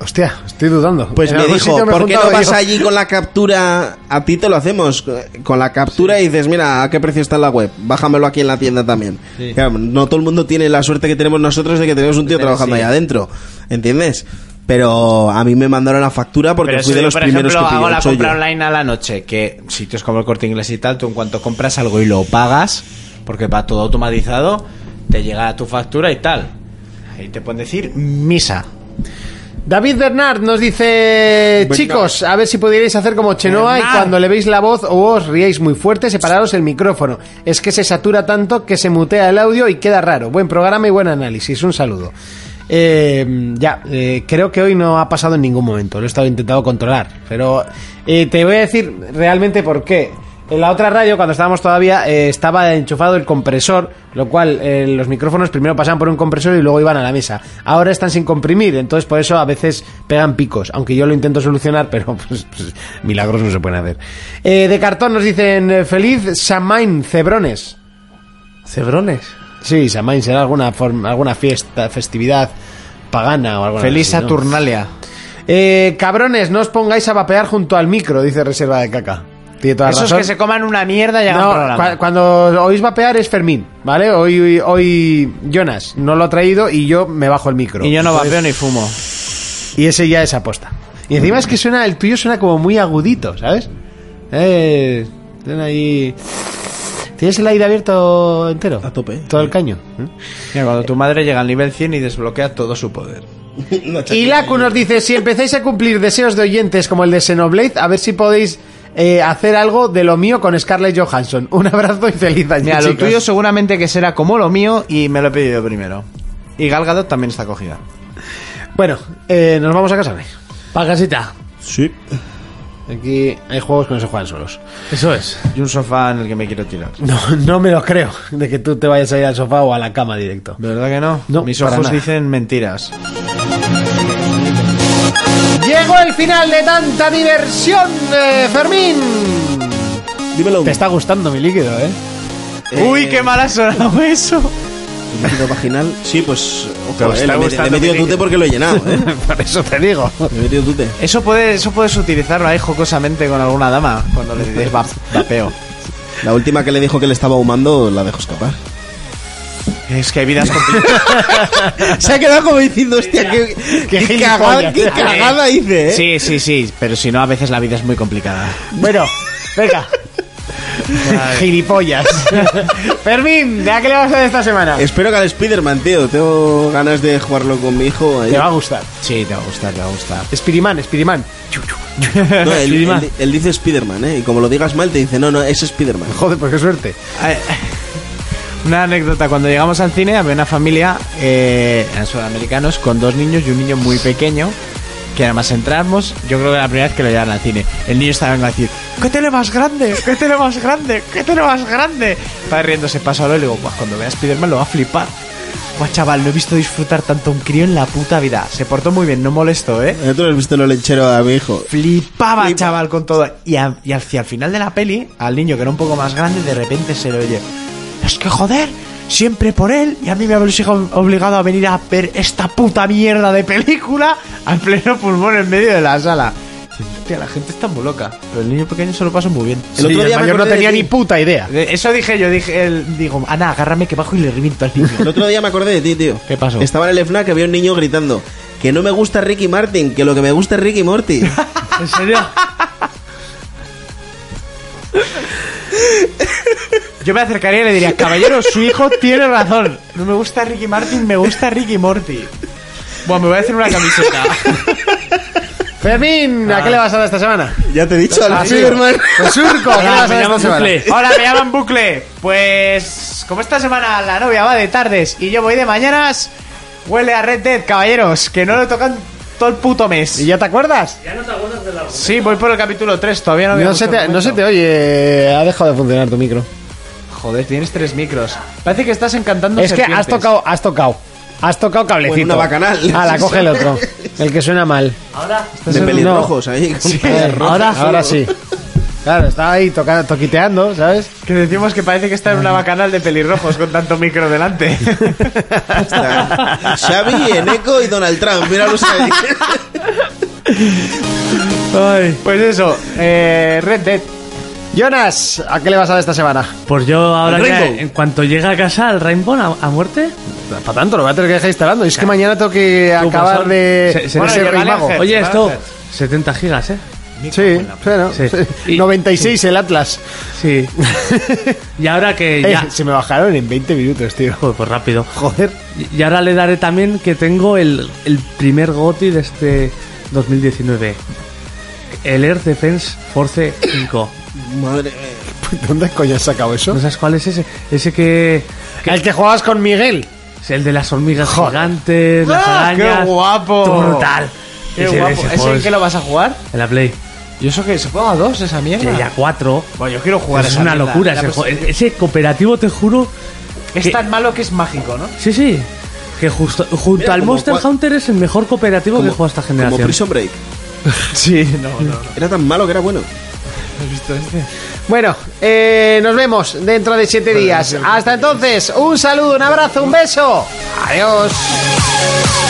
Hostia, estoy dudando. Pues En me algún dijo, sitio me he ¿por qué no juntado vas yo. allí con la captura? A ti te lo hacemos. Con la captura y dices, mira, ¿a qué precio está en la web? Bájamelo aquí en la tienda también. Sí. Claro, no todo el mundo tiene la suerte que tenemos nosotros de que tenemos un tío Pero trabajando sí. ahí adentro. ¿Entiendes? Pero a mí me mandaron la factura porque Pero fui si de yo, los por primeros ejemplo, que hago pidió la chollo. compra online a la noche, que sitios como el corte inglés y tal, tú en cuanto compras algo y lo pagas, porque va todo automatizado, te llega tu factura y tal. Ahí te pueden decir misa. David Bernard nos dice, chicos, a ver si pudierais hacer como Chenoa y Bernard. cuando le veis la voz o os riéis muy fuerte, separaros el micrófono. Es que se satura tanto que se mutea el audio y queda raro. Buen programa y buen análisis. Un saludo. Eh, ya, eh, creo que hoy no ha pasado en ningún momento. Lo he estado intentando controlar. Pero eh, te voy a decir realmente por qué. En la otra radio, cuando estábamos todavía, eh, estaba enchufado el compresor, lo cual eh, los micrófonos primero pasaban por un compresor y luego iban a la mesa. Ahora están sin comprimir, entonces por eso a veces pegan picos, aunque yo lo intento solucionar, pero pues, pues, milagros no se pueden hacer. Eh, de cartón nos dicen, eh, feliz Samain Cebrones. ¿Cebrones? Sí, Samain será alguna, forma- alguna fiesta, festividad pagana o algo así. Feliz ¿no? Saturnalia. Eh, cabrones, no os pongáis a vapear junto al micro, dice Reserva de Caca. Tiene toda Esos razón. que se coman una mierda y hagan No, programa. cua- cuando oís vapear es Fermín, ¿vale? Hoy, hoy, hoy Jonas no lo ha traído y yo me bajo el micro. Y yo no Entonces- vapeo ni fumo. Y ese ya es aposta. Y encima es que suena, el tuyo suena como muy agudito, ¿sabes? Eh, suena ahí... Tienes el aire abierto entero. A tope. Todo el caño. ¿eh? Mira, cuando tu madre llega al nivel 100 y desbloquea todo su poder. Y Laku nos dice, si empezáis a cumplir deseos de oyentes como el de Xenoblade, a ver si podéis eh, hacer algo de lo mío con Scarlett Johansson. Un abrazo y feliz año, Mira, lo chicos. tuyo seguramente que será como lo mío y me lo he pedido primero. Y Galgado también está cogida. Bueno, eh, nos vamos a casa. ¿no? Pa' casita. Sí. Aquí hay juegos que no se juegan solos. Eso es. Y un sofá en el que me quiero tirar. No, no me lo creo de que tú te vayas a ir al sofá o a la cama directo. ¿De ¿Verdad que no? No, Mis para ojos nada. dicen mentiras. Llegó el final de tanta diversión, eh, Fermín. Dímelo. Te está gustando mi líquido, ¿eh? Uy, qué mal ha sonado eso. ¿El líquido eh, vaginal? Sí, pues... Ojo, Te eh, le está he met- le he gustando metido mi tute líquido. porque lo he llenado, ¿eh? Por eso te digo. Le he metido tute. Eso puedes, eso puedes utilizarlo ahí jocosamente con alguna dama cuando le dices va- vapeo. La última que le dijo que le estaba ahumando la dejó escapar. Es que hay vidas complicadas. Se ha quedado como diciendo, hostia, qué, qué cagada, qué cagada hice, ¿eh? Sí, sí, sí, pero si no, a veces la vida es muy complicada. Bueno, venga. Gilipollas. Fermín, ¿de a qué le vas a dar esta semana? Espero que al Spider-Man, tío. Tengo ganas de jugarlo con mi hijo. ahí. Te va a gustar. Sí, te va a gustar, te va a gustar. Spirimán, Spirimán. No, él, él- él dice Spider-Man, ¿eh? Y como lo digas mal, te dice, no, no, es Spider-Man. Joder, pues qué suerte. Ay, Una anécdota, cuando llegamos al cine había una familia, eh, eran sudamericanos, con dos niños y un niño muy pequeño, que además entramos, yo creo que era la primera vez que lo llevaron al cine. El niño estaba en a decir, ¿qué tele más grande? ¿Qué tele más grande? ¿Qué tele más grande? Estaba riéndose, pasó a lo y le digo, "Buah, cuando veas Spiderman lo va a flipar. Guau, chaval, no he visto disfrutar tanto a un crío en la puta vida. Se portó muy bien, no molesto, ¿eh? Tú no has visto lo lechero a mi hijo. Flipaba, chaval, con todo. Y, a- y hacia el final de la peli, al niño que era un poco más grande, de repente se le oye: Es que joder, siempre por él. Y a mí me habéis obligado a venir a ver esta puta mierda de película al pleno pulmón en medio de la sala. Dices, Hostia, la gente está muy loca. Pero el niño pequeño se lo pasa muy bien. El otro día me acordé de ti. puta idea. Eh, Eso dije yo, dije, digo, Ana, agárrame que bajo y le reviento al niño. El otro día me acordé de ti, tío. ¿Qué pasó? Estaba en el FNAC, había un niño gritando que no me gusta Ricky Martin, que lo que me gusta es Ricky Morty. ¿En serio? Yo me acercaría y le diría, caballero, su hijo tiene razón. No me gusta Ricky Martin, me gusta Ricky Morty. Bueno, me voy a hacer una camiseta. Fermín, ¿a qué le vas a dar esta semana? ya te he dicho, al Ah, sí. Spiderman. El surco, Ah, ¿a este qué le vas a dar esta semana? Ahora me llaman bucle. Pues como esta semana la novia va de tardes y yo voy de mañanas, huele a Red Dead, caballeros, que no lo tocan todo el puto mes. ¿Y ya te acuerdas? Sí, voy por el capítulo 3, todavía no había No se, puesto te, el no se te oye, ha dejado de funcionar tu micro. Joder, tienes tres micros. Parece que estás encantando es que has serpientes. tocado, has tocado, has tocado cablecito. Bueno, una bacanal. Ah, la coge el otro, el que suena mal. Ahora. De No. pelirrojos ahí. con pelirrojos. ahora, ahora sí. Claro, estaba ahí tocando, toquiteando, ¿sabes? Que decimos que parece que está en una bacanal de pelirrojos con tanto micro delante. Está Xavi, Eneco y Donald Trump. Míralos ahí. Pues eso, eh, Red Dead. Jonas, ¿a qué le vas a dar esta semana? Pues yo ahora El ya, Rainbow. en cuanto llega a casa al Rainbow a, a muerte. Para tanto, lo voy a tener que dejar instalando. Y es que mañana tengo que tú, acabar pasón. de Se- se- de se- ser rey vale, mago. Ángel. Oye, esto 70 gigas, ¿eh? Sí, bueno, Sí. Y- 96 el Atlas. Sí. y ahora que Eh, ya se me bajaron en 20 minutos, tío. Joder, pues rápido. Joder. Y- Y ahora le daré también que tengo el, el primer GOTI de este 2019. El Air Defense Force 5. Madre mía. ¿Dónde coño has sacado eso? ¿No sabes cuál es ese? Ese que... que- El que jugabas con Miguel. es el de las hormigas gigantes, las ¡Ah, arañas... ¡Qué guapo! Todo brutal. ¡Qué Ese- guapo! ese ¿Ese juego en es- qué lo vas a jugar? En la Play. Yo eso que se juega a dos, esa mierda. Y a 4. Bueno, yo quiero jugar es esa una mierda. locura La ese pos- juego. E- Ese cooperativo, te juro... Es que- tan malo que es mágico, ¿no? Sí, sí. Que justo, junto Mira, al como Monster cua- Hunter es el mejor cooperativo que juega esta como generación. Prison Break. Sí, no, no. Era tan malo que era bueno. Bueno, eh, nos vemos dentro de 7 días. Hasta entonces, un saludo, un abrazo, un beso. Adiós.